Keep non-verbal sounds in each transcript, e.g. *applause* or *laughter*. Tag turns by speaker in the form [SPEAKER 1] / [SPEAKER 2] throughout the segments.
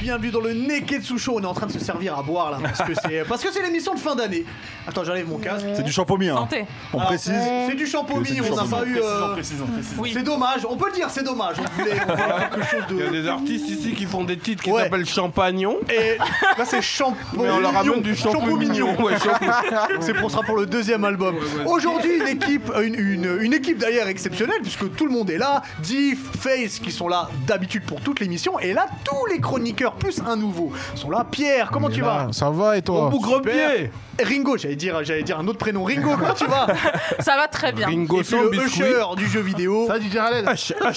[SPEAKER 1] bienvenue dans le Neketsu Show. On est en train de se servir à boire là parce que
[SPEAKER 2] *laughs*
[SPEAKER 1] c'est parce que c'est l'émission de fin d'année. Attends, j'enlève mon casque.
[SPEAKER 3] C'est du shampoing. Hein.
[SPEAKER 4] Santé.
[SPEAKER 3] On
[SPEAKER 1] Alors,
[SPEAKER 3] précise.
[SPEAKER 1] C'est du
[SPEAKER 3] C'est
[SPEAKER 1] champomis,
[SPEAKER 3] du
[SPEAKER 1] on n'a
[SPEAKER 3] champomis.
[SPEAKER 1] pas eu. euh,
[SPEAKER 5] Précisons, précisons.
[SPEAKER 4] Oui.
[SPEAKER 1] C'est dommage, on peut le dire, c'est dommage. On voulait, on voulait
[SPEAKER 2] *laughs*
[SPEAKER 1] quelque chose
[SPEAKER 2] Il y a
[SPEAKER 1] de.
[SPEAKER 2] des artistes ici qui font des titres qui
[SPEAKER 1] Ouais.
[SPEAKER 2] s'appellent Champagnon.
[SPEAKER 1] Et là, c'est champomis.
[SPEAKER 2] Mais on leur ramène du
[SPEAKER 1] Champo
[SPEAKER 2] shampoing
[SPEAKER 1] mignon.
[SPEAKER 2] Ouais, shampoing.
[SPEAKER 1] C'est pour sera pour le deuxième album. Aujourd'hui, une équipe, euh, une, une- une équipe d'ailleurs exceptionnelle, puisque tout le monde est là. Diff, Face, qui sont là d'habitude pour toute l'émission. Et là, tous les chroniqueurs, plus un nouveau, sont là. Pierre, comment
[SPEAKER 6] Mais
[SPEAKER 1] tu
[SPEAKER 6] là,
[SPEAKER 1] vas
[SPEAKER 6] Ça va et
[SPEAKER 2] Au
[SPEAKER 6] toi
[SPEAKER 2] bougre-pied
[SPEAKER 1] Ringo, j'allais dire, j'allais dire un autre prénom. Ringo, comment tu vas
[SPEAKER 4] Ça va très bien.
[SPEAKER 2] Ringo
[SPEAKER 1] Et puis
[SPEAKER 2] sans
[SPEAKER 1] le
[SPEAKER 2] biscuit.
[SPEAKER 1] usher du jeu vidéo.
[SPEAKER 6] Ça, DJ Khaled
[SPEAKER 5] Ah,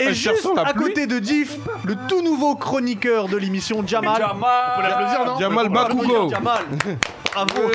[SPEAKER 1] Et
[SPEAKER 2] Un
[SPEAKER 1] juste
[SPEAKER 2] chercheur, la
[SPEAKER 1] à
[SPEAKER 2] pluie.
[SPEAKER 1] côté de Diff, le tout nouveau chroniqueur de l'émission, Jamal.
[SPEAKER 5] On peut l'applaudir, non
[SPEAKER 2] Jamal Bakougo.
[SPEAKER 1] Jamal. Bravo.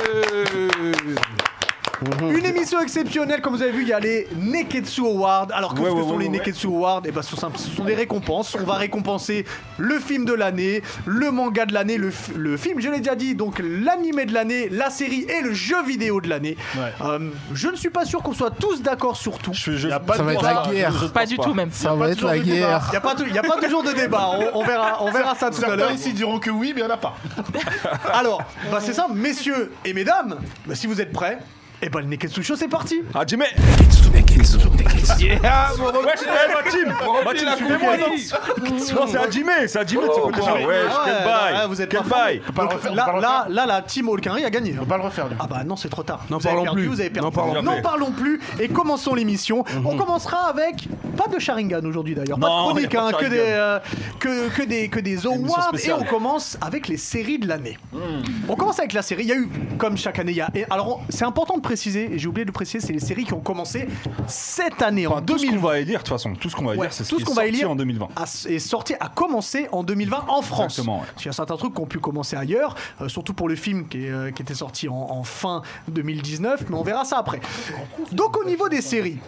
[SPEAKER 1] Une émission exceptionnelle, comme vous avez vu, il y a les Neketsu Awards. Alors, qu'est-ce
[SPEAKER 3] Ouais,
[SPEAKER 1] que
[SPEAKER 3] ouais,
[SPEAKER 1] sont
[SPEAKER 3] ouais,
[SPEAKER 1] les
[SPEAKER 3] ouais.
[SPEAKER 1] Neketsu Awards Eh ben, ce sont, ce sont des récompenses. On va récompenser le film de l'année, le manga de l'année, le, f- le film, je l'ai déjà dit, donc l'animé de l'année, la série et le jeu vidéo de l'année. Euh, je ne suis pas sûr qu'on soit tous d'accord sur tout.
[SPEAKER 3] Je fais je-
[SPEAKER 5] Y a pas
[SPEAKER 6] Ça
[SPEAKER 5] de
[SPEAKER 6] va être
[SPEAKER 5] débat.
[SPEAKER 6] la guerre.
[SPEAKER 5] Je pense
[SPEAKER 4] Pas du tout même.
[SPEAKER 6] Ça va
[SPEAKER 5] pas
[SPEAKER 6] être
[SPEAKER 5] toujours
[SPEAKER 6] la
[SPEAKER 5] de débat.
[SPEAKER 6] guerre.
[SPEAKER 1] Il n'y a, pas tou- y a pas toujours de débat, on, on verra, on verra ça tout à l'heure.
[SPEAKER 5] Certains ici diront que oui, mais il n'y en a pas.
[SPEAKER 1] Alors, bah c'est ça, messieurs et mesdames, bah si vous êtes prêts, et bah le Neketsu Show c'est parti
[SPEAKER 3] Ah, Jimmy
[SPEAKER 5] Ah,
[SPEAKER 2] Yeah, mon repère.
[SPEAKER 3] Wesh, eh, ma team
[SPEAKER 2] Mon
[SPEAKER 3] Ma team,
[SPEAKER 2] repère,
[SPEAKER 3] suivez-moi,
[SPEAKER 2] la
[SPEAKER 3] non Non, c'est à Jimmy C'est à Jimmy de ce
[SPEAKER 2] Oh,
[SPEAKER 3] côté-là. Wesh,
[SPEAKER 2] wow,
[SPEAKER 1] Ah ouais,
[SPEAKER 3] quel
[SPEAKER 1] non, ouais,
[SPEAKER 3] bail
[SPEAKER 1] vous êtes
[SPEAKER 3] Quel
[SPEAKER 1] pas
[SPEAKER 3] bail
[SPEAKER 5] On peut pas le
[SPEAKER 1] Donc,
[SPEAKER 5] refaire, on peut
[SPEAKER 1] là,
[SPEAKER 5] pas le
[SPEAKER 1] là,
[SPEAKER 5] refaire.
[SPEAKER 1] là, la team Holkinry a gagné.
[SPEAKER 5] On peut pas le refaire. du coup.
[SPEAKER 1] Ah bah non, c'est trop tard.
[SPEAKER 2] N'en
[SPEAKER 1] Vous avez
[SPEAKER 2] parlons
[SPEAKER 1] perdu,
[SPEAKER 2] plus.
[SPEAKER 1] Vous avez perdu.
[SPEAKER 2] N'en parlons
[SPEAKER 1] N'en
[SPEAKER 3] plus.
[SPEAKER 1] parlons plus et commençons l'émission.
[SPEAKER 5] Mhm.
[SPEAKER 1] On commencera avec pas de Sharingan aujourd'hui d'ailleurs, pas de
[SPEAKER 3] Non,
[SPEAKER 1] chronique,
[SPEAKER 3] y a pas de
[SPEAKER 1] hein, que, des,
[SPEAKER 3] Sharingan.
[SPEAKER 1] euh, que, que des que des awards et
[SPEAKER 3] spéciale.
[SPEAKER 1] on commence avec les séries de l'année.
[SPEAKER 3] Hmm.
[SPEAKER 1] On commence avec la série. Il y a eu comme chaque année, il y a. et alors on- c'est important de préciser et j'ai oublié de le préciser, c'est les séries qui ont commencé cette année en
[SPEAKER 3] Enfin, tout ce
[SPEAKER 1] 2020.
[SPEAKER 3] qu'on va élire, de toute façon, tout ce qu'on va
[SPEAKER 1] Ouais,
[SPEAKER 3] élire, c'est ce
[SPEAKER 1] tout
[SPEAKER 3] qui
[SPEAKER 1] ce
[SPEAKER 3] est
[SPEAKER 1] qu'on va
[SPEAKER 3] sorti
[SPEAKER 1] élire
[SPEAKER 3] en 2020.
[SPEAKER 1] a- est sorti, a commencé en 2020 en France.
[SPEAKER 3] Exactement, ouais.
[SPEAKER 1] Parce qu'il y a certains trucs qui ont pu commencer ailleurs, euh, surtout pour le film qui, est, euh, qui était sorti en, en fin 2019, mais on verra ça après. Donc au niveau des séries,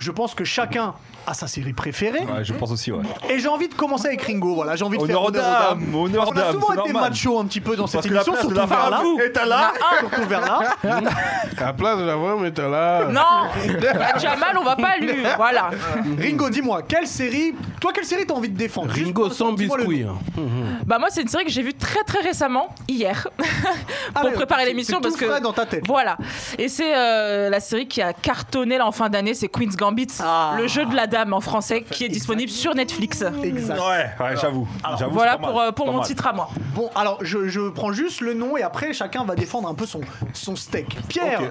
[SPEAKER 1] je pense que chacun a sa série préférée.
[SPEAKER 3] Ouais, je pense aussi, ouais.
[SPEAKER 1] Et j'ai envie de commencer avec Ringo, voilà, j'ai envie de
[SPEAKER 3] Honneur
[SPEAKER 1] faire
[SPEAKER 3] aux dames, honneur
[SPEAKER 1] Parce qu'on a
[SPEAKER 3] dames,
[SPEAKER 1] souvent
[SPEAKER 3] c'est
[SPEAKER 1] été
[SPEAKER 3] normal.
[SPEAKER 1] macho un petit peu dans cette
[SPEAKER 3] Parce que la
[SPEAKER 1] émission,
[SPEAKER 3] place de
[SPEAKER 1] surtout
[SPEAKER 3] la
[SPEAKER 1] vers
[SPEAKER 3] femme
[SPEAKER 1] là,
[SPEAKER 3] vous.
[SPEAKER 2] Et t'as là
[SPEAKER 1] *laughs* surtout vers là.
[SPEAKER 2] À la place de la vraie, mais t'as là
[SPEAKER 4] Non, la Jamal, on va pas lui. Voilà.
[SPEAKER 1] Ringo, dis-moi, quelle série, toi quelle série t'as envie de défendre Juste
[SPEAKER 5] Ringo
[SPEAKER 1] pour-
[SPEAKER 5] sans
[SPEAKER 1] dis-moi le nom.
[SPEAKER 5] biscuit.
[SPEAKER 4] Bah moi, c'est une série que j'ai vue très très récemment, hier, *laughs*
[SPEAKER 1] Ah
[SPEAKER 4] pour
[SPEAKER 1] ouais,
[SPEAKER 4] préparer
[SPEAKER 1] c'est-
[SPEAKER 4] l'émission
[SPEAKER 1] c'est
[SPEAKER 4] parce
[SPEAKER 1] tout
[SPEAKER 4] que
[SPEAKER 1] frais dans ta tête.
[SPEAKER 4] voilà. Et c'est euh, la série qui a cartonné là, en fin d'année, c'est Queen's Gambit,
[SPEAKER 1] Ah.
[SPEAKER 4] le jeu de la dame en français, qui est disponible sur Netflix.
[SPEAKER 1] Exact.
[SPEAKER 3] Ouais, ouais, j'avoue. J'avoue,
[SPEAKER 4] Voilà
[SPEAKER 3] c'est pas
[SPEAKER 4] pour,
[SPEAKER 3] mal,
[SPEAKER 4] euh, pour
[SPEAKER 3] pas
[SPEAKER 4] mon
[SPEAKER 3] mal.
[SPEAKER 4] titre à moi.
[SPEAKER 1] Bon, alors je, je prends juste le nom et après chacun va défendre un peu son, son steak. Pierre,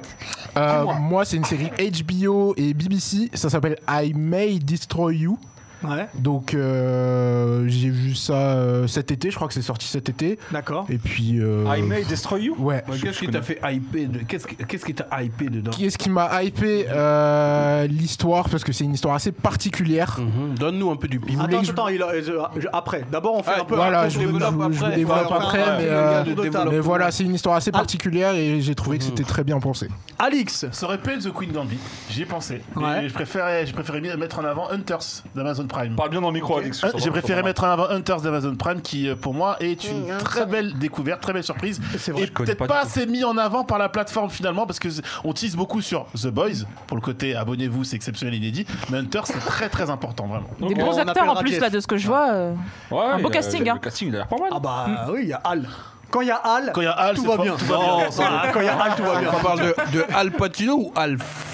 [SPEAKER 6] Euh, Moi, c'est une série HBO et BBC. Ça s'appelle I May Destroy You.
[SPEAKER 1] ouais,
[SPEAKER 6] Donc, euh, j'ai vu ça euh, cet été. Je crois que c'est sorti cet été.
[SPEAKER 1] d'accord.
[SPEAKER 6] Et puis. euh,
[SPEAKER 3] I May Destroy You
[SPEAKER 6] Ouais.
[SPEAKER 5] Ouais, Qu'est-ce qui t'a fait hyper de- Qu'est-ce qui qu'est-ce qui t'a hypé dedans
[SPEAKER 6] Qu'est-ce qui m'a hypé euh, L'histoire, parce que c'est une histoire assez particulière.
[SPEAKER 5] Mhm. Donne-nous un peu du piment.
[SPEAKER 1] Attends,
[SPEAKER 6] que je-
[SPEAKER 1] attends, il a- euh, je- après. D'abord, on fait
[SPEAKER 5] Ah,
[SPEAKER 1] un peu.
[SPEAKER 6] Voilà,
[SPEAKER 1] un
[SPEAKER 6] je,
[SPEAKER 1] tour de
[SPEAKER 6] je-
[SPEAKER 1] table.
[SPEAKER 5] développe
[SPEAKER 6] je
[SPEAKER 5] après.
[SPEAKER 6] développe
[SPEAKER 1] Ouais, on fait
[SPEAKER 6] après,
[SPEAKER 1] un-
[SPEAKER 6] mais,
[SPEAKER 1] un
[SPEAKER 6] euh,
[SPEAKER 1] tour de
[SPEAKER 5] mais
[SPEAKER 1] table.
[SPEAKER 6] mais voilà, c'est une histoire assez particulière et j'ai trouvé que c'était très bien pensé.
[SPEAKER 1] Alix,
[SPEAKER 5] Ça aurait pu être The Queen Gambit, j'y ai pensé.
[SPEAKER 1] Mais Ouais.
[SPEAKER 5] je préférais, je préférais mettre en avant Hunters d'Amazon Prime.
[SPEAKER 3] Parle bien dans le micro, Alex.
[SPEAKER 7] Hein, J'ai préféré mettre en avant Hunters d'Amazon Prime qui euh, pour moi est une très belle découverte, très belle surprise
[SPEAKER 1] C'est vrai.
[SPEAKER 7] et
[SPEAKER 3] Je connais
[SPEAKER 7] peut-être
[SPEAKER 3] pas
[SPEAKER 7] pas,
[SPEAKER 3] du tout.
[SPEAKER 7] assez mis en avant par la plateforme finalement parce que z- on tease beaucoup sur The Boys pour le côté abonnez-vous c'est exceptionnel inédit mais Hunters c'est très très important vraiment.
[SPEAKER 4] Des
[SPEAKER 1] Bon,
[SPEAKER 4] bons
[SPEAKER 1] on
[SPEAKER 4] acteurs en
[SPEAKER 1] appellera
[SPEAKER 4] plus
[SPEAKER 1] Jeff.
[SPEAKER 4] là de ce que je vois. euh.
[SPEAKER 3] Ouais,
[SPEAKER 4] Un
[SPEAKER 3] il
[SPEAKER 4] beau
[SPEAKER 3] a-
[SPEAKER 4] casting,
[SPEAKER 3] le
[SPEAKER 4] hein.
[SPEAKER 3] casting, il a l'air pas mal.
[SPEAKER 1] ah bah
[SPEAKER 4] Hmm.
[SPEAKER 1] oui, il y a Al. Quand il y a Al,
[SPEAKER 7] Quand il y a Al,
[SPEAKER 1] tout
[SPEAKER 7] c'est
[SPEAKER 1] va
[SPEAKER 7] fort,
[SPEAKER 1] bien.
[SPEAKER 7] tout va bien.
[SPEAKER 1] Voilà, quand il y a Al, tout va bien.
[SPEAKER 5] On parle de, de Al Pacino ou Alf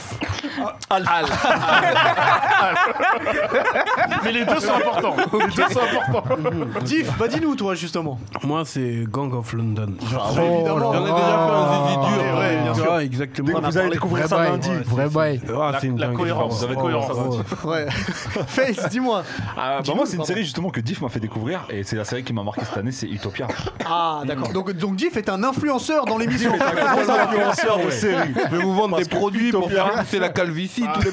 [SPEAKER 5] Alf.
[SPEAKER 7] Mais les deux sont *laughs* importants. Les deux sont importants.
[SPEAKER 1] Diff, bah dis-nous toi justement.
[SPEAKER 5] Moi, c'est Gang of London. J'en
[SPEAKER 2] Oh,
[SPEAKER 1] évidemment.
[SPEAKER 5] ai déjà fait un zizi dur.
[SPEAKER 1] Ah, ouais, bien
[SPEAKER 5] tu
[SPEAKER 1] sûr.
[SPEAKER 5] vois,
[SPEAKER 3] Dès
[SPEAKER 5] exactement.
[SPEAKER 3] que vous allez découvrir
[SPEAKER 6] Vrai
[SPEAKER 3] ça
[SPEAKER 6] bail,
[SPEAKER 3] lundi.
[SPEAKER 6] vrai bail.
[SPEAKER 5] Ah, c'est une
[SPEAKER 7] La
[SPEAKER 5] dinguerie.
[SPEAKER 7] cohérence.
[SPEAKER 3] Vous avez
[SPEAKER 7] la
[SPEAKER 3] cohérence,
[SPEAKER 7] cohérence.
[SPEAKER 1] Ouais. *laughs* Face, dis-moi.
[SPEAKER 3] Ah, bah, moi, c'est une
[SPEAKER 1] pardon.
[SPEAKER 3] série justement que Diff m'a fait découvrir et c'est la série qui m'a marqué cette année, c'est Utopia.
[SPEAKER 1] Ah d'accord. Donc, donc Diff est un influenceur dans l'émission.
[SPEAKER 3] Gros influenceur de série.
[SPEAKER 5] Je vais vous vendre des produits pour faire pousser la calvitie, tous les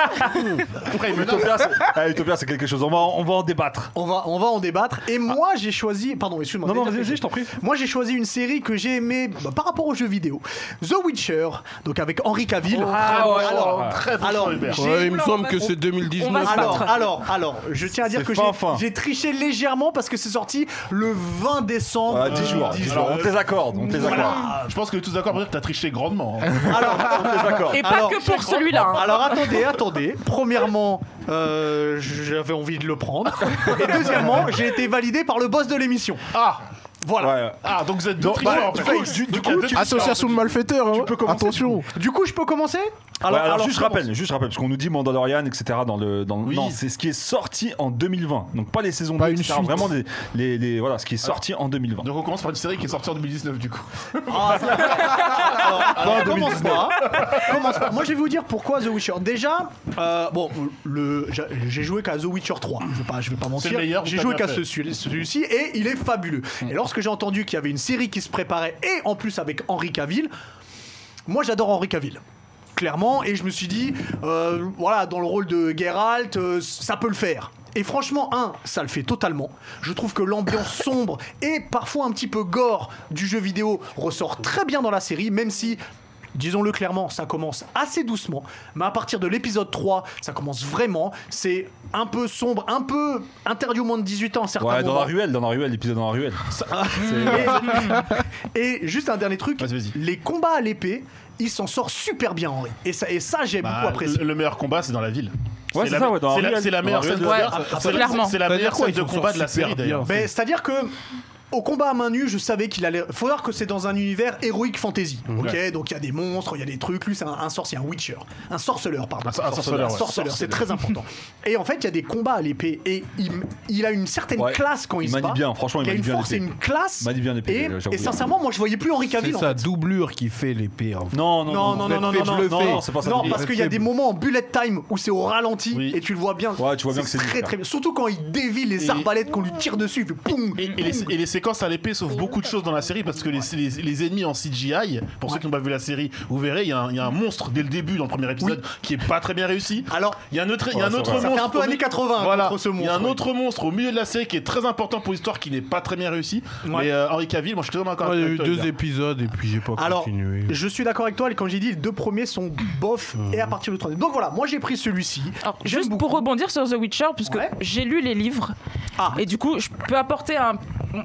[SPEAKER 7] Après, il me donne-
[SPEAKER 3] Utopia, c'est- *laughs* ah, Utopia, c'est quelque chose. On va, en- on va en débattre.
[SPEAKER 1] On va, on va en débattre. Et moi, j'ai choisi. Pardon, excuse-moi.
[SPEAKER 3] Ah. Non, non,
[SPEAKER 1] D'ailleurs,
[SPEAKER 3] vas-y,
[SPEAKER 1] j'ai-
[SPEAKER 3] je t'en prie.
[SPEAKER 1] Moi, j'ai choisi une série que j'ai aimée bah, par rapport aux jeux vidéo. The Witcher, donc avec Henri Cavill.
[SPEAKER 3] Oh,
[SPEAKER 4] Ah ouais.
[SPEAKER 1] alors,
[SPEAKER 7] Très bon
[SPEAKER 1] alors,
[SPEAKER 7] choix, Hubert.
[SPEAKER 1] j'ai-
[SPEAKER 5] Ouais, il me
[SPEAKER 4] Non,
[SPEAKER 5] semble
[SPEAKER 4] Bah, on
[SPEAKER 5] que
[SPEAKER 4] va-
[SPEAKER 5] c'est 2019.
[SPEAKER 4] on va se
[SPEAKER 1] alors,
[SPEAKER 4] battre.
[SPEAKER 1] alors, alors, je tiens à dire
[SPEAKER 3] C'est
[SPEAKER 1] que j'ai
[SPEAKER 3] fin, fin.
[SPEAKER 1] j'ai triché légèrement parce que c'est sorti le 20 décembre.
[SPEAKER 3] Voilà, 10 Ah, jours. 10 jours. On te les accorde. On te les accorde.
[SPEAKER 7] Je pense que tous d'accord pour dire que t'as triché *laughs* grandement. hein.
[SPEAKER 1] Alors,
[SPEAKER 3] *laughs* On te les accorde.
[SPEAKER 4] Et pas
[SPEAKER 1] Alors,
[SPEAKER 4] que pour celui-là. hein.
[SPEAKER 1] alors, attendez, attendez. Premièrement, Euh, J'avais envie de le prendre. Et deuxièmement, j'ai été validé par le boss de l'émission.
[SPEAKER 7] Ah
[SPEAKER 1] Voilà.
[SPEAKER 7] Ah, donc vous êtes deux
[SPEAKER 1] Donc, bah,
[SPEAKER 7] tricheurs, en fait.
[SPEAKER 1] du coup, du- du
[SPEAKER 7] Donc,
[SPEAKER 1] coup,
[SPEAKER 7] il y a deux
[SPEAKER 1] tu-
[SPEAKER 7] tricheurs.
[SPEAKER 6] Association de malfaiteurs, hein. attention.
[SPEAKER 1] Du coup, je peux commencer
[SPEAKER 7] Bah,
[SPEAKER 3] Ah, Alors, alors,
[SPEAKER 1] je
[SPEAKER 3] juste
[SPEAKER 1] commence.
[SPEAKER 3] rappelle, juste rappelle, parce qu'on nous dit Mandalorian, etc. Dans le, dans le-
[SPEAKER 7] Oui.
[SPEAKER 3] non, c'est ce qui est sorti en 2020, donc pas les saisons
[SPEAKER 6] Pas
[SPEAKER 3] 2,
[SPEAKER 6] une
[SPEAKER 3] etc.,
[SPEAKER 6] suite.
[SPEAKER 3] Vraiment, les, les- les- voilà, ce qui est sorti en 2020.
[SPEAKER 7] Donc on commence par une série qui est sortie en 2019 du coup.
[SPEAKER 1] Ah, *laughs* Alors, commence pas. Commence pas. Moi, je vais vous dire pourquoi The Witcher. Déjà, euh, bon, le, j'a- j'ai joué qu'à The Witcher 3. Je vais pas, je vais pas
[SPEAKER 7] C'est
[SPEAKER 1] mentir.
[SPEAKER 7] le meilleur,
[SPEAKER 1] J'ai
[SPEAKER 7] t'as
[SPEAKER 1] joué
[SPEAKER 7] bien
[SPEAKER 1] qu'à
[SPEAKER 7] fait.
[SPEAKER 1] ce- celui-ci et il est fabuleux. Et lorsque j'ai entendu qu'il y avait une série qui se préparait et en plus avec Henri Cavill, moi, j'adore Henri Cavill. Clairement, et je me suis dit, euh, voilà, dans le rôle de Geralt, euh, ça peut le faire. Et franchement, un, ça le fait totalement. Je trouve que l'ambiance *laughs* sombre et parfois un petit peu gore du jeu vidéo ressort très bien dans la série, même si, disons-le clairement, ça commence assez doucement. Mais à partir de l'épisode 3, ça commence vraiment. C'est un peu sombre, un peu interdit au moins de 18 ans à certains
[SPEAKER 3] Ouais, dans
[SPEAKER 1] moments.
[SPEAKER 3] la ruelle, dans la ruelle, l'épisode dans la ruelle.
[SPEAKER 1] *laughs* Et juste un dernier truc,
[SPEAKER 7] Vas-y, vas-y.
[SPEAKER 1] les combats à l'épée, il s'en sort super bien Henri. Et ça, et ça j'ai
[SPEAKER 7] Bah,
[SPEAKER 1] beaucoup apprécié.
[SPEAKER 7] le- le meilleur combat c'est dans la ville.
[SPEAKER 3] Ouais, c'est
[SPEAKER 7] la,
[SPEAKER 3] ça, ouais, dans la
[SPEAKER 7] c'est la-
[SPEAKER 3] ruelle.
[SPEAKER 7] c'est la
[SPEAKER 3] Dans
[SPEAKER 7] meilleure
[SPEAKER 3] la
[SPEAKER 7] scène de
[SPEAKER 4] ruelle.
[SPEAKER 7] guerre.
[SPEAKER 4] Ouais,
[SPEAKER 7] C'est la-
[SPEAKER 4] clairement.
[SPEAKER 7] C'est la
[SPEAKER 5] C'est-à-dire
[SPEAKER 7] meilleure
[SPEAKER 5] quoi,
[SPEAKER 7] scène
[SPEAKER 5] ils
[SPEAKER 7] de
[SPEAKER 5] sont
[SPEAKER 7] combat de la
[SPEAKER 5] super
[SPEAKER 7] série d'ailleurs.
[SPEAKER 5] bien.
[SPEAKER 1] Ben, C'est-à-dire que au combat à main nue, je savais qu'il allait. Faut voir que c'est dans un univers héroïque fantasy.
[SPEAKER 3] Mmh.
[SPEAKER 1] Ok, donc il y a des monstres, il y a des trucs. Lui, c'est un, un sorcier, un witcher, un sorceleur, pardon.
[SPEAKER 7] Un sor- un sorceleur, ouais.
[SPEAKER 1] sorceleur, c'est très important. Et en fait, il y a des combats à l'épée et il, il a une certaine
[SPEAKER 3] Ouais.
[SPEAKER 1] classe quand il,
[SPEAKER 3] Il
[SPEAKER 1] se
[SPEAKER 3] manie
[SPEAKER 1] bat.
[SPEAKER 3] bien, franchement, il
[SPEAKER 1] a
[SPEAKER 3] manie
[SPEAKER 1] une
[SPEAKER 3] bien
[SPEAKER 1] force et
[SPEAKER 3] l'épée.
[SPEAKER 1] une classe.
[SPEAKER 3] Manie bien l'épée,
[SPEAKER 1] Et,
[SPEAKER 3] j'avoue,
[SPEAKER 1] et
[SPEAKER 3] j'avoue.
[SPEAKER 1] sincèrement, moi, je voyais plus Henri
[SPEAKER 5] C'est
[SPEAKER 1] Cavill. en
[SPEAKER 5] sa doublure qui fait l'épée. En fait.
[SPEAKER 3] Non, non,
[SPEAKER 1] non, non, non, non, non,
[SPEAKER 5] je le
[SPEAKER 1] non,
[SPEAKER 5] fais.
[SPEAKER 1] non, c'est pas ça.
[SPEAKER 5] Non,
[SPEAKER 1] parce
[SPEAKER 5] je
[SPEAKER 1] qu'il y a
[SPEAKER 5] le
[SPEAKER 1] des
[SPEAKER 5] fais.
[SPEAKER 1] moments en bullet time où c'est au ralenti
[SPEAKER 7] Oui.
[SPEAKER 1] et tu le vois bien.
[SPEAKER 3] Ouais, tu vois bien que c'est
[SPEAKER 1] très
[SPEAKER 3] dur,
[SPEAKER 1] très bien. Surtout quand il dévie les arbalètes qu'on lui tire dessus, il fait poum.
[SPEAKER 7] Et, et les, et les séquences à l'épée sauvent beaucoup de choses dans la série parce que les, les- les ennemis en CGI, pour ceux qui n'ont pas vu la série, vous verrez, il y, a un- il y a un monstre dès le début dans le premier épisode qui est pas très bien réussi.
[SPEAKER 1] Alors,
[SPEAKER 7] Il y a un autre, il y a un
[SPEAKER 3] Ouais,
[SPEAKER 7] autre
[SPEAKER 3] c'est vrai.
[SPEAKER 1] Ça fait
[SPEAKER 7] monstre.
[SPEAKER 1] un peu
[SPEAKER 7] au
[SPEAKER 1] années
[SPEAKER 7] milieu-
[SPEAKER 1] 80
[SPEAKER 7] Voilà.
[SPEAKER 1] contre ce
[SPEAKER 7] Il y a un
[SPEAKER 1] monstre,
[SPEAKER 7] autre monstre au milieu de la série qui est très important pour l'histoire, qui n'est pas très bien réussi.
[SPEAKER 1] Ouais.
[SPEAKER 7] Mais euh, Henri Cavill, moi je suis totalement d'accord.
[SPEAKER 5] Moi, Il y a
[SPEAKER 7] avec
[SPEAKER 5] eu
[SPEAKER 7] toi,
[SPEAKER 5] deux
[SPEAKER 7] Hubert.
[SPEAKER 5] épisodes et puis j'ai pas
[SPEAKER 1] Alors,
[SPEAKER 5] continué.
[SPEAKER 1] je suis d'accord avec toi, et quand j'ai dit, les deux premiers sont bof, et à partir du troisième. Donc voilà, moi j'ai pris celui-ci.
[SPEAKER 4] Alors,
[SPEAKER 1] J'aime
[SPEAKER 4] juste
[SPEAKER 1] beaucoup.
[SPEAKER 4] pour rebondir sur The Witcher, puisque
[SPEAKER 1] Ouais.
[SPEAKER 4] j'ai lu les livres,
[SPEAKER 1] Ah.
[SPEAKER 4] et du coup, je peux apporter un.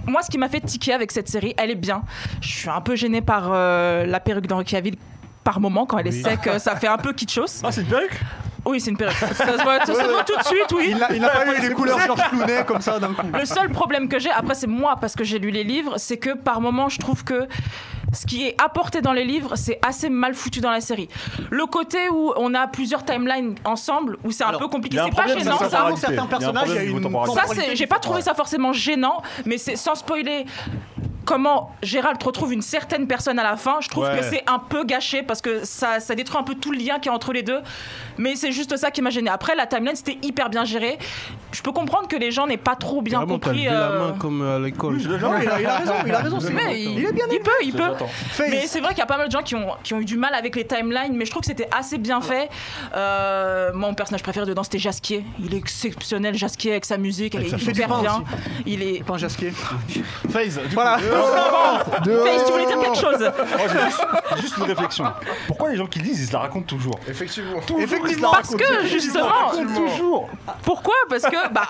[SPEAKER 4] Moi, ce qui m'a fait tiquer avec cette série, elle est bien. Je suis un peu gênée par euh, la perruque d'Henri Cavill par moment, quand elle est sec, euh, ça fait un peu kitschos.
[SPEAKER 3] Ah, c'est une perruque
[SPEAKER 4] Oui, c'est une perruque. Ça se voit, ça se voit tout de suite, oui.
[SPEAKER 1] Il n'a il a pas eu les couleurs Georges Clooney comme ça
[SPEAKER 4] *laughs*
[SPEAKER 1] d'un coup.
[SPEAKER 4] Le seul problème que j'ai, après c'est moi parce que j'ai lu les livres, c'est que par moment je trouve que ce qui est apporté dans les livres, c'est assez mal foutu dans la série. Le côté où on a plusieurs timelines ensemble, où c'est un
[SPEAKER 1] Alors,
[SPEAKER 4] peu compliqué,
[SPEAKER 3] il y a un
[SPEAKER 4] c'est pas
[SPEAKER 3] problème,
[SPEAKER 4] gênant
[SPEAKER 3] mais ça,
[SPEAKER 4] ça.
[SPEAKER 1] Concernant certains personnages, il y a
[SPEAKER 3] niveau
[SPEAKER 1] une.
[SPEAKER 3] temporalité.
[SPEAKER 4] Ça, c'est- j'ai pas trouvé ça forcément gênant, mais c'est sans spoiler comment Gérald retrouve une certaine personne à la fin. Je trouve
[SPEAKER 7] Ouais.
[SPEAKER 4] que c'est un peu gâché parce que ça, ça détruit un peu tout le lien qui est entre les deux. Mais c'est juste ça qui m'a gêné. Après, la timeline, c'était hyper bien géré. Je peux comprendre que les gens n'aient pas trop bien
[SPEAKER 5] Vraiment, t'as
[SPEAKER 4] compris.
[SPEAKER 5] levé la
[SPEAKER 4] euh,
[SPEAKER 5] main comme à l'école.
[SPEAKER 3] Je le jure.
[SPEAKER 1] Non, il a, il a raison, il a raison. c'est-
[SPEAKER 4] mais il,
[SPEAKER 1] il est bien
[SPEAKER 4] il peut, il
[SPEAKER 3] Je
[SPEAKER 4] peut.
[SPEAKER 3] l'attends.
[SPEAKER 4] Mais
[SPEAKER 1] Face.
[SPEAKER 4] c'est vrai qu'il y a pas mal de gens qui ont, qui ont eu du mal avec les timelines, mais je trouve que c'était assez bien fait. Euh, moi, mon personnage préféré dedans, c'était Jasquier. Il est exceptionnel, Jasquier, avec sa musique, elle
[SPEAKER 7] Avec
[SPEAKER 4] est
[SPEAKER 7] sa
[SPEAKER 4] hyper
[SPEAKER 1] chanson.
[SPEAKER 4] bien. Il est.
[SPEAKER 1] Pain Jasquier.
[SPEAKER 7] Faze, du coup,
[SPEAKER 4] Face, tu voulais dire quelque chose
[SPEAKER 3] Moi, j'ai juste, juste une réflexion. Pourquoi les gens qui lisent, ils se la racontent toujours Ah,
[SPEAKER 1] Effectivement.
[SPEAKER 4] Parce que justement, pourquoi Parce que bah,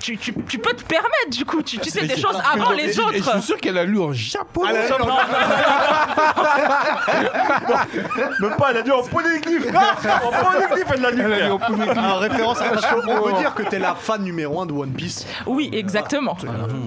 [SPEAKER 4] tu, tu- tu peux te permettre du coup, tu, tu sais des choses avant
[SPEAKER 5] Et-
[SPEAKER 4] les
[SPEAKER 5] et- et je suis
[SPEAKER 4] autres.
[SPEAKER 5] sûr qu'elle a lu en japonais.
[SPEAKER 3] Même pas, elle a dit en polyglyphe En polyglyphe, elle l'a dit frère.
[SPEAKER 1] En référence à parce qu'on peut dire que t'es la fan numéro 1 de One Piece.
[SPEAKER 4] Oui, exactement.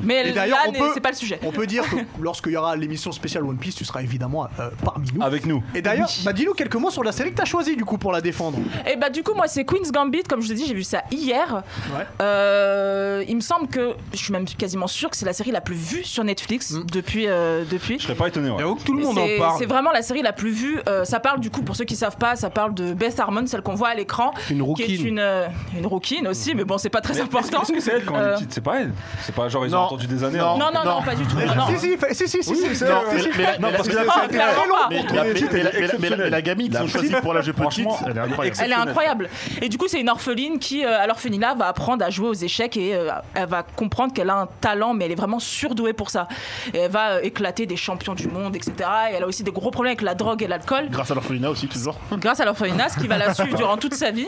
[SPEAKER 4] Mais
[SPEAKER 1] Et d'ailleurs,
[SPEAKER 4] là,
[SPEAKER 1] on
[SPEAKER 4] n'est-
[SPEAKER 1] peut-
[SPEAKER 4] c'est pas le sujet.
[SPEAKER 1] On peut dire que lorsqu'il y aura l'émission spéciale One Piece, tu seras évidemment euh, parmi
[SPEAKER 8] Ah,
[SPEAKER 1] nous.
[SPEAKER 3] Avec nous.
[SPEAKER 1] Et d'ailleurs, bah, dis-nous quelques mots sur la série que t'as choisie du coup pour la défendre.
[SPEAKER 4] Et bah du coup moi c'est Queen's Gambit comme je te dis j'ai vu ça hier.
[SPEAKER 1] Ouais.
[SPEAKER 4] Euh, il me semble que je suis même quasiment sûr que c'est la série la plus vue sur Netflix depuis euh, depuis.
[SPEAKER 3] Je serais pas étonné, ouais.
[SPEAKER 5] J'avoue que tout le monde en
[SPEAKER 4] C'est-
[SPEAKER 5] parle.
[SPEAKER 4] C'est vraiment la série la plus vue. Euh, ça parle du coup, pour ceux qui savent pas, ça parle de Beth Harmon, celle qu'on voit à l'écran.
[SPEAKER 5] Une
[SPEAKER 4] Qui est
[SPEAKER 5] rouquine.
[SPEAKER 4] une, euh, une rouquine aussi, mais bon, c'est pas très
[SPEAKER 3] Mais
[SPEAKER 4] important.
[SPEAKER 3] Est-ce que c'est elle quand elle
[SPEAKER 4] Euh,
[SPEAKER 3] est petite C'est pas elle C'est pas genre ils ont
[SPEAKER 7] Non.
[SPEAKER 3] entendu des années
[SPEAKER 7] Non.
[SPEAKER 3] avant.
[SPEAKER 7] *laughs*
[SPEAKER 4] Non, non, non,
[SPEAKER 7] Non.
[SPEAKER 4] pas du tout. non.
[SPEAKER 1] Si, si, fa- si, si, si, si, si,
[SPEAKER 7] Non,
[SPEAKER 1] si,
[SPEAKER 7] mais-
[SPEAKER 1] si,
[SPEAKER 7] mais la-
[SPEAKER 1] fa-
[SPEAKER 7] mais la-
[SPEAKER 3] parce que
[SPEAKER 7] mais
[SPEAKER 3] là,
[SPEAKER 7] la-
[SPEAKER 4] Ah, clairement pas.
[SPEAKER 7] mais- mais
[SPEAKER 3] La
[SPEAKER 7] la- mais
[SPEAKER 3] petite, elle est
[SPEAKER 7] la- mais la- mais la- mais la gamine
[SPEAKER 3] exceptionnelle.
[SPEAKER 7] qu'ils ont choisie pour la jeu petite,
[SPEAKER 3] Franchement,
[SPEAKER 7] elle est incroyable.
[SPEAKER 4] Elle est incroyable. Et du coup, c'est une orpheline qui, euh, à l'orphelinat, va apprendre à jouer aux échecs et euh, elle va comprendre qu'elle a un talent, mais elle est vraiment surdouée pour ça. Et elle va euh, éclater des champions du monde, etc. Et elle a aussi des gros problèmes avec la drogue et l'alcool,
[SPEAKER 7] Grâce à l'orphelinat aussi, toujours.
[SPEAKER 4] grâce à l'orphelinat, ce qui va la suivre durant toute sa vie.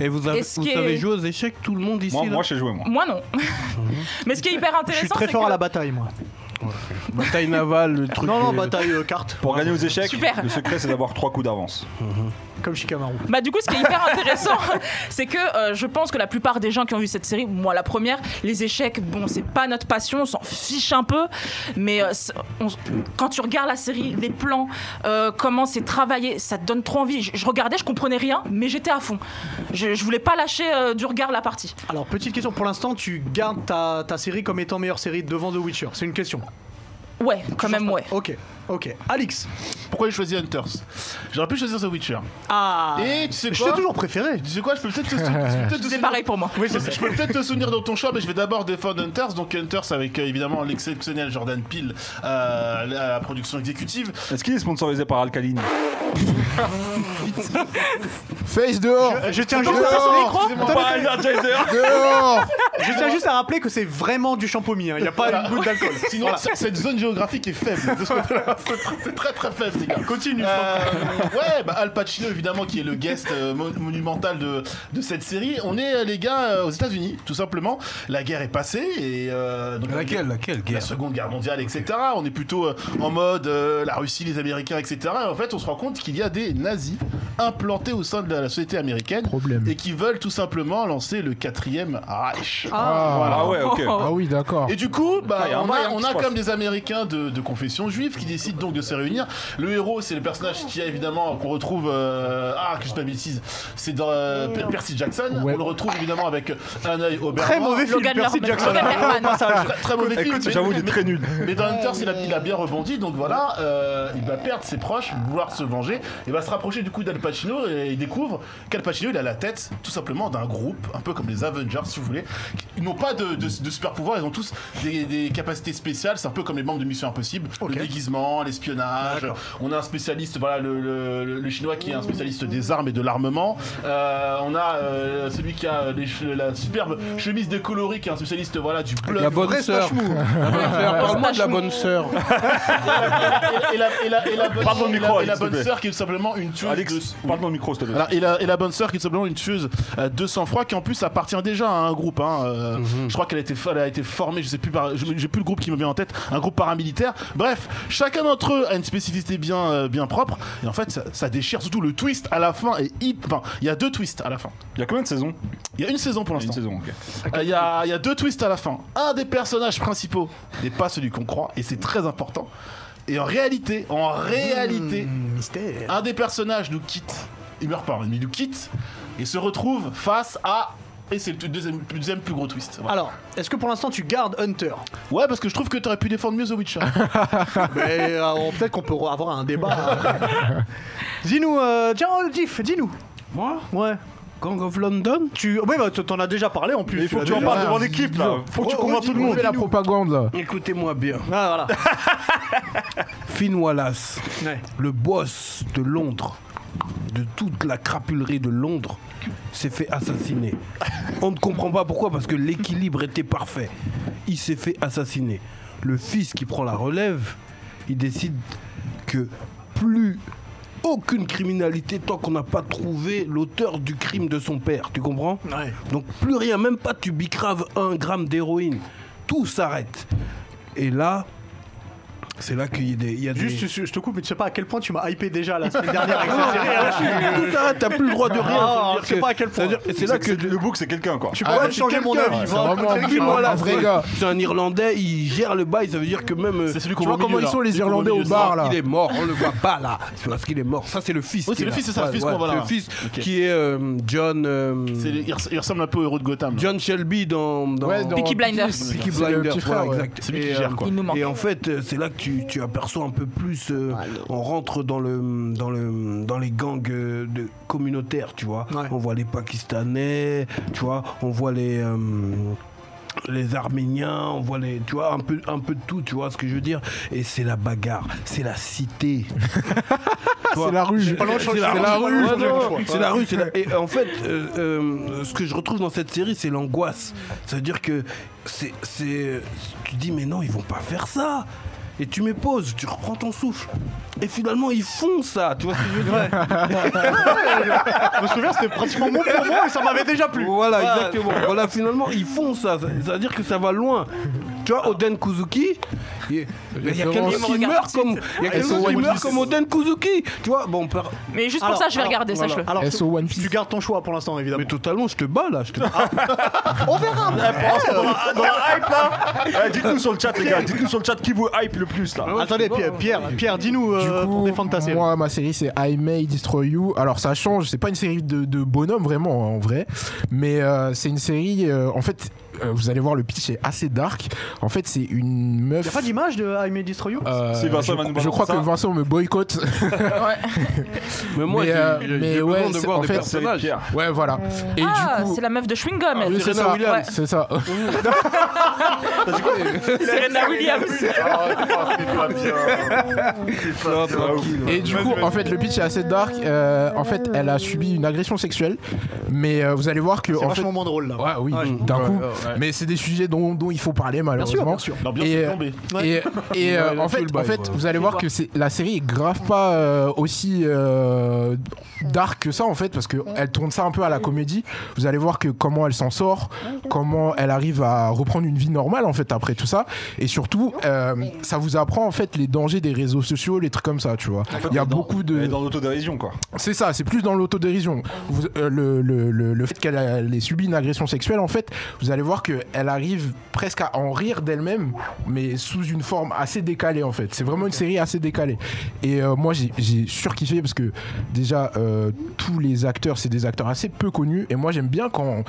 [SPEAKER 5] Et vous avez,
[SPEAKER 4] Est-ce
[SPEAKER 5] vous
[SPEAKER 4] qu'il y a-
[SPEAKER 5] savez jouer aux échecs, tout le monde ici
[SPEAKER 3] Moi,
[SPEAKER 5] là
[SPEAKER 3] moi, j'ai joué, moi.
[SPEAKER 4] Moi, non. *laughs* mais ce qui est hyper
[SPEAKER 1] Je suis
[SPEAKER 4] intéressant,
[SPEAKER 1] très
[SPEAKER 4] c'est
[SPEAKER 1] fort
[SPEAKER 4] que...
[SPEAKER 1] à la bataille, moi.
[SPEAKER 2] Bataille navale, le truc.
[SPEAKER 1] Non, non,
[SPEAKER 2] euh,
[SPEAKER 1] bataille euh, carte,
[SPEAKER 8] Pour gagner aux échecs,
[SPEAKER 4] Super.
[SPEAKER 8] le secret c'est d'avoir trois coups d'avance.
[SPEAKER 1] comme Shikamaru.
[SPEAKER 4] Bah du coup, ce qui est hyper intéressant, *laughs* c'est que euh, je pense que la plupart des gens qui ont vu cette série, moi la première, les échecs, bon, c'est pas notre passion, on s'en fiche un peu, mais euh, c'est- on- quand tu regardes la série, les plans, euh, comment c'est travaillé, ça te donne trop envie. Je, je regardais, je comprenais rien, mais j'étais à fond. Je, je voulais pas lâcher euh, du regard la partie.
[SPEAKER 1] Alors, petite question, pour l'instant, tu gardes ta, ta série comme étant meilleure série devant The Witcher C'est une question.
[SPEAKER 4] Ouais, quand même ouais.
[SPEAKER 1] Ok, ok. Alix
[SPEAKER 7] Pourquoi j'ai choisi Hunters J'aurais pu choisir The Witcher.
[SPEAKER 1] Ah
[SPEAKER 7] Et tu sais
[SPEAKER 1] Je
[SPEAKER 7] quoi
[SPEAKER 1] t'ai toujours préféré
[SPEAKER 7] Tu sais quoi Je peux peut-être te, sou- je peux peut-être te
[SPEAKER 4] C'est
[SPEAKER 7] souvenir-
[SPEAKER 4] pareil pour moi.
[SPEAKER 1] Oui, c'est ça.
[SPEAKER 7] Je peux peut-être te souvenir dans ton choix, mais je vais d'abord défendre Hunters. Donc Hunters avec euh, évidemment l'exceptionnel Jordan Peele euh, à la production exécutive.
[SPEAKER 8] Est-ce qu'il est sponsorisé par Alkaline
[SPEAKER 6] Face dehors
[SPEAKER 1] Je tiens
[SPEAKER 7] Non,
[SPEAKER 1] juste à
[SPEAKER 7] non,
[SPEAKER 1] rappeler-
[SPEAKER 7] non, excusez-moi.
[SPEAKER 8] Par Energizer
[SPEAKER 6] Dehors
[SPEAKER 1] Je tiens juste à rappeler que c'est vraiment du shampoing, il n'y a pas une goutte d'alcool.
[SPEAKER 7] *laughs* Sinon,
[SPEAKER 1] Voilà.
[SPEAKER 7] cette zone géographique est faible. De ce côté-là, *laughs* c'est très très faible, les gars. Continue. ouais, bah, Al Pacino, évidemment, qui est le guest euh, mon- monumental de, de cette série. On est, euh, les gars, euh, aux États-Unis, tout simplement. La guerre est passée. Et, euh, donc,
[SPEAKER 2] Laquelle, laquelle
[SPEAKER 7] la
[SPEAKER 2] guerre
[SPEAKER 7] Seconde Guerre mondiale, etc. On est plutôt euh, en mode euh, la Russie, les Américains, etc. Et en fait, on se rend compte qu'il y a des nazis implantés au sein de la, la société américaine
[SPEAKER 6] Problème.
[SPEAKER 7] et qui veulent tout simplement lancer le quatrième Reich.
[SPEAKER 8] Ah ouais, ok.
[SPEAKER 6] Ah oui, d'accord.
[SPEAKER 7] Et du coup, bah,
[SPEAKER 8] Ah, y a un
[SPEAKER 7] on,
[SPEAKER 8] bail,
[SPEAKER 7] a,
[SPEAKER 8] hein,
[SPEAKER 7] on
[SPEAKER 8] qui
[SPEAKER 7] a
[SPEAKER 8] se
[SPEAKER 7] quand
[SPEAKER 8] passe.
[SPEAKER 7] même des Américains de, de confession juive qui décident donc de se réunir. Le héros, c'est le personnage qui a évidemment qu'on retrouve euh, ah que je t'avais dit, c'est dans euh, Per- Percy Jackson.
[SPEAKER 6] Ouais.
[SPEAKER 7] On le retrouve évidemment avec un œil au
[SPEAKER 1] Très
[SPEAKER 7] beurre.
[SPEAKER 1] mauvais film,
[SPEAKER 4] Logan
[SPEAKER 1] Percy
[SPEAKER 4] Lerman.
[SPEAKER 1] Jackson.
[SPEAKER 4] Logan Lerman.
[SPEAKER 7] Très, très mauvais film.
[SPEAKER 8] Écoute,
[SPEAKER 7] mais-
[SPEAKER 8] j'avoue, il est
[SPEAKER 7] mais-
[SPEAKER 8] très nul.
[SPEAKER 7] *laughs* Mais dans Hunters, il a, il a bien rebondi, donc voilà, euh, il va perdre ses proches, vouloir se venger, et va se rapprocher du coup d'Al Pacino, et il découvre qu'Al Pacino, il a la tête tout simplement d'un groupe, un peu comme les Avengers, si vous voulez. Ils n'ont pas de, de- de super pouvoir, ils ont tous des, des capacités spéciales, c'est un peu comme les membres de Mission Impossible, le déguisement, l'espionnage. On a un spécialiste, voilà, le, le- le chinois qui est un spécialiste des armes et de l'armement. Euh, on a euh, celui qui a euh, les che- la superbe chemise décolorée, qui est un spécialiste, voilà, du bluff.
[SPEAKER 2] La bonne sœur. La bonne sœur. Parle-moi de la bonne sœur.
[SPEAKER 7] et la, et la- et la bonne,
[SPEAKER 8] Parle dans le
[SPEAKER 7] et la-
[SPEAKER 8] micro,
[SPEAKER 7] et la
[SPEAKER 8] Alex, s'il
[SPEAKER 7] bonne
[SPEAKER 8] te plaît.
[SPEAKER 7] sœur qui est tout simplement une tueuse. de...
[SPEAKER 8] Alex, parle dans le micro, s'il te plaît.
[SPEAKER 7] Alors, et, la, et la bonne sœur qui est tout simplement une tueuse euh, de sang-froid qui en plus appartient déjà à un groupe. hein, euh, Je crois qu'elle a été, elle a été formée, je sais plus, par- je- j'ai plus le groupe qui me vient en tête, un groupe paramilitaire. Bref, chacun d'entre eux a une spécificité bien, euh, bien propre. Et en fait, ça, ça déchire. Surtout le twist à la fin est hip. Enfin, il y a deux twists à la fin.
[SPEAKER 8] Il y a combien de saisons
[SPEAKER 7] Il y a une saison pour
[SPEAKER 8] Une
[SPEAKER 7] l'instant.
[SPEAKER 8] saison, ok.
[SPEAKER 7] Euh, Il y, a il y a deux twists à la fin. Un des personnages principaux n'est pas celui qu'on croit, et c'est très important. Et en réalité, en
[SPEAKER 1] Hmm.
[SPEAKER 7] réalité,
[SPEAKER 1] Mystère.
[SPEAKER 7] un des personnages nous quitte. Il meurt pas, hein, mais il nous quitte et se retrouve face à. Et c'est le deuxième, le deuxième plus gros twist. Voilà.
[SPEAKER 1] Alors, est-ce que pour l'instant tu gardes Hunter
[SPEAKER 7] Ouais, parce que je trouve que t'aurais pu défendre mieux The Witcher.
[SPEAKER 1] Mais euh, on- peut-être qu'on peut avoir un débat. *laughs* dis-nous, euh, tiens, oh, Diff, dis-nous.
[SPEAKER 2] Moi
[SPEAKER 1] Ouais.
[SPEAKER 2] Gang of London
[SPEAKER 1] Tu, oui, bah, t'en as déjà parlé en plus.
[SPEAKER 8] Il faut que
[SPEAKER 1] l'as
[SPEAKER 8] tu en
[SPEAKER 1] déjà-
[SPEAKER 8] parles devant l'équipe, là. Faut
[SPEAKER 1] Oh,
[SPEAKER 8] que tu convainques tout le monde.
[SPEAKER 6] Fais la propagande là.
[SPEAKER 2] Écoutez-moi bien.
[SPEAKER 1] Ah, voilà.
[SPEAKER 2] Finn Wallace,
[SPEAKER 1] Ouais.
[SPEAKER 2] le boss de Londres, de toute la crapulerie de Londres, s'est fait assassiner. On ne comprend pas pourquoi, parce que l'équilibre était parfait. Il s'est fait assassiner. Le fils qui prend la relève, il décide que plus aucune criminalité tant qu'on n'a pas trouvé l'auteur du crime de son père. Tu comprends
[SPEAKER 1] Ouais.
[SPEAKER 2] donc plus rien, même pas tu bicraves un gramme d'héroïne. Tout s'arrête. Et là, c'est là qu'il y a des. il y a des-
[SPEAKER 1] Juste, je, je te coupe, mais tu sais pas à quel point tu m'as hypé déjà la semaine dernière avec cette série.
[SPEAKER 2] Ah, tout s'arrête, t'as plus le droit de rien.
[SPEAKER 1] Ah,
[SPEAKER 2] Ça veut dire
[SPEAKER 1] je sais
[SPEAKER 2] que-
[SPEAKER 1] pas à quel point.
[SPEAKER 2] ça veut dire- et C'est
[SPEAKER 8] C'est
[SPEAKER 2] là
[SPEAKER 8] que
[SPEAKER 2] que.
[SPEAKER 8] le book, c'est quelqu'un, quoi.
[SPEAKER 1] Tu peux même
[SPEAKER 2] c'est
[SPEAKER 1] changer mon
[SPEAKER 2] quelqu'un,
[SPEAKER 1] avis.
[SPEAKER 2] ouais,
[SPEAKER 1] va.
[SPEAKER 2] c'est
[SPEAKER 6] vraiment
[SPEAKER 1] Comme ça,
[SPEAKER 6] un
[SPEAKER 1] dis-moi,
[SPEAKER 6] gars.
[SPEAKER 1] là.
[SPEAKER 2] Voilà,
[SPEAKER 6] un vrai
[SPEAKER 2] c'est
[SPEAKER 6] gars.
[SPEAKER 2] c'est un Irlandais, il gère le bail, ça veut dire que même. euh,
[SPEAKER 7] *laughs* C'est
[SPEAKER 2] tu
[SPEAKER 7] celui qu'on
[SPEAKER 2] vois
[SPEAKER 7] voit au
[SPEAKER 2] comment
[SPEAKER 7] milieu,
[SPEAKER 2] ils sont
[SPEAKER 7] là.
[SPEAKER 2] les
[SPEAKER 7] Celui qu'on voit au
[SPEAKER 2] Irlandais au
[SPEAKER 7] milieu,
[SPEAKER 2] bar
[SPEAKER 7] c'est
[SPEAKER 2] là Il est mort, on le voit pas là. C'est parce qu'il est mort. Ça c'est le fils.
[SPEAKER 7] Oui,
[SPEAKER 2] qui
[SPEAKER 7] c'est
[SPEAKER 2] est
[SPEAKER 7] le
[SPEAKER 2] là.
[SPEAKER 7] fils, c'est ça, le
[SPEAKER 2] Ouais,
[SPEAKER 7] fils
[SPEAKER 2] ouais,
[SPEAKER 7] qu'on voit
[SPEAKER 2] c'est
[SPEAKER 7] là.
[SPEAKER 2] le fils
[SPEAKER 7] Ok.
[SPEAKER 2] qui est euh, John. euh,
[SPEAKER 7] C'est- il, res- il ressemble un peu au héros de Gotham. là.
[SPEAKER 2] John Shelby dans, dans
[SPEAKER 6] Ouais, dans-
[SPEAKER 4] Peaky Blinders.
[SPEAKER 2] Peaky
[SPEAKER 6] C'est le
[SPEAKER 2] Blinders,
[SPEAKER 6] petit
[SPEAKER 2] voilà,
[SPEAKER 6] frère, ouais.
[SPEAKER 2] exact.
[SPEAKER 7] C'est lui
[SPEAKER 2] Et,
[SPEAKER 7] qui
[SPEAKER 2] euh,
[SPEAKER 7] gère quoi.
[SPEAKER 4] Il nous manque.
[SPEAKER 2] Et en fait, euh, c'est là que tu, tu aperçois un peu plus. euh, on rentre dans le dans le dans les gangs euh, de communautaires, tu vois.
[SPEAKER 1] Ouais.
[SPEAKER 2] On voit les Pakistanais, tu vois. On voit les euh, les Arméniens, on voit les, tu vois, un peu, un peu de tout, tu vois ce que je veux dire. Et c'est la bagarre, c'est la cité.
[SPEAKER 6] C'est la rue.
[SPEAKER 2] C'est
[SPEAKER 6] C'est la rue.
[SPEAKER 2] Ouais, non, C'est la rue. c'est la- Et en fait, euh, euh, ce que je retrouve dans cette série, c'est l'angoisse. Ça veut dire que c'est, c'est, tu dis mais non, ils vont pas faire ça. Et tu mets pause, tu reprends ton souffle. Et finalement, ils font ça. Tu vois ce que je veux dire
[SPEAKER 1] Je me souviens, c'était pratiquement mon pour moi et ça m'avait déjà plu.
[SPEAKER 2] Voilà, exactement. Voilà, finalement, ils font ça. Ça veut dire que ça va loin. Tu vois, Oden Kuzuki, il mais il y a quelqu'un
[SPEAKER 4] Il me
[SPEAKER 2] qui
[SPEAKER 4] regarde
[SPEAKER 2] meurt
[SPEAKER 4] tout de
[SPEAKER 2] comme,
[SPEAKER 4] suite.
[SPEAKER 2] Ah, il y a quelqu'un
[SPEAKER 6] SO1
[SPEAKER 2] qui meurt
[SPEAKER 6] Piece.
[SPEAKER 2] comme Oden Kuzuki. Tu vois, bon, par-
[SPEAKER 4] Mais juste
[SPEAKER 1] Alors,
[SPEAKER 4] pour ça, je vais
[SPEAKER 1] alors,
[SPEAKER 4] regarder,
[SPEAKER 1] voilà.
[SPEAKER 4] sache-le.
[SPEAKER 1] Alors, tu,
[SPEAKER 6] SO One
[SPEAKER 1] tu
[SPEAKER 6] Piece.
[SPEAKER 1] gardes ton choix pour l'instant, évidemment. Ah.
[SPEAKER 2] mais totalement, je te bats là. Je te...
[SPEAKER 1] On verra.
[SPEAKER 8] Dans la hype là Eh, Dites-nous sur le chat, les gars. Dites-nous sur le chat qui vous hype le plus là.
[SPEAKER 1] Attendez, Pierre, Pierre, Pierre, dis-nous euh,
[SPEAKER 6] Du
[SPEAKER 1] pour
[SPEAKER 6] coup,
[SPEAKER 1] défendre ta série.
[SPEAKER 6] moi, ma série, c'est I May Destroy You. Alors, ça change. C'est pas une série de, de bonhommes, vraiment, hein, en vrai. Mais euh, c'est une série... euh, en fait, euh, vous allez voir, le pitch est assez dark. En fait, c'est une meuf...
[SPEAKER 1] Y'a pas d'image de I May Destroy You
[SPEAKER 6] euh,
[SPEAKER 8] Si Vincent va nous
[SPEAKER 6] je, je
[SPEAKER 8] balancer
[SPEAKER 6] crois
[SPEAKER 8] ça.
[SPEAKER 6] que Vincent me boycotte. *laughs*
[SPEAKER 2] Mais moi,
[SPEAKER 6] Mais,
[SPEAKER 2] j'ai-
[SPEAKER 6] euh,
[SPEAKER 2] j'ai
[SPEAKER 6] mais
[SPEAKER 2] j'ai besoin
[SPEAKER 6] ouais,
[SPEAKER 2] de
[SPEAKER 6] c'est-
[SPEAKER 2] voir
[SPEAKER 6] en
[SPEAKER 2] des
[SPEAKER 6] fait,
[SPEAKER 2] personnages.
[SPEAKER 8] Pierre.
[SPEAKER 6] ouais, voilà. Et
[SPEAKER 4] Ah,
[SPEAKER 6] du coup,
[SPEAKER 4] c'est la meuf de Chewing Gum. elle.
[SPEAKER 6] c'est ça.
[SPEAKER 4] Ouais.
[SPEAKER 6] C'est ça.
[SPEAKER 4] Serena Williams.
[SPEAKER 7] Ah,
[SPEAKER 2] Non, tranquille.
[SPEAKER 6] Et du coup, en fait, le pitch est assez dark. Euh, en fait, elle a subi une agression sexuelle, mais euh, vous allez voir que
[SPEAKER 1] C'est
[SPEAKER 6] en fait,
[SPEAKER 1] vachement moins drôle là.
[SPEAKER 6] ouais, oui, d'un coup. Mais c'est des sujets dont, dont il faut parler malheureusement.
[SPEAKER 1] bien sûr.
[SPEAKER 7] L'ambiance
[SPEAKER 6] Et,
[SPEAKER 7] est
[SPEAKER 6] euh,
[SPEAKER 7] tombée.
[SPEAKER 6] Et, et, euh,
[SPEAKER 2] Ouais,
[SPEAKER 6] en fait,
[SPEAKER 2] là-dessus, le
[SPEAKER 6] en
[SPEAKER 2] bail,
[SPEAKER 6] fait,
[SPEAKER 2] voilà.
[SPEAKER 6] vous allez voir que c'est la série est grave pas euh, aussi euh, dark que ça en fait parce que elle tourne ça un peu à la comédie. Vous allez voir que comment elle s'en sort, comment elle arrive à reprendre une vie normale en fait après tout ça et surtout euh, ça vous apprend en fait les dangers des réseaux sociaux, les trucs comme ça, tu vois. Il y a beaucoup de
[SPEAKER 8] Elle est Dans l'autodérision quoi.
[SPEAKER 6] c'est ça, c'est plus dans l'autodérision. Vous- euh, le, le- le- le fait qu'elle a- elle ait subi une agression sexuelle, en fait, vous allez voir qu'elle arrive presque à en rire d'elle-même, mais sous une forme assez décalée, en fait. C'est vraiment une série assez décalée. Et euh, moi, j'ai- j'ai surkiffé parce que déjà, euh, tous les acteurs, c'est des acteurs assez peu connus. Et moi, j'aime bien quand,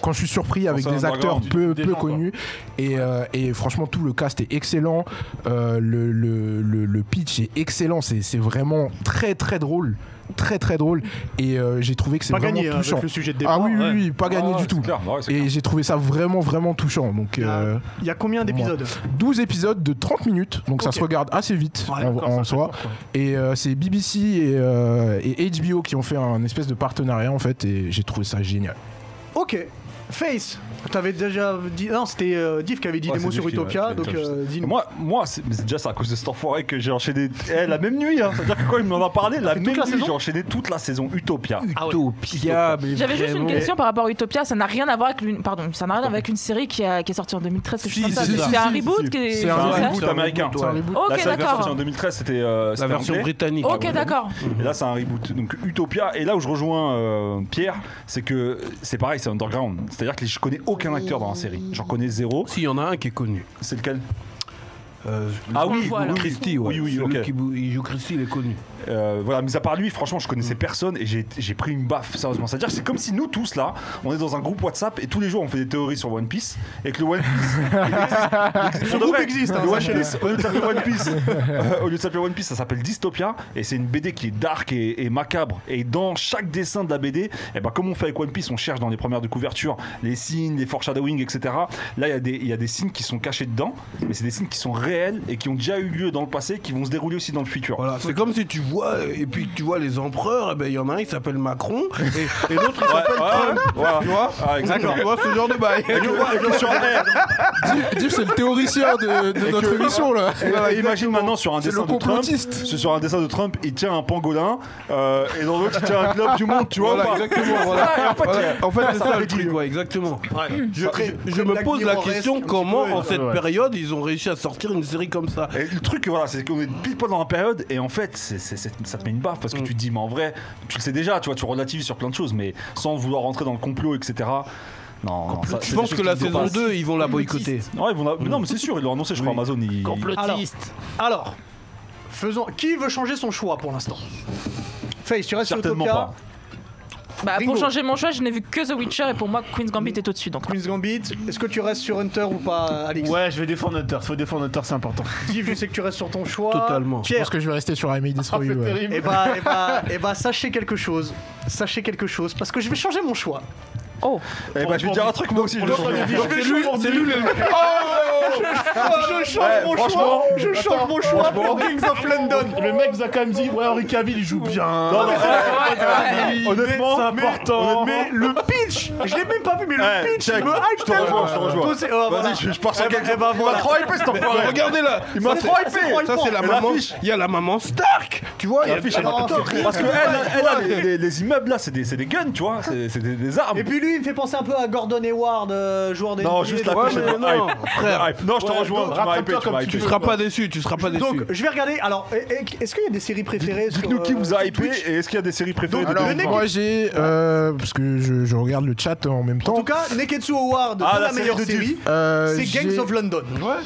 [SPEAKER 6] quand je suis surpris avec
[SPEAKER 8] c'est
[SPEAKER 6] des acteurs
[SPEAKER 8] underground,
[SPEAKER 6] peu,
[SPEAKER 8] des
[SPEAKER 6] peu
[SPEAKER 8] gens, quoi.
[SPEAKER 6] connus. Et, euh, et franchement, tout le cast est excellent. Euh, le, le- le- le pitch est excellent. C'est c'est vraiment très, très drôle. Très, très drôle. Et euh, j'ai trouvé que c'est
[SPEAKER 1] Pas
[SPEAKER 6] vraiment
[SPEAKER 1] gagné hein,
[SPEAKER 6] touchant.
[SPEAKER 1] avec le sujet de départ.
[SPEAKER 6] Ah oui, oui,
[SPEAKER 1] ouais.
[SPEAKER 6] oui, pas gagné
[SPEAKER 8] Ah,
[SPEAKER 6] du
[SPEAKER 8] c'est
[SPEAKER 6] tout.
[SPEAKER 8] clair, bah ouais, c'est
[SPEAKER 6] Et j'ai trouvé ça vraiment, vraiment touchant. Donc,
[SPEAKER 1] Il y a-
[SPEAKER 6] euh,
[SPEAKER 1] Ah. Il y a combien d'épisodes
[SPEAKER 6] 12 épisodes de 30 minutes. Donc, ça
[SPEAKER 1] Ok.
[SPEAKER 6] se regarde assez vite
[SPEAKER 1] Ouais,
[SPEAKER 6] en,
[SPEAKER 7] d'accord,
[SPEAKER 6] en
[SPEAKER 7] ça fait
[SPEAKER 6] soi.
[SPEAKER 7] court, quoi.
[SPEAKER 6] Et euh, c'est BBC et, euh, et HBO qui ont fait un espèce de partenariat, en fait. Et j'ai trouvé ça génial.
[SPEAKER 1] Ok. Face, t'avais déjà dit. Non, c'était euh, Div qui avait dit
[SPEAKER 8] Ouais,
[SPEAKER 1] des mots
[SPEAKER 8] c'est
[SPEAKER 1] sur
[SPEAKER 8] Div qui-
[SPEAKER 1] Utopia,
[SPEAKER 8] ouais,
[SPEAKER 1] donc
[SPEAKER 8] c'est Div,
[SPEAKER 1] euh, dis-nous.
[SPEAKER 8] Moi, moi c'est mais c'est déjà c'est à cause de cet enfoiré que j'ai enchaîné *laughs* eh, la même nuit. hein. C'est-à-dire que quand il m'en a parlé, la
[SPEAKER 1] fait
[SPEAKER 8] même
[SPEAKER 1] toute la
[SPEAKER 8] nuit,
[SPEAKER 1] saison
[SPEAKER 8] j'ai enchaîné toute la saison Utopia.
[SPEAKER 2] Utopia, mais
[SPEAKER 4] J'avais juste une
[SPEAKER 2] vraiment.
[SPEAKER 4] question par rapport à Utopia. Ça n'a rien à voir avec l'une. Pardon, ça n'a rien à voir avec une série qui, a- qui est sortie en 2013. quelque chose
[SPEAKER 2] Si,
[SPEAKER 4] comme ça.
[SPEAKER 2] si, si,
[SPEAKER 4] C'est un
[SPEAKER 8] si, si.
[SPEAKER 4] reboot qui est.
[SPEAKER 6] C'est
[SPEAKER 4] Ah c'est
[SPEAKER 6] un
[SPEAKER 8] C'est
[SPEAKER 4] ça
[SPEAKER 8] un reboot américain.
[SPEAKER 2] ouais.
[SPEAKER 8] Là,
[SPEAKER 4] Ok,
[SPEAKER 8] c'est la version sortie en
[SPEAKER 4] d'accord.
[SPEAKER 8] 2013, c'était euh,
[SPEAKER 2] La
[SPEAKER 8] c'était
[SPEAKER 2] version
[SPEAKER 8] anglais.
[SPEAKER 2] britannique.
[SPEAKER 4] Ok, d'accord.
[SPEAKER 8] Et là, c'est un reboot. Donc Utopia. Et là où je rejoins euh, Pierre, c'est que c'est pareil, c'est underground. C'est-à-dire que je connais aucun acteur dans la série. J'en connais zéro.
[SPEAKER 2] S'il y en a un qui est connu.
[SPEAKER 8] C'est lequel
[SPEAKER 2] Euh,
[SPEAKER 8] Ah
[SPEAKER 4] qu'on
[SPEAKER 8] oui,
[SPEAKER 4] voit, là.
[SPEAKER 8] Christy.
[SPEAKER 2] Christy, ouais.
[SPEAKER 8] Oui, oui,
[SPEAKER 2] Celui
[SPEAKER 8] ok.
[SPEAKER 2] qui bou- il joue Christy, il est connu.
[SPEAKER 8] Euh, voilà, mis à part lui, franchement, je connaissais
[SPEAKER 1] Mm.
[SPEAKER 8] personne et j'ai j'ai pris une baffe, sérieusement. C'est-à-dire que c'est comme si nous tous là, on est dans un groupe WhatsApp et tous les jours on fait des théories sur One Piece et que le One Piece.
[SPEAKER 1] *laughs*
[SPEAKER 8] il existe. Pour de
[SPEAKER 1] groupe
[SPEAKER 8] vrai,
[SPEAKER 1] existe, hein,
[SPEAKER 8] le One
[SPEAKER 1] sachez-le.
[SPEAKER 8] Piece, au lieu de s'appeler One Piece, euh, au lieu de s'appeler One Piece, ça s'appelle Dystopia et c'est une BD qui est dark et, et macabre. Et dans chaque dessin de la BD, et ben, comme on fait avec One Piece, on cherche dans les premières de couverture les signes, les foreshadowing, etc. Là, il y, a des- il y a des signes qui sont cachés dedans, mais c'est des signes qui sont réels et qui ont déjà eu lieu dans le passé, qui vont se dérouler aussi dans le futur.
[SPEAKER 2] Voilà, c'est comme si tu vois, et puis tu vois les empereurs, et ben il y en a un qui s'appelle Macron, et, et l'autre il s'appelle Trump.
[SPEAKER 8] Voilà.
[SPEAKER 2] Tu vois
[SPEAKER 8] Ah, exactement.
[SPEAKER 2] Tu vois ce genre de bail.
[SPEAKER 8] Tu vois, et que sur-
[SPEAKER 2] *laughs*
[SPEAKER 8] eh,
[SPEAKER 6] Div, c'est le théoricien de, de notre émission, là.
[SPEAKER 8] voilà, Euh, Imagine maintenant sur un
[SPEAKER 6] C'est
[SPEAKER 8] dessin
[SPEAKER 6] le
[SPEAKER 8] de Trump,
[SPEAKER 6] complotiste.
[SPEAKER 8] c'est sur un dessin de Trump, il tient un pangolin euh, et dans l'autre il tient un globe du monde, tu vois
[SPEAKER 2] Voilà,
[SPEAKER 8] ou pas
[SPEAKER 2] exactement. voilà.
[SPEAKER 8] Et en fait,
[SPEAKER 2] Voilà. En fait, c'est ça le
[SPEAKER 8] ridicule.
[SPEAKER 2] truc, ouais, exactement.
[SPEAKER 1] je,
[SPEAKER 2] Je, je me pose la question comment, en cette période, ils ont réussi à sortir une série comme ça.
[SPEAKER 8] Et le truc, voilà, c'est qu'on est pile poil dans la période et en fait, c'est- c'est- c'est- ça te met une baffe
[SPEAKER 2] Mm.
[SPEAKER 8] parce que tu te dis, mais en vrai, tu le sais déjà, tu vois, tu relativises sur plein de choses, mais sans vouloir rentrer dans le complot, etc. Non, non, ça-
[SPEAKER 2] Je
[SPEAKER 8] c'est
[SPEAKER 2] pense
[SPEAKER 8] des
[SPEAKER 2] que
[SPEAKER 8] choses
[SPEAKER 2] la
[SPEAKER 8] qui nous
[SPEAKER 2] saison
[SPEAKER 8] dépassent.
[SPEAKER 2] 2, ils vont la boycotter.
[SPEAKER 8] Ouais, ils vont la- mais Non, mais c'est sûr, ils l'ont annoncé, je crois, Amazon. Ils...
[SPEAKER 1] Alors, alors, faisons. Qui veut changer son choix pour l'instant Face, tu restes sur
[SPEAKER 8] Certainement
[SPEAKER 1] Utopia
[SPEAKER 8] pas.
[SPEAKER 4] Bah,
[SPEAKER 1] Ringo.
[SPEAKER 4] pour changer mon choix, je n'ai vu que The Witcher et pour moi, Queen's Gambit est au-dessus. Donc,
[SPEAKER 1] Queen's Gambit, est-ce que tu restes sur Hunter ou pas, Alex
[SPEAKER 7] Ouais, je vais défendre Hunter. Faut défendre Hunter, c'est important.
[SPEAKER 1] Div, je sais que tu restes sur ton choix.
[SPEAKER 2] Totalement.
[SPEAKER 6] Je
[SPEAKER 1] Pierre,
[SPEAKER 6] pense que je vais rester sur I May
[SPEAKER 7] Ah,
[SPEAKER 6] Destroy
[SPEAKER 7] c'est
[SPEAKER 6] You. ouais.
[SPEAKER 7] terrible.
[SPEAKER 1] Eh bah, eh bah, eh bah, sachez quelque chose. Sachez quelque chose, parce que je vais changer mon choix.
[SPEAKER 4] oh,
[SPEAKER 8] Eh ben, je vais
[SPEAKER 7] Pour-
[SPEAKER 8] dire un truc, moi aussi. je vais changer.
[SPEAKER 2] C'est lui, c'est lui le.
[SPEAKER 1] Je change mon choix. Je change mon choix pour *laughs* Kings of London.
[SPEAKER 7] Le mec nous a quand même dit Ouais, Henri Cavill, il joue bien.
[SPEAKER 8] Non, mais
[SPEAKER 1] Honnêtement,
[SPEAKER 8] c'est
[SPEAKER 1] mais-
[SPEAKER 8] important.
[SPEAKER 1] Mais le pitch, je l'ai même pas vu, mais
[SPEAKER 8] Ouais,
[SPEAKER 1] le pitch,
[SPEAKER 8] check.
[SPEAKER 1] il me hype
[SPEAKER 8] Je te
[SPEAKER 1] tellement.
[SPEAKER 8] rejoins, je te rejoins.
[SPEAKER 1] Toi, c'est- oh, voilà.
[SPEAKER 8] Vas-y, je, je pars sur
[SPEAKER 1] Eh ben,
[SPEAKER 8] quelqu'un.
[SPEAKER 1] eh ben,
[SPEAKER 8] Il
[SPEAKER 1] voilà.
[SPEAKER 8] m'a trop hypé cet enfoiré.
[SPEAKER 2] Regardez là
[SPEAKER 8] Il m'a trop hypé.
[SPEAKER 2] Ça, c'est la
[SPEAKER 8] Mais
[SPEAKER 2] maman.
[SPEAKER 8] l'affiche-
[SPEAKER 2] Il y a la maman Stark Tu vois, il y a
[SPEAKER 8] l'affiche, elle m'a
[SPEAKER 1] Non,
[SPEAKER 8] pété le
[SPEAKER 1] c'est
[SPEAKER 8] cul.
[SPEAKER 1] horrible.
[SPEAKER 8] Parce que elle, elle a les, les- les immeubles là, c'est des, c'est des guns, tu vois, c'est c'est des, des armes.
[SPEAKER 1] Et puis lui, il me fait penser un peu à Gordon Hayward, euh, joueur des.
[SPEAKER 8] non, juste la
[SPEAKER 2] Ouais,
[SPEAKER 8] fiche.
[SPEAKER 2] mais non, frère.
[SPEAKER 8] Non, je te rejoins. Tu m'as hypé,
[SPEAKER 7] rattrape-toi
[SPEAKER 8] tu m'as
[SPEAKER 7] comme tu
[SPEAKER 8] hypé.
[SPEAKER 2] tu seras pas déçu, tu seras pas déçu.
[SPEAKER 1] Donc, euh, je vais regarder. Alors, eh, eh, est-ce qu'il y a des séries préférées sur,
[SPEAKER 8] Dites-nous qui
[SPEAKER 1] euh,
[SPEAKER 8] vous a
[SPEAKER 1] sur
[SPEAKER 8] hypé
[SPEAKER 1] Twitch
[SPEAKER 8] et est-ce qu'il y a des séries préférées
[SPEAKER 1] Donc,
[SPEAKER 8] de
[SPEAKER 1] le
[SPEAKER 6] Alors,
[SPEAKER 1] mec-
[SPEAKER 6] Ah moi j'ai. euh, parce que je, je regarde le chat en même
[SPEAKER 1] En
[SPEAKER 6] temps.
[SPEAKER 1] tout cas, Neketsu Award
[SPEAKER 8] Ah,
[SPEAKER 1] de
[SPEAKER 8] la
[SPEAKER 1] la
[SPEAKER 8] série
[SPEAKER 1] meilleure
[SPEAKER 8] de
[SPEAKER 1] série,
[SPEAKER 6] Euh,
[SPEAKER 1] c'est
[SPEAKER 6] j'ai-
[SPEAKER 1] Gangs of London.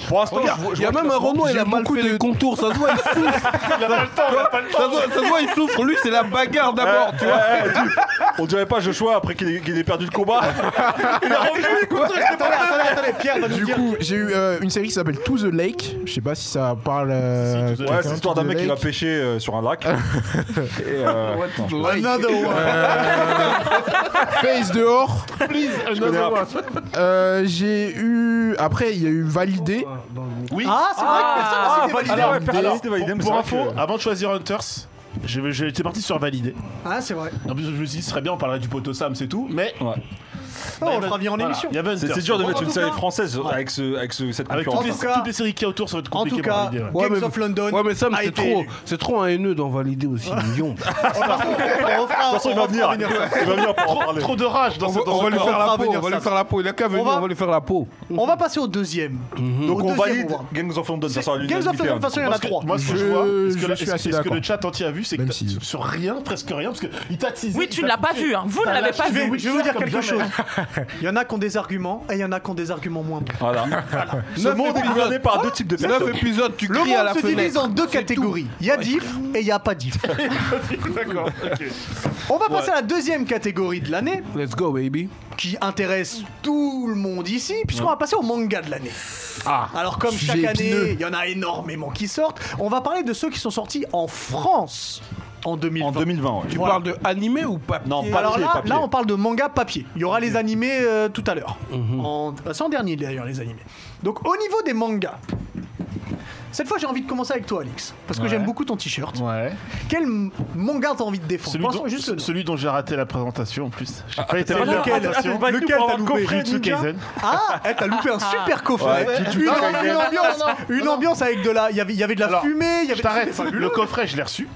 [SPEAKER 8] Pour l'instant,
[SPEAKER 2] Regarde,
[SPEAKER 8] je vois- je
[SPEAKER 2] il y a
[SPEAKER 8] vois-
[SPEAKER 2] même un Renault, il a
[SPEAKER 6] j'ai
[SPEAKER 2] mal
[SPEAKER 6] beaucoup
[SPEAKER 2] fait
[SPEAKER 6] de-
[SPEAKER 2] les contours, ça se voit, il souffre. ça, se voit, ça se voit, il souffre. Lui, c'est la bagarre d'abord, tu vois.
[SPEAKER 8] Eh, eh, dis- On dirait pas Joshua après qu'il ait, qu'il ait perdu le combat.
[SPEAKER 1] *laughs*
[SPEAKER 8] Il a revenu, il compte-
[SPEAKER 1] attendez, attendez, attendez, Pierre va nous
[SPEAKER 6] Du
[SPEAKER 1] dire.
[SPEAKER 6] coup, j'ai eu euh, une série qui s'appelle To the Lake. Je sais pas si ça parle.
[SPEAKER 7] Si,
[SPEAKER 6] euh,
[SPEAKER 7] si, To the
[SPEAKER 6] quelqu'un,
[SPEAKER 8] Ouais, c'est l'histoire
[SPEAKER 6] To
[SPEAKER 8] d'un
[SPEAKER 6] the
[SPEAKER 8] mec qui va
[SPEAKER 6] Lake.
[SPEAKER 8] pêcher euh, sur
[SPEAKER 1] *laughs*
[SPEAKER 8] un lac. Et, euh, non, je-
[SPEAKER 1] Another one.
[SPEAKER 6] Euh, Face dehors.
[SPEAKER 7] Please,
[SPEAKER 8] je connais
[SPEAKER 7] another
[SPEAKER 8] un-
[SPEAKER 7] one.
[SPEAKER 6] Euh, j'ai eu. Après, il y a eu Validé.
[SPEAKER 7] Oui.
[SPEAKER 1] Ah, c'est vrai que personne n'a cité
[SPEAKER 8] validé.
[SPEAKER 1] Validé.
[SPEAKER 8] Ah ouais, personne n'a cité
[SPEAKER 7] pour,
[SPEAKER 8] validé, mais
[SPEAKER 7] pour
[SPEAKER 8] c'est
[SPEAKER 7] info,
[SPEAKER 8] vrai que-
[SPEAKER 7] avant de choisir Hunters, je- je- j'étais parti sur Validé.
[SPEAKER 1] Ah, c'est vrai.
[SPEAKER 8] Bah,
[SPEAKER 7] En plus, je me suis dit, ce serait bien, on parlerait du poteau Sam, c'est tout. Mais
[SPEAKER 8] Ouais.
[SPEAKER 1] Non,
[SPEAKER 8] bah,
[SPEAKER 1] on le fera bien en
[SPEAKER 7] Voilà,
[SPEAKER 1] émission.
[SPEAKER 7] Il y avait Hunters.
[SPEAKER 8] C'est c'est dur de
[SPEAKER 1] En
[SPEAKER 8] mettre une
[SPEAKER 1] tout
[SPEAKER 8] série
[SPEAKER 1] cas-
[SPEAKER 8] française avec, ce, avec ce- cette
[SPEAKER 7] Avec
[SPEAKER 8] concurrence.
[SPEAKER 7] toutes les,
[SPEAKER 1] tout cas-
[SPEAKER 7] toutes les séries qu'il y a autour, ça va être
[SPEAKER 1] En
[SPEAKER 7] compliqué
[SPEAKER 1] tout
[SPEAKER 7] pour
[SPEAKER 1] cas,
[SPEAKER 7] Validé, ouais.
[SPEAKER 2] Ouais,
[SPEAKER 1] Gangs
[SPEAKER 2] mais-
[SPEAKER 1] of London.
[SPEAKER 2] Ouais, mais Sam,
[SPEAKER 1] a
[SPEAKER 2] c'est
[SPEAKER 1] été
[SPEAKER 2] trop,
[SPEAKER 1] élu.
[SPEAKER 2] c'est trop un haineux d'en valider aussi millions.
[SPEAKER 1] On fera-
[SPEAKER 8] De toute façon, il va
[SPEAKER 1] on fera
[SPEAKER 8] venir. Il va venir pour en parler.
[SPEAKER 7] Trop de rage dans cette
[SPEAKER 2] lui
[SPEAKER 1] faire la
[SPEAKER 8] Ah,
[SPEAKER 1] peau, on va lui
[SPEAKER 2] faire la peau. Il a qu'à
[SPEAKER 1] venir, on va
[SPEAKER 2] lui faire la peau.
[SPEAKER 1] On va passer au deuxième.
[SPEAKER 8] Mhm. Donc
[SPEAKER 1] Au
[SPEAKER 8] on
[SPEAKER 1] deuxième
[SPEAKER 8] valide
[SPEAKER 1] award.
[SPEAKER 8] Gangs of London. Ça
[SPEAKER 1] C'est-
[SPEAKER 8] sera une
[SPEAKER 1] Gangs of London, de toute façon, il y en a trois.
[SPEAKER 7] Moi, ce que je,
[SPEAKER 6] Je-
[SPEAKER 7] vois, est-ce que,
[SPEAKER 6] je
[SPEAKER 7] la-
[SPEAKER 6] suis
[SPEAKER 7] est-ce-
[SPEAKER 6] assez
[SPEAKER 7] est-ce que
[SPEAKER 6] d'accord.
[SPEAKER 7] le chat entier a vu, c'est que
[SPEAKER 6] Même
[SPEAKER 7] t'as-
[SPEAKER 6] si-
[SPEAKER 7] sur rien, presque rien, parce qu'il t'a teasé.
[SPEAKER 4] Oui,
[SPEAKER 7] il
[SPEAKER 4] tu
[SPEAKER 7] t'a
[SPEAKER 4] ne l'as pas
[SPEAKER 7] pitché.
[SPEAKER 4] vu, hein. Vous ne
[SPEAKER 7] T'as
[SPEAKER 4] l'avez
[SPEAKER 7] lâché
[SPEAKER 4] pas
[SPEAKER 1] Bah, Je vais,
[SPEAKER 7] The
[SPEAKER 4] vu.
[SPEAKER 1] je vais vous
[SPEAKER 7] Witcher
[SPEAKER 1] dire
[SPEAKER 7] comme
[SPEAKER 1] quelque chose.
[SPEAKER 7] jamais.
[SPEAKER 1] Il y en a qui ont des arguments et il y en a qui ont des arguments moins bons.
[SPEAKER 8] Voilà. Ce monde est gouverné par deux types de personnes.
[SPEAKER 2] 9 épisodes, tu
[SPEAKER 1] Le
[SPEAKER 2] cries à la
[SPEAKER 1] monde se divise
[SPEAKER 2] fenêtre.
[SPEAKER 1] en deux catégories. Il y a diff et il n'y a pas diff.
[SPEAKER 7] D'accord, ok.
[SPEAKER 1] On va passer à la deuxième catégorie de l'année
[SPEAKER 2] Let's go, baby.
[SPEAKER 1] qui intéresse tout le monde ici puisqu'on va passer au manga de l'année.
[SPEAKER 6] Ah.
[SPEAKER 1] Alors comme
[SPEAKER 6] Sujet
[SPEAKER 1] chaque
[SPEAKER 6] épineux.
[SPEAKER 1] année, il y en a énormément qui sortent. On va parler de ceux qui sont sortis en France en 2020.
[SPEAKER 8] En 2020, ouais.
[SPEAKER 2] Tu
[SPEAKER 1] Voilà.
[SPEAKER 2] parles de animé ou pas
[SPEAKER 8] Non, pas
[SPEAKER 1] Alors
[SPEAKER 8] papier,
[SPEAKER 1] là,
[SPEAKER 8] papier.
[SPEAKER 1] là, on parle de manga papier. Il y aura les animés euh, tout à l'heure. En- euh, C'est en dernier d'ailleurs, les animés. Donc au niveau des mangas, cette fois j'ai envie de commencer avec toi, Alix. Parce que j'aime beaucoup ton t-shirt.
[SPEAKER 7] Ouais.
[SPEAKER 1] Quel m- manga t'as envie de défendre
[SPEAKER 7] Celui
[SPEAKER 1] Pour l'instant,
[SPEAKER 7] dont,
[SPEAKER 1] juste le nom.
[SPEAKER 7] celui dont j'ai raté la présentation en plus. J'ai pas été
[SPEAKER 8] c'est
[SPEAKER 7] à la
[SPEAKER 8] lequel
[SPEAKER 7] présentation.
[SPEAKER 8] Ah, c'est pas
[SPEAKER 7] Lequel
[SPEAKER 8] nous pour
[SPEAKER 7] t'as
[SPEAKER 8] avoir
[SPEAKER 7] loupé
[SPEAKER 8] coffret,
[SPEAKER 7] Jujutsu
[SPEAKER 8] Ninja
[SPEAKER 7] Kaisen.
[SPEAKER 1] Ah, eh, t'as loupé un super coffret.
[SPEAKER 8] Ouais,
[SPEAKER 1] une, une ambiance, une ambiance avec de la. Il y avait, il y avait de la
[SPEAKER 7] Alors,
[SPEAKER 1] fumée. Il y avait.
[SPEAKER 7] Je t'arrête.
[SPEAKER 1] c'était
[SPEAKER 7] Le
[SPEAKER 1] fabuleux.
[SPEAKER 7] coffret, je l'ai reçu.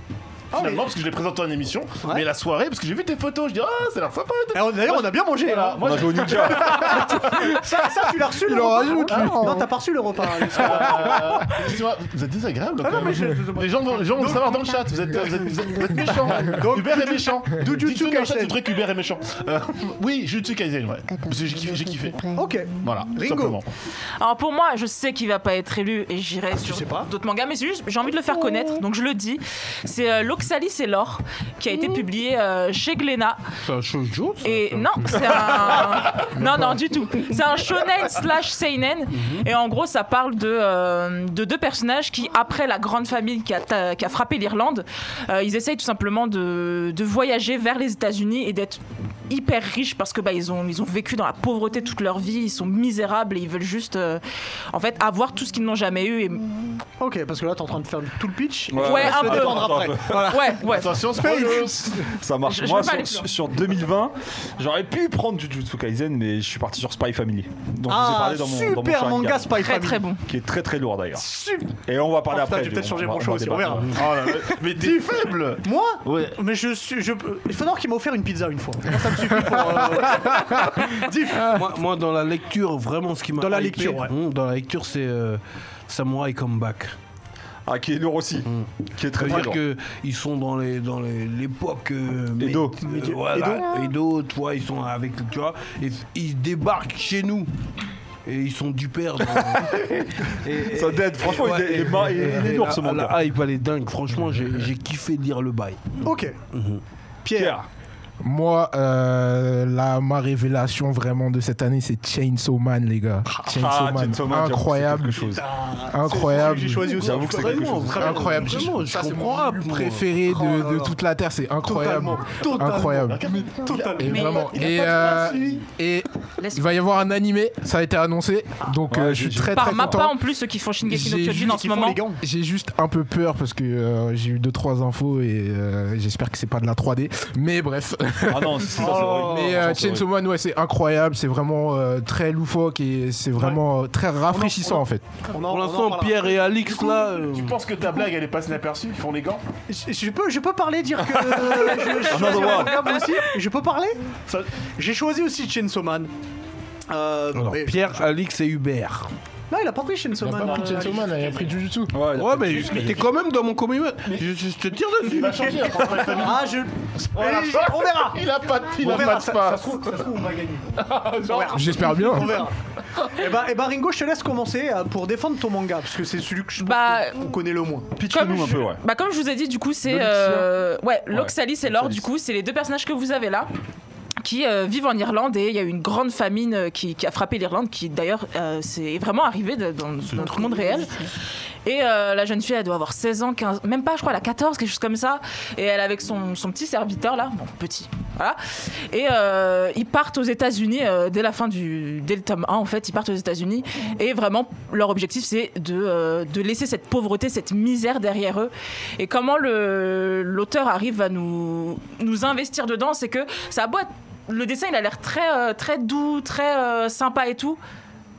[SPEAKER 7] Finalement,
[SPEAKER 1] oui.
[SPEAKER 7] parce que je l'ai présenté en émission.
[SPEAKER 1] Ouais.
[SPEAKER 7] Mais la soirée, parce que j'ai vu tes photos, je dis, ah, ça a l'air sympa. et tout.
[SPEAKER 1] Eh, on- D'ailleurs, on a bien mangé.
[SPEAKER 7] Voilà,
[SPEAKER 1] hein.
[SPEAKER 7] moi,
[SPEAKER 8] On a joué au Ninja.
[SPEAKER 1] Ça, ça, tu l'as reçu le repas Non, t'as pas reçu hein. le repas. Alex.
[SPEAKER 7] Euh, excusez-moi, vous êtes désagréable.
[SPEAKER 1] Ah
[SPEAKER 7] quand
[SPEAKER 1] non, mais
[SPEAKER 7] même.
[SPEAKER 1] je-
[SPEAKER 7] Les gens vont, les gens vont le savoir dans le chat. Vous êtes, vous êtes, vous êtes- vous *laughs* êtes méchants. Hubert est *laughs* méchant.
[SPEAKER 1] Jujutsu
[SPEAKER 7] Dites-nous dans le chat
[SPEAKER 1] Kaisen.
[SPEAKER 7] du truc Hubert est méchant. Euh, oui, Jujutsu Kaisen, ouais. Parce que j'ai kiffé. J'ai kiffé.
[SPEAKER 1] Ok.
[SPEAKER 7] Voilà. tout
[SPEAKER 1] Ringo.
[SPEAKER 7] simplement.
[SPEAKER 4] Alors pour moi, je sais qu'il va pas être élu et j'irai sur
[SPEAKER 1] sais pas
[SPEAKER 4] d'autres mangas, mais c'est juste j'ai envie de le faire connaître, donc je le dis. C'est euh, L'Oxalis et l'or qui a été publié euh, chez Glénat.
[SPEAKER 2] C'est un shoujo ça
[SPEAKER 4] Et
[SPEAKER 6] Ah,
[SPEAKER 4] non, c'est
[SPEAKER 6] *laughs*
[SPEAKER 4] un non non du tout. C'est un shonen slash seinen
[SPEAKER 6] Mhm.
[SPEAKER 4] et en gros ça parle de euh, de deux personnages qui après la grande famine qui a ta- qui a frappé l'Irlande, euh, ils essayent tout simplement de de voyager vers les États-Unis et d'être hyper riches parce que bah ils ont ils ont vécu dans la pauvreté toute leur vie, ils sont misérables et ils veulent juste euh, en fait avoir tout ce qu'ils n'ont jamais eu et
[SPEAKER 1] Ok, parce que là, t'es en train de faire tout le pitch.
[SPEAKER 8] Ouais, Ah,
[SPEAKER 4] ouais, un
[SPEAKER 1] Je vais
[SPEAKER 4] peu.
[SPEAKER 1] défendre après. Voilà.
[SPEAKER 6] Ah,
[SPEAKER 4] ouais ouais.
[SPEAKER 7] Attention,
[SPEAKER 8] Ça marche.
[SPEAKER 4] Je- je
[SPEAKER 8] Moi,
[SPEAKER 4] peux pas aller
[SPEAKER 8] sur,
[SPEAKER 4] plus loin.
[SPEAKER 8] sur 2020, j'aurais pu prendre Jujutsu Kaisen, mais je suis parti sur Spy Family. Donc, je vous ai
[SPEAKER 1] Ah,
[SPEAKER 8] parlé dans mon, dans mon
[SPEAKER 1] super
[SPEAKER 8] Sharingan,
[SPEAKER 1] manga Spy
[SPEAKER 4] Très
[SPEAKER 1] Family.
[SPEAKER 4] très bon.
[SPEAKER 8] Qui est très très lourd d'ailleurs.
[SPEAKER 1] Super.
[SPEAKER 8] Et on va parler
[SPEAKER 1] Ah, putain,
[SPEAKER 8] après.
[SPEAKER 1] j'ai peut-être
[SPEAKER 8] on-
[SPEAKER 1] changé
[SPEAKER 8] on
[SPEAKER 1] mon
[SPEAKER 8] va-
[SPEAKER 1] choix
[SPEAKER 8] va
[SPEAKER 1] aussi, on
[SPEAKER 8] débattre.
[SPEAKER 1] verra.
[SPEAKER 7] Oh mais t'es faible.
[SPEAKER 1] Moi
[SPEAKER 7] Ouais.
[SPEAKER 1] Mais je suis. Je... Il faut savoir qu'il m'a offert une pizza une fois. Moi, ça me suffit pour. euh, Diff.
[SPEAKER 2] moi, moi, dans la lecture, vraiment, ce qui m'a
[SPEAKER 1] Dans la
[SPEAKER 2] hypé,
[SPEAKER 1] lecture, ouais.
[SPEAKER 2] hum, dans Ah. la lecture, c'est euh, Samurai Comeback.
[SPEAKER 8] Ah, qui est lourd aussi. Qui est très très
[SPEAKER 2] C'est-à-dire
[SPEAKER 8] lourd.
[SPEAKER 2] que ils sont dans les dans les- l'époque euh, mais-
[SPEAKER 8] Edo. Ah.
[SPEAKER 2] euh, voilà, Edo, tu vois, ils sont avec tu vois, et ils débarquent chez nous. Et ils sont du père.
[SPEAKER 8] *laughs* Ça dead, franchement, Oh, il est- il est mar- il est- il est lourd, ce manga.
[SPEAKER 2] Ah, il est dingue. Franchement, j'ai j'ai kiffé lire le bail.
[SPEAKER 1] Ok. Pierre.
[SPEAKER 8] Pierre.
[SPEAKER 6] Moi, euh, la, ma révélation vraiment de cette année, c'est Chainsaw Man, les gars. Chainsaw
[SPEAKER 8] Ah,
[SPEAKER 6] Man,
[SPEAKER 8] Chainsaw Man, j'avoue, c'est
[SPEAKER 6] incroyable,
[SPEAKER 8] quelque chose.
[SPEAKER 6] incroyable.
[SPEAKER 1] J'ai choisi aussi.
[SPEAKER 8] Ah J'avoue que c'est quelque chose.
[SPEAKER 6] Incroyable,
[SPEAKER 1] Vraiment,
[SPEAKER 6] Ça, c'est
[SPEAKER 1] mon rap,
[SPEAKER 6] mon
[SPEAKER 1] moi.
[SPEAKER 6] préféré
[SPEAKER 1] Oh là
[SPEAKER 6] de, de
[SPEAKER 1] là.
[SPEAKER 6] toute la Terre, c'est incroyable.
[SPEAKER 1] Totalement, totalement.
[SPEAKER 6] Incroyable.
[SPEAKER 7] Mais
[SPEAKER 1] Totalement.
[SPEAKER 6] Et
[SPEAKER 4] Mais-
[SPEAKER 6] vraiment,
[SPEAKER 7] il a
[SPEAKER 6] et,
[SPEAKER 7] pas de
[SPEAKER 6] euh,
[SPEAKER 7] suivi.
[SPEAKER 6] et
[SPEAKER 4] Laisse-
[SPEAKER 6] il va y avoir un animé, ça a été annoncé, donc euh, je suis très très
[SPEAKER 4] Par Mappa
[SPEAKER 6] content.
[SPEAKER 4] en plus, ceux qui font Shingeki no
[SPEAKER 6] J'ai
[SPEAKER 4] Kyojin
[SPEAKER 6] vu
[SPEAKER 4] en ce moment.
[SPEAKER 6] J'ai juste un peu peur parce que euh, j'ai eu deux trois infos et euh, j'espère que c'est pas de la 3D. Mais bref,
[SPEAKER 8] Ah non, c'est ça, c'est horrible.
[SPEAKER 6] mais
[SPEAKER 8] Ça,
[SPEAKER 6] euh,
[SPEAKER 8] c'est horrible.
[SPEAKER 6] Chainsaw Man, ouais, c'est incroyable, c'est vraiment euh, très loufoque et c'est vraiment euh, très rafraîchissant en fait.
[SPEAKER 2] Pour l'instant, Pierre et Alix, là. euh,
[SPEAKER 7] Tu penses que ta blague elle est passée inaperçue Ils font les gants
[SPEAKER 1] Je, je peux, je peux parler, dire
[SPEAKER 7] *laughs*
[SPEAKER 1] que euh, je, je suis assez remarquable aussi. Je peux parler Ça- J'ai choisi aussi Chainsaw Man. Euh,
[SPEAKER 2] alors,
[SPEAKER 1] mais-
[SPEAKER 2] Pierre, Alix et Hubert.
[SPEAKER 1] Non, il a pas pris Chainsaw
[SPEAKER 6] Oh Il a
[SPEAKER 1] Man.
[SPEAKER 6] pas pris
[SPEAKER 1] euh,
[SPEAKER 6] Chainsaw Man, il a pris Jujutsu.
[SPEAKER 8] Ouais,
[SPEAKER 2] Ouais, mais t'es quand même dans mon commun. Je, je- je te tire dessus.
[SPEAKER 7] Il va *laughs* changer après la famille.
[SPEAKER 1] Ah, je.
[SPEAKER 7] Voilà.
[SPEAKER 1] Et on verra
[SPEAKER 7] Il a pas de il
[SPEAKER 1] On
[SPEAKER 7] a
[SPEAKER 1] verra,
[SPEAKER 7] pas de
[SPEAKER 1] ça,
[SPEAKER 7] pas.
[SPEAKER 1] ça se trouve, ça se trouve, on va gagner.
[SPEAKER 6] J'espère bien.
[SPEAKER 1] On verra. et, bah, et bah, Ringo, je te laisse commencer euh, pour défendre ton manga, parce que c'est celui que je pense
[SPEAKER 4] Bah,
[SPEAKER 1] qu'on- qu'on connaît le moins.
[SPEAKER 8] Pitch-nous un peu, ouais.
[SPEAKER 4] Bah comme je vous ai dit, du coup, c'est euh, ouais, Loxalis et Laure.
[SPEAKER 8] Loxalis.
[SPEAKER 4] Du coup, c'est les deux personnages que vous avez là. Qui euh, vivent en Irlande et il y a eu une grande famine euh, qui, qui a frappé l'Irlande, qui d'ailleurs euh, c'est vraiment arrivé de- dans, dans notre monde réel. Et euh, la jeune fille, elle doit avoir 16 ans, 15, même pas, je crois, elle a 14, quelque chose comme ça. Et elle est avec son, son petit serviteur là, bon, petit, voilà. Et euh, ils partent aux États-Unis euh, dès la fin du. dès le tome 1, en fait, ils partent aux États-Unis. Et vraiment, leur objectif, c'est de, euh, de laisser cette pauvreté, cette misère derrière eux. Et comment le- l'auteur arrive à nous, nous investir dedans, c'est que ça a beau être- Le dessin, il a l'air très, euh, très doux, très euh, sympa et tout.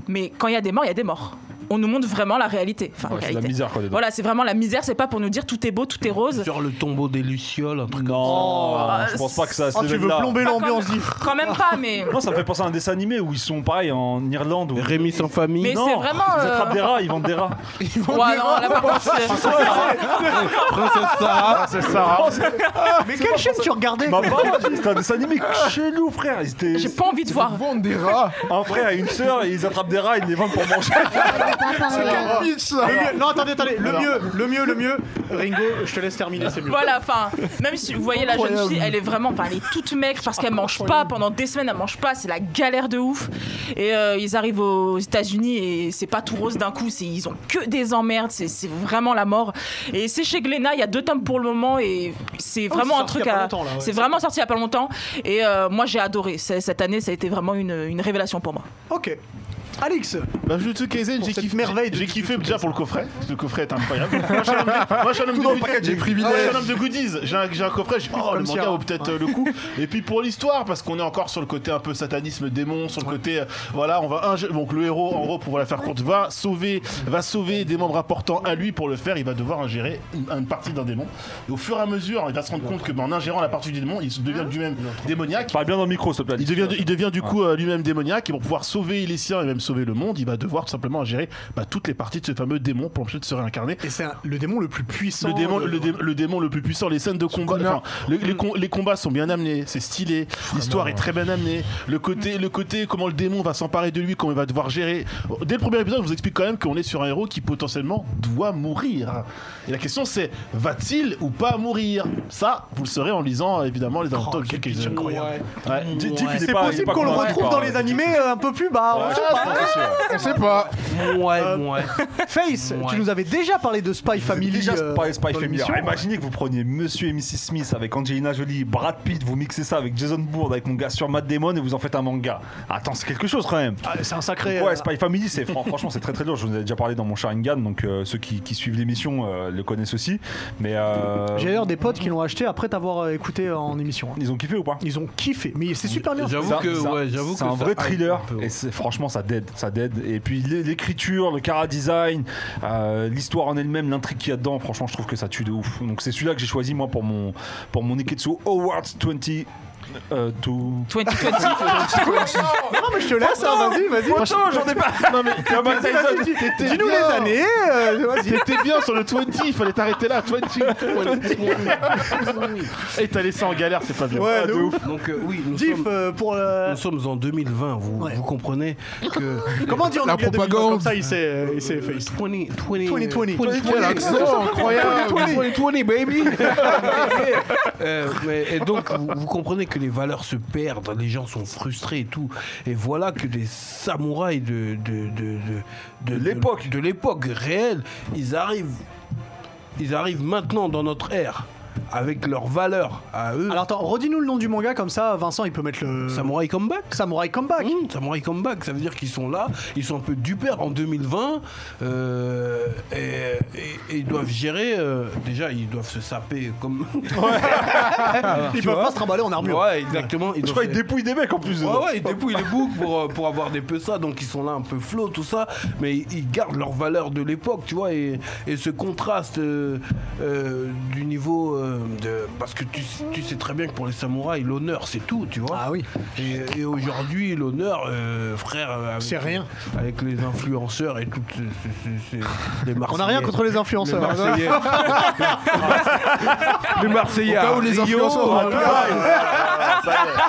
[SPEAKER 4] Mais quand il y a des morts, il y a des morts. On nous montre vraiment la réalité. Enfin,
[SPEAKER 8] Ouais, C'est la
[SPEAKER 4] réalité.
[SPEAKER 8] misère, quoi, dedans.
[SPEAKER 4] Voilà, c'est vraiment la misère. C'est pas pour nous dire tout est beau, tout est rose.
[SPEAKER 2] Sur le tombeau des Lucioles, un truc comme
[SPEAKER 8] Non,
[SPEAKER 4] Oh,
[SPEAKER 8] je pense pas que ça.
[SPEAKER 1] Oh, tu veux plomber
[SPEAKER 4] Pas
[SPEAKER 1] l'ambiance,
[SPEAKER 4] comme-
[SPEAKER 1] dis.
[SPEAKER 4] Quand même pas, mais.
[SPEAKER 8] Non, ça me fait penser à un dessin animé où ils sont pareils en Irlande. Où...
[SPEAKER 2] ça. Rémi sans famille.
[SPEAKER 4] Mais c'est vraiment.
[SPEAKER 8] Ils
[SPEAKER 4] euh,
[SPEAKER 8] attrapent des rats, ils vendent des rats.
[SPEAKER 4] *laughs* Ouais, non, là, par contre, c'est-
[SPEAKER 2] Princesse Sarah.
[SPEAKER 7] C'est ça.
[SPEAKER 1] Mais quelle chaîne tu regardais
[SPEAKER 8] Bah, bah, ouais, c'était un dessin animé chelou, frère. Ils étaient-
[SPEAKER 4] j'ai pas envie de voir.
[SPEAKER 6] Vendre des rats.
[SPEAKER 8] Un frère et une sœur, et ils attrapent des rats, ils les vendent pour manger.
[SPEAKER 1] Le mieux- Non, attendez, attendez. Le mieux, le mieux, le mieux. Ringo, je te laisse terminer, c'est mieux.
[SPEAKER 4] Voilà, enfin, même si vous voyez la jeune fille, elle est vraiment, enfin, elle est toute maigre parce qu'elle mange pas pendant des semaines, elle mange pas, c'est la galère de ouf. Et euh, ils arrivent aux États-Unis et c'est pas tout rose d'un coup, c'est ils ont que des emmerdes, c'est c'est vraiment la mort. Et c'est chez Glénat, il y a deux tomes pour le moment et c'est
[SPEAKER 1] Oh, c'est
[SPEAKER 4] vraiment un
[SPEAKER 1] sorti
[SPEAKER 4] truc
[SPEAKER 1] il y a pas
[SPEAKER 4] à.
[SPEAKER 1] longtemps, là, ouais.
[SPEAKER 4] C'est vraiment sorti il y a pas longtemps et euh, moi j'ai adoré. C'est- Cette année, ça a été vraiment une, une révélation
[SPEAKER 1] *laughs*
[SPEAKER 4] pour moi.
[SPEAKER 1] Ok. Alix,
[SPEAKER 7] Bah, Jujutsu Kaisen, j'ai
[SPEAKER 1] cette
[SPEAKER 7] kiffé.
[SPEAKER 1] merveille de
[SPEAKER 7] J'ai kiffé déjà pour le coffret. Le coffret est incroyable. Moi, je suis un homme de- moi, je suis un homme de goodies.
[SPEAKER 6] privilèges.
[SPEAKER 7] Moi, je suis un homme de goodies. J'ai un, j'ai un coffret. Je dis, oh, le
[SPEAKER 1] Comme
[SPEAKER 7] manga
[SPEAKER 1] Sierra.
[SPEAKER 7] vaut peut-être euh, le coup. Et puis pour l'histoire, parce qu'on est encore sur le côté un peu satanisme démon, sur le côté euh, voilà, on va ingé- donc le héros en gros pour la faire courte va sauver, va sauver des membres importants à lui pour le faire. Il va devoir ingérer une, une partie d'un démon. Et au fur et à mesure, il va se rendre compte que ben, en ingérant la partie du démon, il se
[SPEAKER 1] Ah
[SPEAKER 7] devient lui-même démoniaque.
[SPEAKER 8] Parle bien dans le micro, s'il te plaît.
[SPEAKER 7] Il devient, il devient du coup euh, lui-même démoniaque et pour pouvoir sauver les siens et même sauver le monde, il va devoir tout simplement gérer bah, toutes les parties de ce fameux démon pour ensuite se réincarner.
[SPEAKER 1] et c'est un- le démon le plus puissant. euh,
[SPEAKER 7] Le démon,
[SPEAKER 1] de-
[SPEAKER 7] le, dé- le démon le plus puissant, les scènes de combat,
[SPEAKER 6] connard.
[SPEAKER 7] enfin, le- les, com- les combats sont bien amenés, c'est stylé,
[SPEAKER 1] Ah
[SPEAKER 7] l'histoire est très bien amenée, le côté, le côté comment le démon va s'emparer de lui, comment il va devoir gérer. Dès le premier épisode, je vous explique quand même qu'on est sur un héros qui potentiellement doit mourir. Et la question c'est, va-t-il ou pas mourir Ça, vous le saurez en lisant évidemment les aventures de quelques
[SPEAKER 1] Oh, incroyable.
[SPEAKER 7] Ouais.
[SPEAKER 8] Jeff, il est
[SPEAKER 1] C'est
[SPEAKER 8] pas- il
[SPEAKER 1] possible
[SPEAKER 8] est pas hein.
[SPEAKER 1] qu'on le
[SPEAKER 8] convaincu
[SPEAKER 1] retrouve
[SPEAKER 8] par-
[SPEAKER 1] dans les animés euh, un peu plus bas. on
[SPEAKER 8] Ouais,
[SPEAKER 7] Ah,
[SPEAKER 1] sait pas.
[SPEAKER 8] je pense aussi, ouais.
[SPEAKER 6] On sait pas.
[SPEAKER 2] Ouais,
[SPEAKER 1] Euh,
[SPEAKER 2] ouais.
[SPEAKER 1] Face, tu nous avais déjà parlé de Spy Family.
[SPEAKER 8] Déjà,
[SPEAKER 1] euh,
[SPEAKER 8] Spy,
[SPEAKER 1] dans
[SPEAKER 8] Spy Family. Ah,
[SPEAKER 1] l'émission.
[SPEAKER 8] Alors, imaginez que vous preniez Monsieur et Mrs. Smith avec Angelina Jolie, Brad Pitt, vous mixez ça avec Jason Bourne, avec mon gars sur Matt Damon et vous en faites un manga. Attends, c'est quelque chose quand même.
[SPEAKER 1] Ah, c'est un sacré. euh,
[SPEAKER 8] Ouais, Spy Family, c'est fran- *laughs* franchement c'est très très dur. Je vous en ai déjà parlé dans mon Sharingan, donc euh, ceux qui, qui suivent l'émission euh, le connaissent aussi. Mais euh,
[SPEAKER 1] J'ai d'ailleurs des potes qui l'ont acheté après t'avoir euh, écouté euh, en émission. hein.
[SPEAKER 8] ils ont kiffé ou pas
[SPEAKER 1] Ils ont kiffé, mais c'est super bien.
[SPEAKER 2] J'avoue
[SPEAKER 8] Ça-
[SPEAKER 2] que,
[SPEAKER 8] ça-
[SPEAKER 2] ouais, j'avoue que
[SPEAKER 8] c'est un
[SPEAKER 2] ça
[SPEAKER 8] vrai
[SPEAKER 2] hype
[SPEAKER 8] thriller
[SPEAKER 2] un peu, ouais.
[SPEAKER 8] et c'est- franchement ça dead ça dead et puis l'é- l'écriture le cara design euh, l'histoire en elle-même l'intrigue qu'il y a dedans franchement je trouve que ça tue de ouf donc c'est celui-là que j'ai choisi moi pour mon pour mon Niketsu Awards 20 euh, to...
[SPEAKER 1] Non,
[SPEAKER 4] 2020.
[SPEAKER 1] mais *laughs* je te laisse, hein, vas-y, vas-y.
[SPEAKER 8] Attends, j'en ai pas
[SPEAKER 7] Non mais
[SPEAKER 8] Thomas Tyson.
[SPEAKER 7] t'étais
[SPEAKER 1] Dis-nous les
[SPEAKER 7] bien.
[SPEAKER 1] années. euh, vas-y.
[SPEAKER 7] T'étais bien sur le 20, il fallait t'arrêter là, 20. *laughs* Et t'as laissé en galère, c'est pas bien.
[SPEAKER 1] Ouais,
[SPEAKER 8] de
[SPEAKER 1] de ouf.
[SPEAKER 2] Donc, euh, oui, nous
[SPEAKER 1] Diff
[SPEAKER 2] sommes,
[SPEAKER 1] euh, pour. euh,
[SPEAKER 2] nous sommes en 2020. Vous,
[SPEAKER 1] Ouais.
[SPEAKER 2] vous comprenez que.
[SPEAKER 1] Comment on dit en
[SPEAKER 2] *laughs*
[SPEAKER 6] La
[SPEAKER 1] anglais 2020,
[SPEAKER 6] propagande.
[SPEAKER 1] Comme ça, il s'est, euh, il s'est Face.
[SPEAKER 2] 2020.
[SPEAKER 1] 2020.
[SPEAKER 2] 2020.
[SPEAKER 6] L'accent incroyable.
[SPEAKER 2] *laughs* 2020, baby Euh, mais- Et donc, vous, vous comprenez que que les valeurs se perdent, les gens sont frustrés et tout. Et voilà que des samouraïs de, de, de, de,
[SPEAKER 8] De l'époque.
[SPEAKER 2] de l'époque réelle, ils arrivent, ils arrivent maintenant dans notre ère avec leurs valeurs à eux.
[SPEAKER 1] Alors attends, redis-nous le nom du manga comme ça, Vincent il peut mettre le.
[SPEAKER 2] Samouraï Comeback.
[SPEAKER 1] Samouraï Comeback.
[SPEAKER 2] Mmh, Samurai Comeback, ça veut dire qu'ils sont là, ils sont un peu dupères en 2020 euh, et, et- et ils doivent gérer. euh, déjà, ils doivent se saper comme.
[SPEAKER 1] Ils peuvent pas se trimballer en armure.
[SPEAKER 2] Ah. Ouais, exactement. Ils
[SPEAKER 8] Je
[SPEAKER 2] doivent-
[SPEAKER 8] crois qu'il dépouille des mecs en plus.
[SPEAKER 2] Ouais,
[SPEAKER 8] dedans.
[SPEAKER 2] ouais, ils dépouillent les boucs pour, euh, pour avoir des peu ça, donc ils sont là un peu flots, tout ça, mais ils- ils gardent leur valeur de l'époque, tu vois, et, et ce contraste euh, euh, du niveau euh, de. Parce que tu, tu sais très bien que pour les samouraïs, l'honneur, c'est tout, tu vois.
[SPEAKER 1] Ah oui.
[SPEAKER 2] Et, et aujourd'hui, l'honneur, euh, frère, euh, avec-
[SPEAKER 1] C'est rien.
[SPEAKER 2] Avec les influenceurs et tout, c'est- c'est- c'est- c'est- les
[SPEAKER 1] On a rien
[SPEAKER 2] Marseillais.
[SPEAKER 1] contre les influenceurs.
[SPEAKER 2] Les Marseillais. les Marseillais.
[SPEAKER 6] Au cas où
[SPEAKER 2] à
[SPEAKER 6] les
[SPEAKER 2] Rio,
[SPEAKER 6] influenceurs-
[SPEAKER 2] à Dubaï.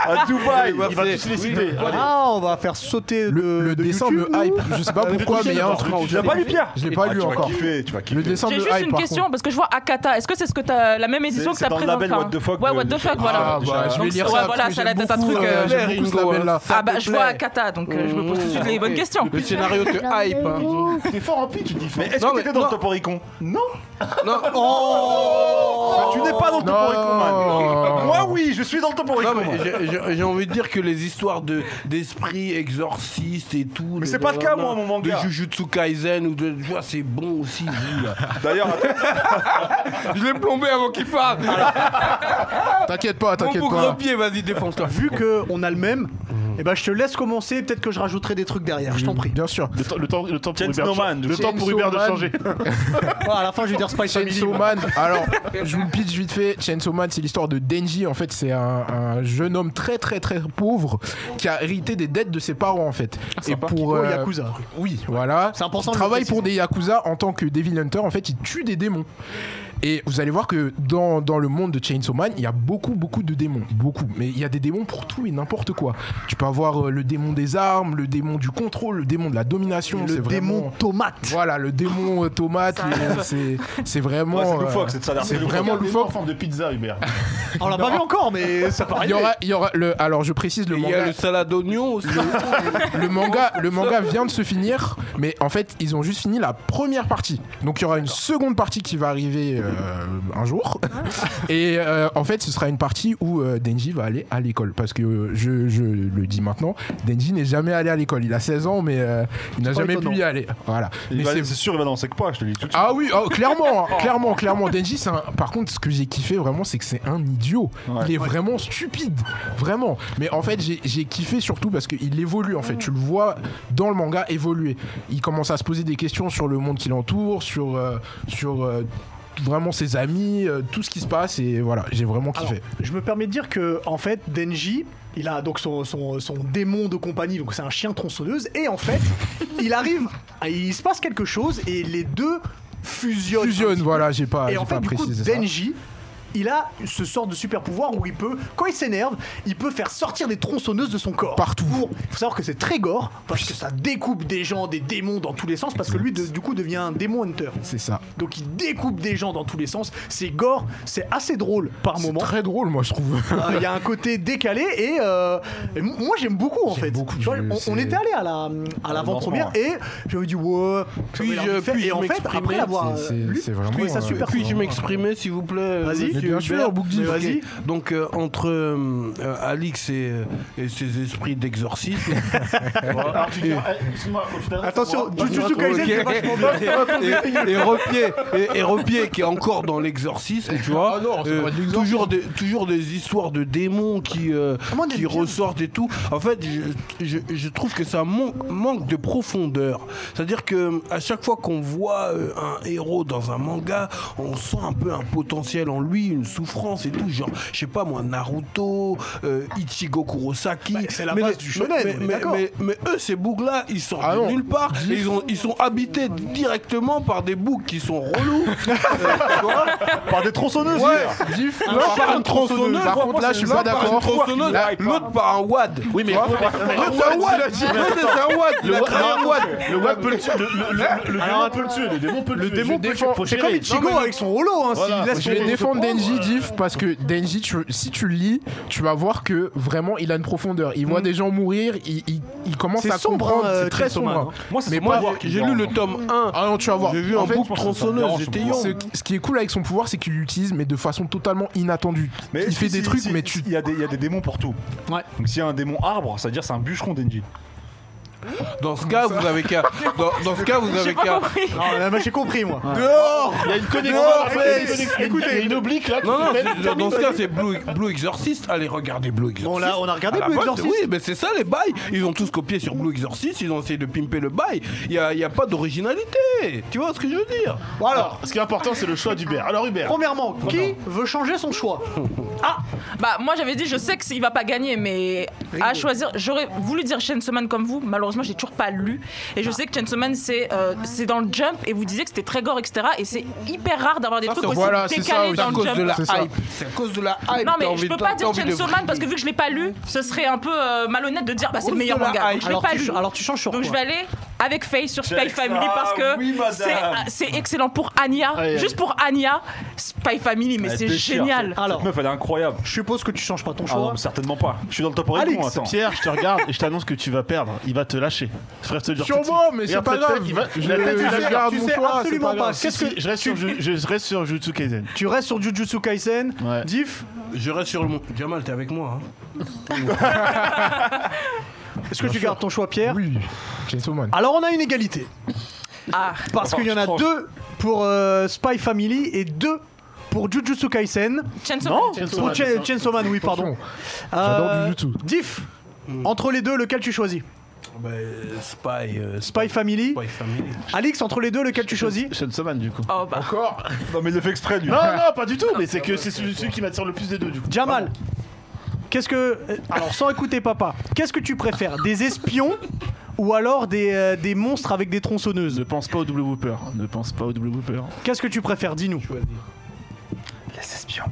[SPEAKER 8] À Dubaï.
[SPEAKER 7] Ah, Il va tous les citer.
[SPEAKER 1] Ah, on va faire sauter
[SPEAKER 6] Le,
[SPEAKER 1] de,
[SPEAKER 6] le
[SPEAKER 1] de
[SPEAKER 6] dessin
[SPEAKER 1] YouTube, Ah,
[SPEAKER 6] me
[SPEAKER 1] nous.
[SPEAKER 6] hype, je sais pas pourquoi, mais il y a un truc.
[SPEAKER 8] Tu l'as pas lu, Pierre
[SPEAKER 6] Je l'ai pas
[SPEAKER 8] Ah,
[SPEAKER 6] lu
[SPEAKER 8] tu vas
[SPEAKER 6] encore.
[SPEAKER 8] kiffer, tu vas
[SPEAKER 6] Le
[SPEAKER 8] kiffer.
[SPEAKER 6] dessin
[SPEAKER 4] J'ai
[SPEAKER 6] de
[SPEAKER 4] juste
[SPEAKER 6] hype,
[SPEAKER 4] une
[SPEAKER 6] par
[SPEAKER 4] question
[SPEAKER 6] contre.
[SPEAKER 4] parce que je vois Akata. Est-ce que c'est ce que t'as la même édition
[SPEAKER 8] C'est-
[SPEAKER 4] que t'as
[SPEAKER 8] c'est dans le
[SPEAKER 4] présentée
[SPEAKER 8] label What the Fuck,
[SPEAKER 4] Ouais,
[SPEAKER 8] euh,
[SPEAKER 4] What the
[SPEAKER 8] de-
[SPEAKER 4] fuck,
[SPEAKER 6] Ah,
[SPEAKER 4] voilà.
[SPEAKER 6] bah, je vais
[SPEAKER 4] Donc,
[SPEAKER 6] lire
[SPEAKER 4] ouais,
[SPEAKER 6] ça.
[SPEAKER 4] voilà,
[SPEAKER 6] parce que
[SPEAKER 4] ça, là,
[SPEAKER 6] j'aime
[SPEAKER 4] t'as un
[SPEAKER 6] beaucoup,
[SPEAKER 4] truc,
[SPEAKER 6] euh,
[SPEAKER 4] euh,
[SPEAKER 6] j'aime beaucoup ce label-là.
[SPEAKER 4] Ah bah je vois
[SPEAKER 2] plaît.
[SPEAKER 4] Akata, donc euh, je me pose tout de
[SPEAKER 6] Mmh.
[SPEAKER 4] suite les bonnes questions.
[SPEAKER 2] Le scénario de hype. hein.
[SPEAKER 7] T'es fort en pitch, dis.
[SPEAKER 8] Mais est-ce
[SPEAKER 2] Non,
[SPEAKER 8] que
[SPEAKER 2] mais-
[SPEAKER 8] t'étais dans
[SPEAKER 2] non.
[SPEAKER 8] le Toporicon Non
[SPEAKER 2] Non,
[SPEAKER 8] Ah, Tu n'es pas dans le Toporicon, man. Moi, oui, je suis dans le Toporicon.
[SPEAKER 2] non, mais j'ai- j'ai- j'ai envie de dire que les histoires de d'esprit exorciste et tout.
[SPEAKER 8] Mais
[SPEAKER 2] de-
[SPEAKER 8] c'est pas le cas,
[SPEAKER 2] de-
[SPEAKER 8] moi, mon manga.
[SPEAKER 2] De Jujutsu Kaisen ou de. Tu vois, c'est bon aussi, vous, là.
[SPEAKER 8] D'ailleurs,
[SPEAKER 2] Je l'ai plombé avant qu'il parte.
[SPEAKER 6] T'inquiète pas,
[SPEAKER 2] Mon
[SPEAKER 6] t'inquiète
[SPEAKER 2] bougre
[SPEAKER 6] pas.
[SPEAKER 2] pied, vas-y, défonce-toi.
[SPEAKER 1] Vu qu'on a le même,
[SPEAKER 2] Mmh.
[SPEAKER 1] et ben je te laisse commencer. Peut-être que je rajouterai des trucs derrière. Je t'en prie.
[SPEAKER 6] Bien sûr.
[SPEAKER 7] Le temps, le temps, le temps pour
[SPEAKER 8] Ken
[SPEAKER 7] Hubert,
[SPEAKER 8] Snowman,
[SPEAKER 7] le temps pour Hubert de changer.
[SPEAKER 1] Ah, à la fin, je vais dire Spy Family.
[SPEAKER 6] Chainsaw Man.
[SPEAKER 1] *laughs*
[SPEAKER 6] Alors, je vous le pitch vite fait. Chainsaw Man, c'est l'histoire de Denji. En fait, c'est un, un jeune homme très, très, très pauvre qui a hérité des dettes de ses parents, en fait.
[SPEAKER 1] C'est pour
[SPEAKER 6] euh,
[SPEAKER 1] Yakuza.
[SPEAKER 6] Oui, voilà.
[SPEAKER 1] C'est important
[SPEAKER 6] Il
[SPEAKER 1] de le
[SPEAKER 6] travaille
[SPEAKER 1] préciser.
[SPEAKER 6] pour des Yakuza en tant que Devil Hunter. En fait, il tue des démons. Et vous allez voir que dans, dans le monde de Chainsaw Man, il y a beaucoup, beaucoup de démons. Beaucoup. Mais il y a des démons pour tout et n'importe quoi. Tu peux avoir euh, le démon des armes, le démon du contrôle, le démon de la domination.
[SPEAKER 1] Le
[SPEAKER 6] c'est
[SPEAKER 1] démon
[SPEAKER 6] vraiment-
[SPEAKER 1] tomate.
[SPEAKER 6] Voilà, le démon euh, tomate,
[SPEAKER 4] Ça
[SPEAKER 6] les-
[SPEAKER 4] arrive.
[SPEAKER 6] c'est c'est vraiment.
[SPEAKER 8] Oh, Ouais, c'est
[SPEAKER 6] euh,
[SPEAKER 8] loufoque, cette salade.
[SPEAKER 6] c'est
[SPEAKER 8] C'est
[SPEAKER 6] vraiment
[SPEAKER 7] Regarde le
[SPEAKER 6] loufoque.
[SPEAKER 7] en forme de pizza, Hubert.
[SPEAKER 1] On l'a pas vu encore, mais ça paraît.
[SPEAKER 6] Il y aura, il y aura le, alors je précise le
[SPEAKER 2] Il y
[SPEAKER 6] manga.
[SPEAKER 2] a le salade d'oignon aussi.
[SPEAKER 6] Le manga, le manga vient de se finir, mais en fait, ils ont juste fini la première partie. Donc, il y aura une seconde partie qui va arriver euh, un jour. Et euh, en fait, ce sera une partie où euh, Denji va aller à l'école. Parce que euh, je, je le dis maintenant, Denji n'est jamais allé à l'école. Il a 16 ans, mais euh, il n'a
[SPEAKER 1] pas
[SPEAKER 6] jamais
[SPEAKER 1] étonnant.
[SPEAKER 6] pu y aller. Voilà. Mais c'est-
[SPEAKER 8] c'est sûr, il va dans le sec pas, je te le dis tout de suite.
[SPEAKER 6] Ah oui, oh, clairement, hein, clairement, clairement. Denji, c'est un- par contre, ce que j'ai kiffé vraiment, c'est que c'est un idiot. Il est vraiment stupide, vraiment. Mais en fait, j'ai j'ai kiffé surtout parce qu'il évolue. En fait, tu le vois dans le manga évoluer. Il commence à se poser des questions sur le monde qui l'entoure, sur euh, sur euh, vraiment ses amis, euh, tout ce qui se passe. Et voilà, j'ai vraiment
[SPEAKER 1] Alors,
[SPEAKER 6] kiffé.
[SPEAKER 1] je me permets de dire que en fait Denji il a donc son, son- son démon de compagnie donc c'est un chien tronçonneuse et en fait il arrive il se passe quelque chose et les deux fusionnent
[SPEAKER 6] Fusionne, voilà, j'ai pas,
[SPEAKER 1] et
[SPEAKER 6] Ah, j'ai
[SPEAKER 1] en
[SPEAKER 6] pas
[SPEAKER 1] fait du coup
[SPEAKER 6] précisé ça.
[SPEAKER 1] Denji il a ce sort de super pouvoir où il peut, quand il s'énerve, il peut faire sortir des tronçonneuses de son corps.
[SPEAKER 6] Partout.
[SPEAKER 1] Pour, faut savoir que c'est très gore, parce que ça découpe des gens, des démons dans tous les sens, parce que lui, de- du coup, devient un démon hunter.
[SPEAKER 6] C'est ça.
[SPEAKER 1] Donc il découpe des gens dans tous les sens. C'est gore, c'est assez drôle par
[SPEAKER 6] C'est
[SPEAKER 1] moment.
[SPEAKER 6] très drôle, moi, je trouve.
[SPEAKER 1] Euh,
[SPEAKER 6] *laughs*
[SPEAKER 1] Il y a un côté décalé et, euh, et m- moi j'aime beaucoup en
[SPEAKER 6] J'aime
[SPEAKER 1] fait.
[SPEAKER 6] beaucoup,
[SPEAKER 1] Tu vois,
[SPEAKER 6] je- c'est-
[SPEAKER 1] on, on était allé à la à l'avant-première et j'avais dit ouais.
[SPEAKER 2] Puis-je-
[SPEAKER 6] euh,
[SPEAKER 1] j'avais l'air de faire.
[SPEAKER 2] puis-je
[SPEAKER 1] et en fait
[SPEAKER 2] m'exprimer
[SPEAKER 1] après l'avoir
[SPEAKER 6] C'est-
[SPEAKER 1] euh,
[SPEAKER 6] c'est-
[SPEAKER 1] lu,
[SPEAKER 6] c'est
[SPEAKER 1] je
[SPEAKER 6] vraiment,
[SPEAKER 1] trouvais ça
[SPEAKER 6] euh,
[SPEAKER 1] super.
[SPEAKER 2] Puis-je m'exprimer, s'il vous plaît
[SPEAKER 1] Vas-y.
[SPEAKER 2] monsieur
[SPEAKER 6] Mais bien
[SPEAKER 2] Hubert
[SPEAKER 6] sûr, Boukdi.
[SPEAKER 2] Mais
[SPEAKER 1] Mais vas-y.
[SPEAKER 2] ok. Donc, euh, entre euh, euh, Alix et, euh, et ses esprits d'exorcisme.
[SPEAKER 7] Alors, tu dis, eh, excuse-moi, au final,
[SPEAKER 1] Attention,
[SPEAKER 7] moi,
[SPEAKER 1] Jujutsu
[SPEAKER 2] Ok.
[SPEAKER 1] Kaisen, c'est vachement bon.
[SPEAKER 2] et, et Repier, et, et Repier qui est encore dans l'exorcisme, tu vois. Euh,
[SPEAKER 6] Ah non, c'est pas de l'exorcisme.
[SPEAKER 2] toujours, des, toujours des histoires de démons qui, euh,
[SPEAKER 1] Ah, moi, on aime
[SPEAKER 2] qui
[SPEAKER 1] bien.
[SPEAKER 2] ressortent et tout. En fait, je, je- je trouve que ça man- manque de profondeur. C'est-à-dire que à chaque fois qu'on voit euh, un héros dans un manga, on sent un peu un potentiel en lui, une souffrance et tout. Genre, je sais pas moi, Naruto, euh, Ichigo Kurosaki.
[SPEAKER 1] Bah, c'est la
[SPEAKER 2] Mais
[SPEAKER 1] base
[SPEAKER 2] les-
[SPEAKER 1] du shonen,
[SPEAKER 2] mais-
[SPEAKER 1] on est
[SPEAKER 2] mais-
[SPEAKER 1] d'accord.
[SPEAKER 2] mais- mais eux, ces bougs-là, ils sortent
[SPEAKER 6] Ah
[SPEAKER 2] de
[SPEAKER 6] non.
[SPEAKER 2] nulle part. Et Ils, ont- ils sont habités directement par des bougs qui sont relous.
[SPEAKER 8] Par des tronçonneuses.
[SPEAKER 6] Diff,
[SPEAKER 2] L'un par une tronçonneuse.
[SPEAKER 6] Ah, Par contre, là, je suis pas
[SPEAKER 2] l'un par une
[SPEAKER 6] d'accord.
[SPEAKER 2] tronçonneuse,
[SPEAKER 6] Là-
[SPEAKER 2] L'autre par un wad.
[SPEAKER 7] Oui, mais-
[SPEAKER 2] Tu vois
[SPEAKER 7] Ah, mais- mais-
[SPEAKER 2] L'autre, c'est un wad. L'autre, c'est un wad. Il a créé un wad.
[SPEAKER 7] Le web peut le tuer, le- le- le- le démon peut le tuer, le démon peut le tuer.
[SPEAKER 6] démon peut le tuer.
[SPEAKER 7] Faut
[SPEAKER 1] C'est
[SPEAKER 7] gérer.
[SPEAKER 1] comme Ichigo avec son holo, hein,
[SPEAKER 7] Voilà,
[SPEAKER 1] s'il laisse
[SPEAKER 6] Je
[SPEAKER 1] tomber,
[SPEAKER 6] vais
[SPEAKER 1] on se
[SPEAKER 6] défendre
[SPEAKER 1] prend,
[SPEAKER 6] Denji
[SPEAKER 1] euh,
[SPEAKER 6] Diff parce que Denji, tu- si tu le lis, tu vas voir que vraiment il a une profondeur. Il voit des gens mourir, il, il- il commence
[SPEAKER 1] Mm. C'est
[SPEAKER 6] à
[SPEAKER 1] sombre,
[SPEAKER 6] comprendre.
[SPEAKER 1] hein,
[SPEAKER 6] c'est très
[SPEAKER 1] Chainsaw Man,
[SPEAKER 6] sombre.
[SPEAKER 8] Moi, ça
[SPEAKER 6] Mais
[SPEAKER 8] c'est
[SPEAKER 6] moi,
[SPEAKER 8] pas voir qui
[SPEAKER 2] J'ai
[SPEAKER 8] dort,
[SPEAKER 2] lu le
[SPEAKER 8] non.
[SPEAKER 2] tome 1.
[SPEAKER 6] Ah non, tu vas voir.
[SPEAKER 2] J'ai vu
[SPEAKER 6] En
[SPEAKER 2] un
[SPEAKER 6] fait,
[SPEAKER 2] bouc tronçonneuse,
[SPEAKER 8] dérange,
[SPEAKER 2] j'étais
[SPEAKER 8] moi.
[SPEAKER 2] young.
[SPEAKER 6] Ce, ce qui est cool avec son pouvoir, c'est qu'il l'utilise, mais de façon totalement inattendue. il fait
[SPEAKER 8] si,
[SPEAKER 6] des
[SPEAKER 8] si,
[SPEAKER 6] trucs,
[SPEAKER 8] si,
[SPEAKER 6] mais
[SPEAKER 8] si,
[SPEAKER 6] tu.
[SPEAKER 8] Il y, a des- il y a des démons pour tout.
[SPEAKER 1] Ouais.
[SPEAKER 8] Donc s'il y a un démon arbre, ça veut dire c'est un bûcheron d'Enji.
[SPEAKER 2] Dans ce cas, vous avez qu'à. Dans, dans ce cas, vous avez
[SPEAKER 4] J'ai pas
[SPEAKER 2] qu'à.
[SPEAKER 4] compris.
[SPEAKER 1] Non, là, moi, j'ai compris, moi.
[SPEAKER 2] Dehors
[SPEAKER 7] Il y a une connexion.
[SPEAKER 1] Non,
[SPEAKER 7] il y a une
[SPEAKER 1] mais-
[SPEAKER 7] connexion- il y a une oblique là. qui
[SPEAKER 2] Non, non,
[SPEAKER 7] fait-
[SPEAKER 2] c'est- dans, dans ce cas, c'est Blue, Blue Exorcist. Allez, regardez Blue Exorcist.
[SPEAKER 1] Bon, là, on a regardé
[SPEAKER 2] À la
[SPEAKER 1] Blue
[SPEAKER 2] bonne,
[SPEAKER 1] Exorcist.
[SPEAKER 2] Oui, mais c'est ça les bails. Ils ont tous copié sur Blue Exorcist, ils ont essayé de pimper le bail. Il n'y a, il y a pas d'originalité. Tu vois ce que je veux dire
[SPEAKER 1] Bon, alors,
[SPEAKER 7] Alors, ce qui est important, c'est le choix d'Hubert. Alors, Hubert.
[SPEAKER 1] premièrement, qui veut changer son choix
[SPEAKER 4] Ah Bah moi j'avais dit je sais qu'il va pas gagner mais à choisir j'aurais voulu dire Chainsaw Man comme vous malheureusement j'ai toujours pas lu et
[SPEAKER 6] Ah.
[SPEAKER 4] je sais que Chainsaw Man c'est euh, c'est dans le jump et vous disiez que c'était très gore etc et c'est hyper rare d'avoir des trucs aussi
[SPEAKER 6] voilà, c'est ça
[SPEAKER 4] décalés
[SPEAKER 6] aussi.
[SPEAKER 4] dans
[SPEAKER 2] À
[SPEAKER 4] le
[SPEAKER 2] cause
[SPEAKER 4] jump.
[SPEAKER 2] de la
[SPEAKER 6] C'est ça.
[SPEAKER 2] hype. C'est à cause de la
[SPEAKER 4] Non
[SPEAKER 2] hype. Ah, t'as
[SPEAKER 4] mais je
[SPEAKER 2] envie
[SPEAKER 4] peux
[SPEAKER 2] de-
[SPEAKER 4] pas
[SPEAKER 2] t'as
[SPEAKER 4] dire
[SPEAKER 2] envie de
[SPEAKER 4] Chainsaw Man parce que vu que je l'ai pas lu ce serait un peu euh, malhonnête de dire bah c'est le
[SPEAKER 2] Cause
[SPEAKER 4] meilleur
[SPEAKER 2] de la
[SPEAKER 4] manga
[SPEAKER 2] hype.
[SPEAKER 4] donc je l'ai
[SPEAKER 1] alors
[SPEAKER 4] pas
[SPEAKER 1] tu,
[SPEAKER 4] lu
[SPEAKER 1] ch- alors, tu changes sur
[SPEAKER 4] donc je
[SPEAKER 1] quoi
[SPEAKER 4] vais aller avec Faye sur Spy
[SPEAKER 8] Jack-
[SPEAKER 4] Family
[SPEAKER 8] Ah,
[SPEAKER 4] parce que
[SPEAKER 8] oui, madame.
[SPEAKER 4] c'est- euh, c'est excellent pour Anya
[SPEAKER 7] Aïe, aïe.
[SPEAKER 4] juste pour Anya Spy Family mais
[SPEAKER 8] Elle
[SPEAKER 4] c'est
[SPEAKER 8] déchire,
[SPEAKER 4] génial
[SPEAKER 8] Eh, cette-
[SPEAKER 1] Alors.
[SPEAKER 8] Cette meuf, elle est incrable.
[SPEAKER 1] Je suppose que tu changes pas ton
[SPEAKER 8] Ah
[SPEAKER 1] choix.
[SPEAKER 8] non, certainement pas. Je suis dans le top
[SPEAKER 1] Alex,
[SPEAKER 8] rating, moi, attends.
[SPEAKER 7] Pierre, je te regarde et je t'annonce que tu vas perdre. Il va te lâcher. Frère, te le dire. tout de suite.
[SPEAKER 6] Sûrement, mais c'est
[SPEAKER 7] Regarde
[SPEAKER 6] pas
[SPEAKER 7] cette tête,
[SPEAKER 6] grave.
[SPEAKER 7] il va-
[SPEAKER 6] Je-
[SPEAKER 7] la tête,
[SPEAKER 6] je
[SPEAKER 7] il la
[SPEAKER 6] garde
[SPEAKER 1] tu
[SPEAKER 6] mon
[SPEAKER 1] sais
[SPEAKER 6] choix, c'est
[SPEAKER 1] absolument pas.
[SPEAKER 7] bah,
[SPEAKER 6] grave.
[SPEAKER 1] Qu'est-ce que
[SPEAKER 7] Je reste sur, *laughs* Ju- je reste sur Jutsu Kaisen.
[SPEAKER 1] tu restes sur Jujutsu Kaisen
[SPEAKER 7] Ouais.
[SPEAKER 1] Diff,
[SPEAKER 2] Je reste sur le mont. Jamal, t'es avec moi. hein
[SPEAKER 1] est-ce que tu gardes ton choix, Pierre
[SPEAKER 6] Oui, Chainsaw Man.
[SPEAKER 1] Alors, on a une égalité.
[SPEAKER 4] ah
[SPEAKER 1] Parce qu'il y en a
[SPEAKER 8] Enfin, je
[SPEAKER 1] deux pour euh, Spy Family et deux pour Jujutsu Kaisen.
[SPEAKER 4] Chainsaw Man.
[SPEAKER 7] Non
[SPEAKER 1] Pour Ch- Chainsaw Man, oui, pardon.
[SPEAKER 6] j'adore
[SPEAKER 1] Euh,
[SPEAKER 6] Jujutsu.
[SPEAKER 1] Diff, entre les deux, lequel tu choisis
[SPEAKER 2] Bah, euh, Spy. euh, Spy.
[SPEAKER 1] Ah, Spy Family.
[SPEAKER 2] Spy Family.
[SPEAKER 1] Alix, entre les deux, lequel tu choisis
[SPEAKER 7] Chainsaw Man, du coup.
[SPEAKER 4] Oh bah.
[SPEAKER 8] Non, mais il le fait exprès, lui.
[SPEAKER 7] Non, non, pas du tout, mais c'est que c'est celui celui qui m'attire le plus des deux, du coup.
[SPEAKER 1] Jamal, qu'est-ce que. euh, Alors, sans écouter papa, qu'est-ce que tu préfères Des espions ou alors des, euh, des monstres avec des
[SPEAKER 7] Ne
[SPEAKER 1] tronçonneuses
[SPEAKER 7] pense pas au double whooper. Ne pense pas au double whooper.
[SPEAKER 1] Qu'est-ce que tu préfères Dis-nous.
[SPEAKER 8] Les espions.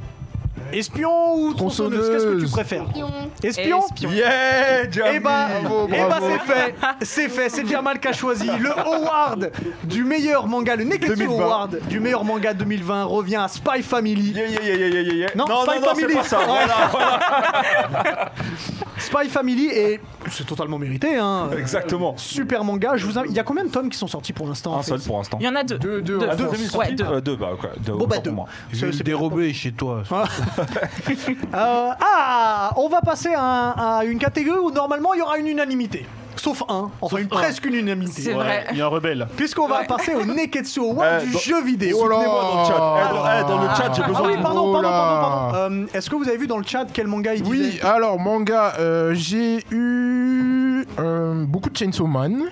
[SPEAKER 1] Espions ou tronçonneuses Qu'est-ce que tu
[SPEAKER 6] Tronçonneuses.
[SPEAKER 1] préfères
[SPEAKER 9] Pion.
[SPEAKER 1] Espions
[SPEAKER 4] Espions.
[SPEAKER 8] Yeah, Jamie.
[SPEAKER 1] Eh bah,
[SPEAKER 6] Bravo,
[SPEAKER 1] eh bah
[SPEAKER 6] bravo.
[SPEAKER 1] c'est fait, c'est fait, c'est Jamal qui a choisi le Award du meilleur manga, le Negetsu
[SPEAKER 8] 2020.
[SPEAKER 1] Award du meilleur manga 2020 revient à Spy Family.
[SPEAKER 8] Yeah, yeah, yeah, yeah, yeah, yeah, yeah.
[SPEAKER 1] Non,
[SPEAKER 8] non,
[SPEAKER 1] Spy
[SPEAKER 8] non, c'est
[SPEAKER 1] Family.
[SPEAKER 8] pas ça.
[SPEAKER 1] Ouais.
[SPEAKER 8] Voilà, voilà.
[SPEAKER 1] Spy Family et c'est totalement mérité hein.
[SPEAKER 8] Exactement.
[SPEAKER 1] Super manga, je vous invite- il y a combien de tomes qui sont sortis pour l'instant en
[SPEAKER 8] Un
[SPEAKER 1] fait
[SPEAKER 8] seul pour l'instant.
[SPEAKER 4] Il y en a deux.
[SPEAKER 6] Deux, deux,
[SPEAKER 4] Deux.
[SPEAKER 6] en
[SPEAKER 4] Deux.
[SPEAKER 6] France.
[SPEAKER 4] Ouais, deux.
[SPEAKER 8] Euh, deux, bah, quoi. Deux,
[SPEAKER 1] Bon, bah,
[SPEAKER 8] autant
[SPEAKER 1] deux.
[SPEAKER 8] pour moi.
[SPEAKER 2] J'ai
[SPEAKER 1] C'est- Ah,
[SPEAKER 2] eu
[SPEAKER 1] c'est-
[SPEAKER 2] dérobé chez toi.
[SPEAKER 1] Euh, ah, on va passer à, un- à une catégorie où normalement il y aura une unanimité. Sauf un, enfin une, presque une
[SPEAKER 4] C'est
[SPEAKER 1] unanimité.
[SPEAKER 4] vrai. Ouais.
[SPEAKER 7] Il y a un rebelle.
[SPEAKER 1] Puisqu'on va passer *laughs* au Neketsu Award
[SPEAKER 8] Euh,
[SPEAKER 1] du
[SPEAKER 8] dans-
[SPEAKER 1] jeu vidéo.
[SPEAKER 6] Oh là.
[SPEAKER 8] Soutenez-moi dans le chat. Eh, dans- eh, dans le chat, j'ai
[SPEAKER 1] Ah
[SPEAKER 8] besoin
[SPEAKER 1] oui,
[SPEAKER 8] de vous.
[SPEAKER 1] pardon,
[SPEAKER 6] Oh
[SPEAKER 1] pardon,
[SPEAKER 6] là.
[SPEAKER 1] pardon, pardon. Euh, Est-ce que vous avez vu dans le chat quel manga il disait
[SPEAKER 6] Oui, alors manga, euh, j'ai eu euh, beaucoup de Chainsaw Man.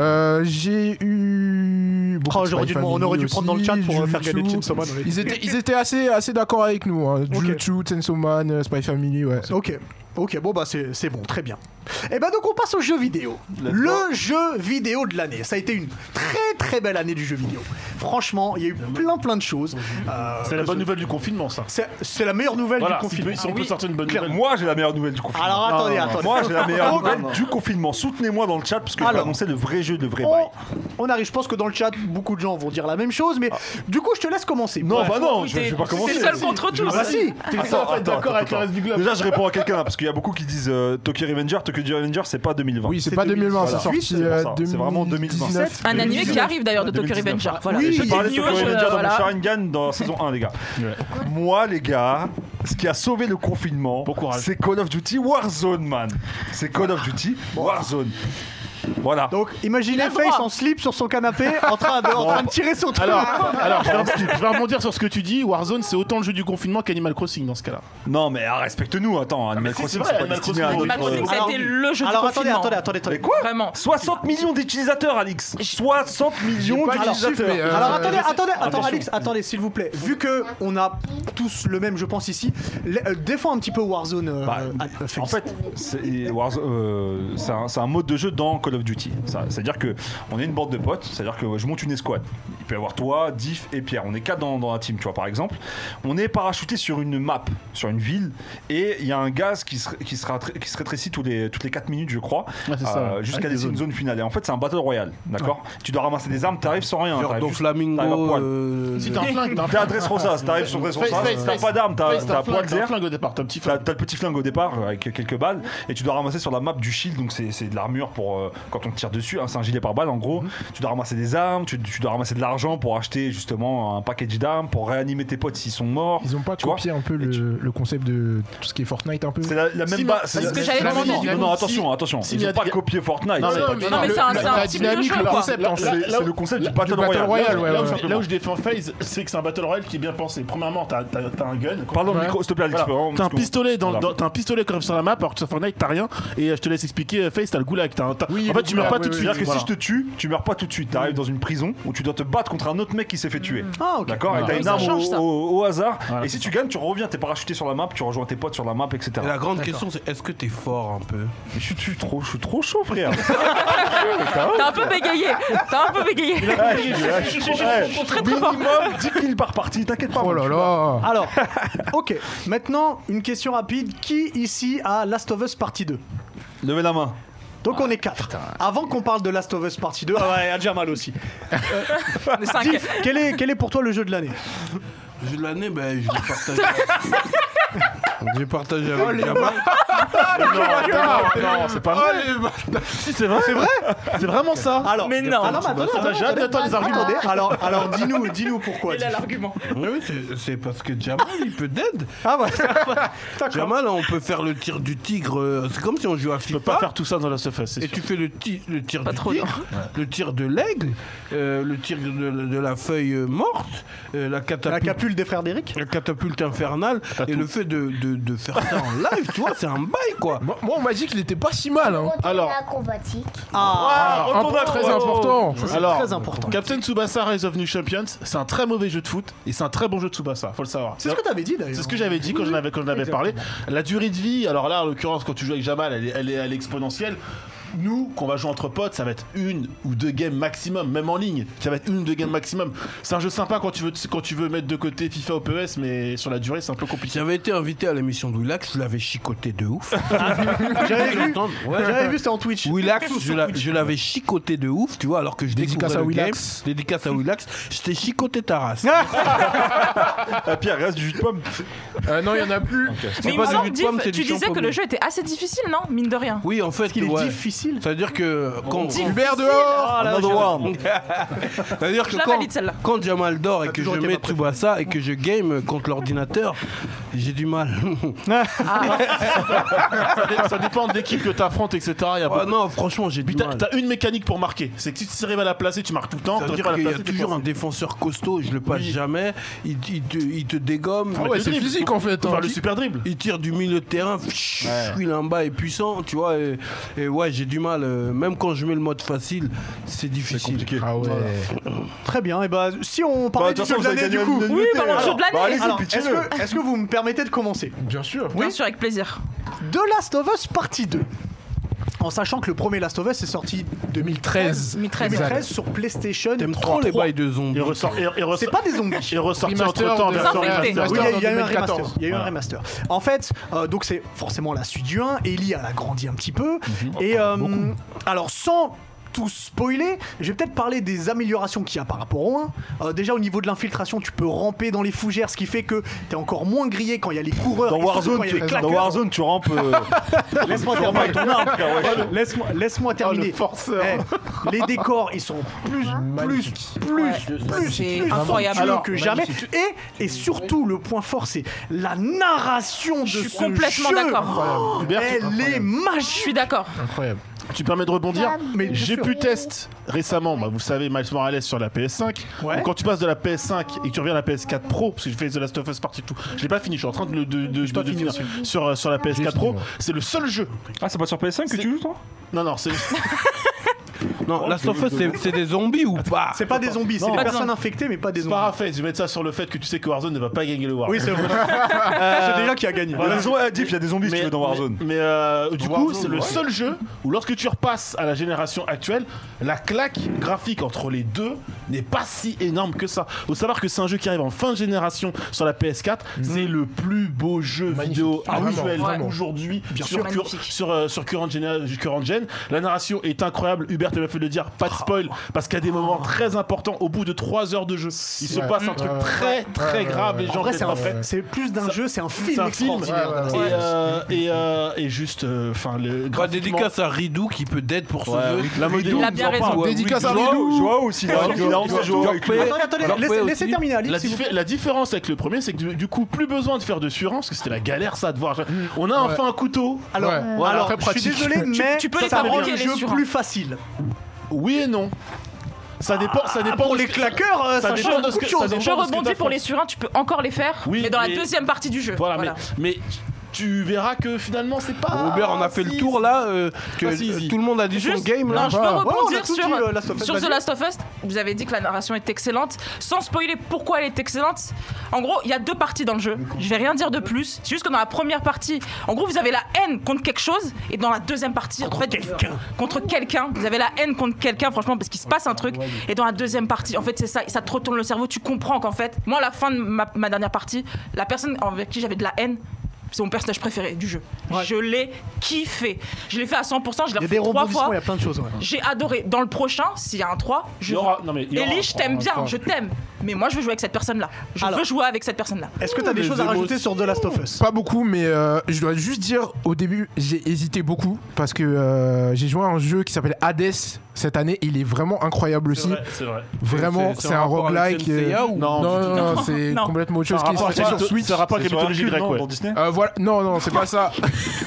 [SPEAKER 6] Euh, j'ai eu. beaucoup
[SPEAKER 1] Oh,
[SPEAKER 6] de
[SPEAKER 1] j'aurais
[SPEAKER 6] Spy
[SPEAKER 1] dû demander- on
[SPEAKER 6] Family
[SPEAKER 1] aurait dû prendre dans le
[SPEAKER 6] aussi,
[SPEAKER 1] chat pour, euh, faire
[SPEAKER 6] Jujutsu.
[SPEAKER 1] gagner Chainsaw Man, oui.
[SPEAKER 6] Ils étaient, ils étaient assez, assez d'accord avec nous. Hein. Jujutsu, Chainsaw Man, euh, Spy Family, ouais.
[SPEAKER 1] Ok. Ok, bon bah c'est c'est bon, très bien. Et ben donc on passe au jeu vidéo. Le jeu vidéo de l'année. Ça a été une très très belle année du jeu vidéo. Franchement, il y a eu plein plein de choses. Euh,
[SPEAKER 7] C'est la bonne nouvelle Ah. du Ah confinement, ça.
[SPEAKER 1] c'est c'est la meilleure nouvelle
[SPEAKER 7] Voilà,
[SPEAKER 1] du
[SPEAKER 7] si
[SPEAKER 1] confinement. Ah,
[SPEAKER 7] peut- si on peut sortir une bonne nouvelle.
[SPEAKER 8] Moi, j'ai la meilleure nouvelle du confinement.
[SPEAKER 1] Alors attendez, attendez.
[SPEAKER 8] Ah, Moi, j'ai la meilleure
[SPEAKER 1] Oh,
[SPEAKER 8] nouvelle du confinement. Soutenez-moi dans le chat parce que je vais
[SPEAKER 1] Alors. Oh.
[SPEAKER 8] annoncer le vrai jeu, le vrai bail.
[SPEAKER 1] On, on arrive, je pense que dans le chat, beaucoup de gens vont dire la même chose, mais du coup, je te laisse commencer.
[SPEAKER 8] Non, bah non,
[SPEAKER 4] Oui,
[SPEAKER 8] je vais
[SPEAKER 4] t'es-
[SPEAKER 8] je vais pas commencer.
[SPEAKER 4] T'es seul contre tous.
[SPEAKER 1] Ah bah si
[SPEAKER 7] T'es le seul
[SPEAKER 8] Attends,
[SPEAKER 7] à pas être
[SPEAKER 8] attends, attends,
[SPEAKER 7] d'accord avec le
[SPEAKER 8] attends.
[SPEAKER 7] reste du globe.
[SPEAKER 8] Déjà, je réponds à quelqu'un là, parce qu'il y a beaucoup qui disent euh, Tokyo Revenger. Tokyo Revenger, c'est pas 2020.
[SPEAKER 6] Oui, c'est
[SPEAKER 1] c'est
[SPEAKER 6] pas 2020,
[SPEAKER 1] 2018,
[SPEAKER 6] c'est sorti.
[SPEAKER 8] c'est pour
[SPEAKER 6] euh,
[SPEAKER 8] ça. C'est vraiment
[SPEAKER 6] 2019.
[SPEAKER 4] Un animé qui arrive d'ailleurs de Tokyo
[SPEAKER 8] 2019.
[SPEAKER 4] Revenger. Voilà.
[SPEAKER 1] Oui,
[SPEAKER 8] J'ai parlé de
[SPEAKER 4] News,
[SPEAKER 8] Tokyo
[SPEAKER 4] euh,
[SPEAKER 8] Revenger dans
[SPEAKER 4] voilà.
[SPEAKER 8] mon Sharingan dans la saison 1, les gars. Moi, les gars, ce qui a sauvé le confinement,
[SPEAKER 7] courage.
[SPEAKER 8] c'est Call of Duty Warzone, man. C'est Call of Duty Warzone. Voilà.
[SPEAKER 1] Donc, imaginez
[SPEAKER 4] le droit.
[SPEAKER 1] Face en slip sur son canapé en train de, en train de tirer son truc.
[SPEAKER 7] Alors, alors je, vais, je vais rebondir sur ce que tu dis. Warzone, c'est autant le jeu du confinement qu'Animal Crossing dans ce cas-là.
[SPEAKER 8] Non, mais ah, respecte-nous, attends. Animal
[SPEAKER 7] si,
[SPEAKER 8] Crossing,
[SPEAKER 7] c'est vrai,
[SPEAKER 8] c'est pas
[SPEAKER 7] Animal
[SPEAKER 8] destiné à
[SPEAKER 7] Crossing,
[SPEAKER 4] Animal
[SPEAKER 8] notre-
[SPEAKER 4] Crossing, ça a été le jeu
[SPEAKER 1] Alors,
[SPEAKER 4] du
[SPEAKER 1] attendez,
[SPEAKER 4] confinement.
[SPEAKER 1] attendez, attendez, attendez.
[SPEAKER 8] Mais quoi
[SPEAKER 4] Vraiment.
[SPEAKER 8] 60 millions d'utilisateurs, Alix 60 millions
[SPEAKER 6] pas les
[SPEAKER 8] d'utilisateurs
[SPEAKER 6] chiffres, mais, euh,
[SPEAKER 1] Alors attendez,
[SPEAKER 6] je sais-
[SPEAKER 1] attendez, attends
[SPEAKER 8] Attention.
[SPEAKER 1] Alex, attendez s'il vous plaît. Vu que on a tous le même, je pense ici, l- euh, défends un petit peu Warzone. euh,
[SPEAKER 8] Bah,
[SPEAKER 1] euh, Face.
[SPEAKER 8] En fait, c'est Warzone, euh, c'est un, c'est un mode de jeu dans Call Call of Duty. Ça- C'est-à-dire que on est une bande de potes, c'est-à-dire que je monte une escouade. Il peut y avoir toi, Diff et Pierre. On est quatre dans, dans la team, tu vois, par exemple. On est parachuté sur une map, sur une ville, et il y a un gaz qui se, qui se, rattra- qui se rétrécit tous les, toutes les 4 minutes, je crois, euh,
[SPEAKER 7] Ouais, c'est ça, ouais.
[SPEAKER 8] jusqu'à
[SPEAKER 7] Avec des
[SPEAKER 8] des une zone finale. Et en fait, c'est un battle royal, d'accord Tu dois ramasser des armes, t'arrives sans rien. hein,
[SPEAKER 2] Genre
[SPEAKER 8] t'arrives
[SPEAKER 2] Don
[SPEAKER 8] juste- t'arrives à
[SPEAKER 2] Flamingo.
[SPEAKER 8] poil.
[SPEAKER 2] euh,
[SPEAKER 7] Si t'as un flingue, t'as un
[SPEAKER 8] T'es à
[SPEAKER 7] flingue.
[SPEAKER 8] Dress Rosas, t'arrives sur Dress
[SPEAKER 7] Face,
[SPEAKER 8] Rosas,
[SPEAKER 7] face,
[SPEAKER 8] t'as
[SPEAKER 7] face.
[SPEAKER 8] pas d'armes, t'as
[SPEAKER 7] Face,
[SPEAKER 8] t'as
[SPEAKER 7] flingue,
[SPEAKER 8] poil
[SPEAKER 7] t'as un
[SPEAKER 8] d'air.
[SPEAKER 7] flingue au départ, t'as un petit
[SPEAKER 8] T'as
[SPEAKER 7] flingue.
[SPEAKER 8] t'as le petit flingue au départ euh, avec quelques balles et tu dois ramasser sur la map du shield, donc c'est c'est de l'armure pour euh, quand on te tire dessus, hein, c'est un gilet par balle en gros.
[SPEAKER 6] Mhm.
[SPEAKER 8] Tu dois ramasser des armes, tu, tu dois ramasser de l'argent pour acheter justement un package d'armes, pour réanimer tes potes s'ils sont morts.
[SPEAKER 6] Ils ont pas
[SPEAKER 8] Tu vois
[SPEAKER 6] copié un peu
[SPEAKER 8] Et
[SPEAKER 6] le,
[SPEAKER 8] tu-
[SPEAKER 6] le concept de tout ce qui est Fortnite un peu
[SPEAKER 8] C'est la, la même
[SPEAKER 7] Si,
[SPEAKER 8] base.
[SPEAKER 7] non,
[SPEAKER 8] c'est
[SPEAKER 7] parce
[SPEAKER 8] la-
[SPEAKER 4] que j'allais
[SPEAKER 8] la-
[SPEAKER 4] demander.
[SPEAKER 8] Non, non, attention, attention.
[SPEAKER 7] si, il
[SPEAKER 8] Ils
[SPEAKER 7] y a-
[SPEAKER 8] ont pas
[SPEAKER 7] il y a-
[SPEAKER 8] copié Fortnite.
[SPEAKER 7] Non,
[SPEAKER 8] c'est
[SPEAKER 7] mais-
[SPEAKER 8] pas-
[SPEAKER 7] non, mais
[SPEAKER 4] c'est un-
[SPEAKER 7] le-
[SPEAKER 4] c'est un
[SPEAKER 7] la
[SPEAKER 4] petit peu le
[SPEAKER 7] dynamique,
[SPEAKER 4] jeu,
[SPEAKER 7] le
[SPEAKER 4] quoi.
[SPEAKER 7] concept,
[SPEAKER 6] Là-
[SPEAKER 7] en
[SPEAKER 8] C'est
[SPEAKER 7] fait.
[SPEAKER 8] c'est le concept du
[SPEAKER 7] Là-
[SPEAKER 8] Battle
[SPEAKER 6] du Battle
[SPEAKER 8] Royale.
[SPEAKER 6] Royale,
[SPEAKER 7] là,
[SPEAKER 6] ouais,
[SPEAKER 7] là où
[SPEAKER 6] ouais.
[SPEAKER 7] je- là où je défends FaZe, c'est que c'est un battle royale qui est bien pensé. Premièrement, t'as t'as- t'as un gun.
[SPEAKER 8] Parlons de
[SPEAKER 6] Ouais.
[SPEAKER 8] micro, s'il te plaît, Alex.
[SPEAKER 7] Voilà.
[SPEAKER 8] vraiment,
[SPEAKER 7] T'as un
[SPEAKER 8] parce qu'on-
[SPEAKER 7] pistolet dans, le-
[SPEAKER 8] Voilà.
[SPEAKER 7] dans- t'as un pistolet quand même sur la map, alors que sur Fortnite t'as rien. Et euh, je te laisse expliquer. euh, Face, t'as le goulag. t'as un- t'as-
[SPEAKER 6] Oui,
[SPEAKER 7] en fait,
[SPEAKER 6] le
[SPEAKER 7] tu meurs
[SPEAKER 6] goulag,
[SPEAKER 7] pas
[SPEAKER 6] oui,
[SPEAKER 7] tout de
[SPEAKER 6] oui,
[SPEAKER 7] suite.
[SPEAKER 8] C'est-à-dire que
[SPEAKER 7] voilà.
[SPEAKER 8] si je te tue, tu meurs pas tout de suite. T'arrives dans une prison où tu dois te battre contre un autre mec qui s'est fait tuer.
[SPEAKER 1] Ah, ok.
[SPEAKER 8] D'accord Et
[SPEAKER 7] Voilà.
[SPEAKER 8] t'as une
[SPEAKER 4] Ça
[SPEAKER 8] arme
[SPEAKER 4] change,
[SPEAKER 8] au,
[SPEAKER 4] ça.
[SPEAKER 8] au- au hasard.
[SPEAKER 7] Voilà,
[SPEAKER 8] et si tu gagnes, tu reviens, t'es parachuté sur la map, tu rejoins tes potes sur la map, etc.
[SPEAKER 2] Et la grande question, c'est est-ce que t'es fort un peu
[SPEAKER 8] Mais je suis, je suis trop, je suis trop chaud, frère. Eh,
[SPEAKER 4] T'as un peu bégayé. T'as un peu bégayé.
[SPEAKER 8] Ouais, je suis- ouais, je suis ouais, Minimum 10 kills par partie, t'inquiète pas.
[SPEAKER 6] Oh
[SPEAKER 8] moi,
[SPEAKER 6] là
[SPEAKER 8] je-
[SPEAKER 6] là
[SPEAKER 1] Alors, ok. Maintenant, une question rapide. Qui ici a Last of Us Partie 2
[SPEAKER 8] Levez la main.
[SPEAKER 4] Ah
[SPEAKER 1] Donc on est quatre. Avant qu'on parle de Last of Us Partie
[SPEAKER 4] *laughs*
[SPEAKER 1] 2, ah ouais, a déjà mal aussi.
[SPEAKER 4] On est cinq.
[SPEAKER 1] Diff, quel est, quel est pour toi le jeu de l'année
[SPEAKER 2] Le jeu de l'année, ben, je l'ai partagé. *laughs* Je l'ai partagé avec Jamal.
[SPEAKER 7] Non, non, c'est
[SPEAKER 2] Oh,
[SPEAKER 7] pas vrai.
[SPEAKER 8] Si, c'est vrai.
[SPEAKER 7] C'est vraiment ça.
[SPEAKER 1] Alors,
[SPEAKER 4] Mais non. Ah.
[SPEAKER 1] Ah mais attendez,
[SPEAKER 7] Attends,
[SPEAKER 1] attendez,
[SPEAKER 7] j'ai hâte d'attendre les arguments.
[SPEAKER 1] attendez. Alors, alors dis-nous, dis-nous pourquoi.
[SPEAKER 4] Il a l'argument.
[SPEAKER 2] Oui, oui, c'est- c'est parce que Jamal, il peut dead.
[SPEAKER 1] Ah ouais. *laughs* D'accord.
[SPEAKER 2] Jamal, on peut faire le tir du tigre. euh, C'est comme si on joue à
[SPEAKER 7] Tu peux
[SPEAKER 2] FIFA.
[SPEAKER 7] pas faire tout ça dans la surface. c'est
[SPEAKER 2] Hein Et
[SPEAKER 7] sûr.
[SPEAKER 2] tu fais le, ti- le tir
[SPEAKER 4] Pas
[SPEAKER 2] du
[SPEAKER 4] trop,
[SPEAKER 2] tigre, le tir de l'aigle, euh, le tir de, de la feuille euh, morte, euh, la
[SPEAKER 1] La
[SPEAKER 2] catapulte.
[SPEAKER 1] capule des frères d'Eric
[SPEAKER 2] la catapulte infernale et le fait de, de- de faire ça en live, tu vois, c'est un bail quoi.
[SPEAKER 6] Moi, moi, on m'a dit qu'il était pas si mal hein.
[SPEAKER 7] Alors-
[SPEAKER 9] Alors. Acrobatique.
[SPEAKER 1] Ah,
[SPEAKER 7] Ah, retourne à-
[SPEAKER 6] Très
[SPEAKER 7] oh.
[SPEAKER 6] important
[SPEAKER 1] ça, c'est
[SPEAKER 7] Alors,
[SPEAKER 1] très important.
[SPEAKER 7] Captain Tsubasa Rise of New Champions, c'est un très mauvais jeu de foot et c'est un très bon jeu de Tsubasa, faut le savoir.
[SPEAKER 1] C'est ce que t'avais dit d'ailleurs.
[SPEAKER 7] C'est ce que j'avais dit quand j'en avais, quand j'en avais parlé. La durée de vie, alors là, en l'occurrence, quand tu joues avec Jamal, elle est, elle est- elle est exponentielle. Nous, qu'on va jouer entre potes, ça va être une ou deux games maximum, même en ligne. Ça va être une ou deux games maximum. C'est un jeu sympa quand tu veux, quand tu veux mettre de côté FIFA au PES, mais sur la durée, c'est un peu compliqué.
[SPEAKER 2] J'avais été invité à l'émission de Willax, je l'avais chicoté de ouf.
[SPEAKER 1] *laughs* J'avais vu.
[SPEAKER 2] J'entends, ouais.
[SPEAKER 1] J'avais vu, c'était en Twitch.
[SPEAKER 2] Willax, je l'a- je l'avais chicoté de ouf, tu vois, alors que je
[SPEAKER 6] Dédicace
[SPEAKER 2] découvrais
[SPEAKER 6] à
[SPEAKER 2] le
[SPEAKER 6] Willax.
[SPEAKER 2] game. Dédicace à Willax, je t'ai chicoté ta race.
[SPEAKER 8] Ah, Pierre, reste du jus de pomme.
[SPEAKER 6] Euh, Non, il y en a plus
[SPEAKER 4] Mais il me
[SPEAKER 2] pas du
[SPEAKER 4] semble,
[SPEAKER 2] jus de
[SPEAKER 4] Diff,
[SPEAKER 2] pomme, c'est du
[SPEAKER 4] tu disais que
[SPEAKER 2] shampoing.
[SPEAKER 4] le jeu était assez difficile, non Mine de rien.
[SPEAKER 2] Oui, en fait,
[SPEAKER 1] Il est
[SPEAKER 2] ouais.
[SPEAKER 1] difficile.
[SPEAKER 2] C'est-à-dire que quand,
[SPEAKER 4] Oh.
[SPEAKER 2] Ah,
[SPEAKER 4] Difficile. Ah,
[SPEAKER 6] Hubert dehors
[SPEAKER 8] Another
[SPEAKER 4] *laughs*
[SPEAKER 8] one.
[SPEAKER 2] C'est-à-dire que
[SPEAKER 4] Je la
[SPEAKER 2] quand,
[SPEAKER 4] valide, celle-là.
[SPEAKER 2] quand Jamal dort et que je
[SPEAKER 1] toujours été
[SPEAKER 2] mets
[SPEAKER 1] ma préférée.
[SPEAKER 2] Tsubasa et que je game contre l'ordinateur, j'ai du mal.
[SPEAKER 1] *laughs*
[SPEAKER 7] ça dépend de l'équipe que t'affrontes, etc. Il y a
[SPEAKER 2] Ah
[SPEAKER 7] beaucoup-
[SPEAKER 2] non, franchement, j'ai du
[SPEAKER 7] Puis t'as
[SPEAKER 2] mal.
[SPEAKER 7] t'as une mécanique pour marquer. C'est que si tu arrives à la placer, tu marques tout le temps. T'arrives
[SPEAKER 2] C'est-à-dire
[SPEAKER 7] pas à la
[SPEAKER 2] qu'il y a
[SPEAKER 7] placer, t'es
[SPEAKER 2] toujours un
[SPEAKER 7] coincé.
[SPEAKER 2] défenseur costaud, je le passe jamais, il, il te, il te dégomme,
[SPEAKER 6] Ah ouais,
[SPEAKER 7] le
[SPEAKER 6] c'est
[SPEAKER 7] dribble.
[SPEAKER 6] physique en fait
[SPEAKER 7] Faut
[SPEAKER 6] hein.
[SPEAKER 7] faire le super dribble.
[SPEAKER 2] il tire du milieu de terrain, pfiou, il en bas est puissant, tu vois, et, et ouais, j'ai du mal, euh, même quand je mets le mode facile, c'est difficile.
[SPEAKER 6] Ah ouais
[SPEAKER 1] Très bien. Et bah, si on
[SPEAKER 8] Bah,
[SPEAKER 1] parlait
[SPEAKER 8] de toute
[SPEAKER 1] du jeu
[SPEAKER 8] façon,
[SPEAKER 1] de
[SPEAKER 8] vous
[SPEAKER 1] l'année,
[SPEAKER 8] avez
[SPEAKER 1] du
[SPEAKER 8] gagné
[SPEAKER 1] coup.
[SPEAKER 8] une
[SPEAKER 4] Oui,
[SPEAKER 8] unité,
[SPEAKER 4] parlons du
[SPEAKER 8] alors.
[SPEAKER 4] jeu de l'année.
[SPEAKER 8] Bah, allez-y,
[SPEAKER 1] Alors, est-ce
[SPEAKER 8] pitchez-le.
[SPEAKER 1] que, est-ce que vous me permettez de commencer
[SPEAKER 6] Bien sûr
[SPEAKER 4] Bien sûr, avec plaisir.
[SPEAKER 1] De Last of Us Partie 2. En sachant que le premier Last of Us est sorti
[SPEAKER 6] 2013
[SPEAKER 4] 2013.
[SPEAKER 1] 2013 sur PlayStation
[SPEAKER 2] T'aimes
[SPEAKER 1] 3.
[SPEAKER 2] trop les bails de zombies.
[SPEAKER 7] Il ressort. il- il
[SPEAKER 1] C'est
[SPEAKER 7] ressort-
[SPEAKER 1] pas des zombies.
[SPEAKER 7] il est ressorti
[SPEAKER 6] Remaster
[SPEAKER 7] entre temps en
[SPEAKER 6] de-
[SPEAKER 7] version
[SPEAKER 4] Remaster.
[SPEAKER 7] remaster.
[SPEAKER 1] Oui, il y a- il y a eu un
[SPEAKER 6] Remaster en
[SPEAKER 1] remaster. Il y a eu un remaster. En fait, euh, donc c'est forcément la suite du 1. Ellie, elle a grandi un petit peu. Et euh, alors, sans tout spoiler, je vais peut-être parler des améliorations qu'il y a par rapport au 1. Euh, déjà, au niveau de l'infiltration, tu peux ramper dans les fougères, ce qui fait que t'es encore moins grillé quand il y a les coureurs.
[SPEAKER 8] Dans
[SPEAKER 1] et surtout quand
[SPEAKER 8] Warzone,
[SPEAKER 1] il y a les
[SPEAKER 8] tu- dans
[SPEAKER 1] claqueurs.
[SPEAKER 8] Warzone, tu rampes. euh,
[SPEAKER 1] Laisse-moi
[SPEAKER 8] Tu rampes
[SPEAKER 1] terminer.
[SPEAKER 8] avec ton arme, frère, ouais.
[SPEAKER 1] Laisse-moi laisse-moi terminer. Eh, les décors, ils sont plus, plus, plus,
[SPEAKER 4] Ouais,
[SPEAKER 1] plus,
[SPEAKER 4] c'est
[SPEAKER 1] plus
[SPEAKER 4] incroyable.
[SPEAKER 1] somptueux que jamais. Et, et surtout, le point fort, c'est la narration de
[SPEAKER 4] Je suis
[SPEAKER 1] ce
[SPEAKER 4] complètement
[SPEAKER 1] jeu. Oh,
[SPEAKER 4] d'accord.
[SPEAKER 7] Hubert, tu-
[SPEAKER 1] Elle est magique.
[SPEAKER 4] Je suis d'accord.
[SPEAKER 6] Incroyable
[SPEAKER 7] Tu permets de rebondir
[SPEAKER 1] Ah, Mais bien
[SPEAKER 7] J'ai
[SPEAKER 1] sûr.
[SPEAKER 7] pu test récemment, bah, vous le savez, Miles Morales sur la PS5.
[SPEAKER 1] Ouais.
[SPEAKER 7] Donc, Quand tu passes de la PS5 et que tu reviens à la PS4 Pro, parce que j'ai fait The Last of Us Partie 2, je l'ai pas fini, je suis en train de, le- de, de- de finir sur, euh, sur la PS4 Pro.
[SPEAKER 6] moi.
[SPEAKER 7] C'est le seul jeu.
[SPEAKER 6] *laughs*
[SPEAKER 8] Ah, c'est pas sur PS5 que tu joues, toi
[SPEAKER 7] Non, non, c'est.
[SPEAKER 2] Non, Last of Us, c'est- c'est des zombies ou pas
[SPEAKER 1] C'est pas des zombies, c'est
[SPEAKER 7] Non.
[SPEAKER 1] des personnes infectées, mais pas des zombies.
[SPEAKER 7] Parafait, je vais mettre ça sur le fait que tu sais que Warzone ne va pas gagner le Warzone.
[SPEAKER 1] Oui, c'est vrai. *laughs* Euh, C'est déjà qui a gagné.
[SPEAKER 8] Voilà. Ouais, Diff, il y a des zombies si tu veux dans Warzone.
[SPEAKER 7] Mais, mais, euh, du coup,
[SPEAKER 6] Warzone,
[SPEAKER 7] c'est le
[SPEAKER 6] ouais.
[SPEAKER 7] seul jeu où lorsque tu repasses à la génération actuelle, la claque graphique entre les deux n'est pas si énorme que ça. Faut savoir que c'est un jeu qui arrive en fin de génération sur la PS4. C'est le plus beau jeu
[SPEAKER 6] Magnifique.
[SPEAKER 7] vidéo
[SPEAKER 6] Ah, vraiment,
[SPEAKER 7] actuel
[SPEAKER 4] vraiment.
[SPEAKER 7] aujourd'hui
[SPEAKER 4] sûr.
[SPEAKER 7] sur, cur-
[SPEAKER 4] Magnifique.
[SPEAKER 7] sur, euh, sur current, gen, current gen. La narration est incroyable. Hubert te l'a fait le dire. Pas de spoil parce qu'à des moments très importants, au bout de 3 heures de jeu, il se
[SPEAKER 6] Ouais.
[SPEAKER 7] passe un truc
[SPEAKER 6] Ouais.
[SPEAKER 7] très très
[SPEAKER 6] Ouais.
[SPEAKER 7] grave. Les gens
[SPEAKER 1] En vrai,
[SPEAKER 7] étaient
[SPEAKER 1] c'est un-
[SPEAKER 7] pas prêts.
[SPEAKER 1] c'est plus d'un jeu, c'est un
[SPEAKER 7] C'est
[SPEAKER 1] film
[SPEAKER 7] un film.
[SPEAKER 1] extraordinaire.
[SPEAKER 6] Ouais, ouais,
[SPEAKER 7] Et, euh, et, euh, et juste, enfin, le.
[SPEAKER 2] Bah,
[SPEAKER 7] graphiquement-
[SPEAKER 2] dédicace à Ridou qui peut d'être pour ce
[SPEAKER 7] Ouais,
[SPEAKER 2] jeu.
[SPEAKER 7] oui. La
[SPEAKER 2] Ridou,
[SPEAKER 7] modélisation,
[SPEAKER 4] Il a
[SPEAKER 2] on
[SPEAKER 4] bien
[SPEAKER 2] en
[SPEAKER 4] raison.
[SPEAKER 2] parle.
[SPEAKER 6] Dédicace à
[SPEAKER 2] Ridou.
[SPEAKER 6] Ridou.
[SPEAKER 8] Joao aussi, il a
[SPEAKER 7] Ouais,
[SPEAKER 8] il a
[SPEAKER 7] Joao,
[SPEAKER 8] honte de
[SPEAKER 2] Joao
[SPEAKER 8] jouer avec lui.
[SPEAKER 2] Pé-
[SPEAKER 1] Attendez, attendez,
[SPEAKER 2] Joao Pé
[SPEAKER 1] laissez-
[SPEAKER 2] aussi.
[SPEAKER 1] laissez terminer, Alix.
[SPEAKER 7] La,
[SPEAKER 1] s'il vous
[SPEAKER 7] diffé- la différence avec le premier, c'est que du, du coup, plus besoin de faire de surance, parce que c'était la galère, ça, de voir. On a enfin un couteau.
[SPEAKER 1] Alors,
[SPEAKER 6] Ouais.
[SPEAKER 1] alors,
[SPEAKER 7] Alors,
[SPEAKER 1] je suis désolé,
[SPEAKER 4] Tu-
[SPEAKER 1] mais
[SPEAKER 4] tu peux les
[SPEAKER 1] ça
[SPEAKER 4] faire
[SPEAKER 1] rend
[SPEAKER 4] bien.
[SPEAKER 1] le jeu
[SPEAKER 4] les sur un.
[SPEAKER 1] plus facile.
[SPEAKER 7] Oui et non. Ça dépend. Ça dépend.
[SPEAKER 1] Pour
[SPEAKER 7] de ce
[SPEAKER 1] les
[SPEAKER 7] que-
[SPEAKER 1] claqueurs, euh,
[SPEAKER 7] ça
[SPEAKER 1] ça
[SPEAKER 7] dépend
[SPEAKER 1] change
[SPEAKER 7] de ce
[SPEAKER 1] beaucoup de
[SPEAKER 7] que-
[SPEAKER 1] choses.
[SPEAKER 4] Je
[SPEAKER 7] ça dépend de ce que
[SPEAKER 4] rebondis
[SPEAKER 7] t'as
[SPEAKER 4] pour
[SPEAKER 7] fait.
[SPEAKER 4] les surins, tu peux encore les faire,
[SPEAKER 7] Oui,
[SPEAKER 4] mais dans
[SPEAKER 7] mais-
[SPEAKER 4] la deuxième partie du jeu.
[SPEAKER 7] Voilà, Mais, mais tu verras que finalement, c'est pas.
[SPEAKER 2] Robert, on a fait le
[SPEAKER 7] si-
[SPEAKER 2] tour là, euh, que
[SPEAKER 7] Ah, si, si.
[SPEAKER 2] tout le monde a dit son
[SPEAKER 4] Juste-
[SPEAKER 2] game
[SPEAKER 4] non,
[SPEAKER 2] là.
[SPEAKER 4] je veux
[SPEAKER 6] Voilà.
[SPEAKER 1] Ouais, on a
[SPEAKER 4] rebondir
[SPEAKER 1] tout
[SPEAKER 4] sur,
[SPEAKER 1] dit, euh, Last of Us,
[SPEAKER 4] sur The
[SPEAKER 1] vas-y.
[SPEAKER 4] Last of Us. Vous avez dit que la narration est excellente. Sans spoiler pourquoi elle est excellente. En gros, il y a deux parties dans le jeu. Je vais rien dire de plus. C'est juste que dans la première partie, en gros, vous avez la haine contre quelque chose. Et dans la deuxième partie, en fait, contre quelqu'un. Vous avez la haine contre quelqu'un, franchement, parce qu'il se passe un truc. Et dans la deuxième partie, en fait, c'est ça. Ça te retourne le cerveau. Tu comprends qu'en fait, moi, à la fin de ma, ma dernière partie, la personne envers qui j'avais de la haine, c'est mon personnage préféré du jeu. Je l'ai kiffé. Je l'ai fait à 100%, je
[SPEAKER 1] Il y
[SPEAKER 4] l'ai
[SPEAKER 1] a
[SPEAKER 4] refait
[SPEAKER 1] des
[SPEAKER 4] trois fois.
[SPEAKER 1] rebondissements, il y a plein de choses. ouais.
[SPEAKER 4] J'ai adoré. Dans le prochain, s'il y a un 3, je.
[SPEAKER 7] Il y aura- non, mais il y aura
[SPEAKER 4] Ellie,
[SPEAKER 7] un
[SPEAKER 4] je
[SPEAKER 7] 3,
[SPEAKER 4] t'aime
[SPEAKER 7] un
[SPEAKER 4] bien,
[SPEAKER 7] 3.
[SPEAKER 4] je t'aime. Mais moi, je veux jouer avec cette personne-là. Je
[SPEAKER 1] Alors-
[SPEAKER 4] veux jouer avec cette personne-là.
[SPEAKER 1] Est-ce que t'as des
[SPEAKER 6] Les
[SPEAKER 1] choses à rajouter sur The Last of Us
[SPEAKER 6] Pas beaucoup, mais euh, je dois juste dire, au début, j'ai hésité beaucoup parce que euh, j'ai joué à un jeu qui s'appelle Hades cette année. Il est vraiment incroyable
[SPEAKER 7] C'est
[SPEAKER 6] aussi.
[SPEAKER 7] vrai, c'est vrai.
[SPEAKER 6] Vraiment,
[SPEAKER 2] C'est- c'est
[SPEAKER 6] c'est
[SPEAKER 2] en
[SPEAKER 6] un
[SPEAKER 2] rapport avec
[SPEAKER 6] roguelike.
[SPEAKER 2] SNCA
[SPEAKER 6] euh,
[SPEAKER 2] ou-
[SPEAKER 6] Non, non, non, non, c'est
[SPEAKER 4] Non.
[SPEAKER 6] complètement autre chose
[SPEAKER 7] C'est un
[SPEAKER 6] qui est
[SPEAKER 7] rapport
[SPEAKER 6] sorti
[SPEAKER 7] avec
[SPEAKER 6] sur
[SPEAKER 7] la-
[SPEAKER 6] Switch.
[SPEAKER 7] c'est un rapport avec
[SPEAKER 8] C'est
[SPEAKER 7] la mythologie
[SPEAKER 8] sur Hercule,
[SPEAKER 7] grecque,
[SPEAKER 8] non,
[SPEAKER 7] ouais.
[SPEAKER 8] dans Disney
[SPEAKER 6] Euh, voilà, non, non, c'est pas ça.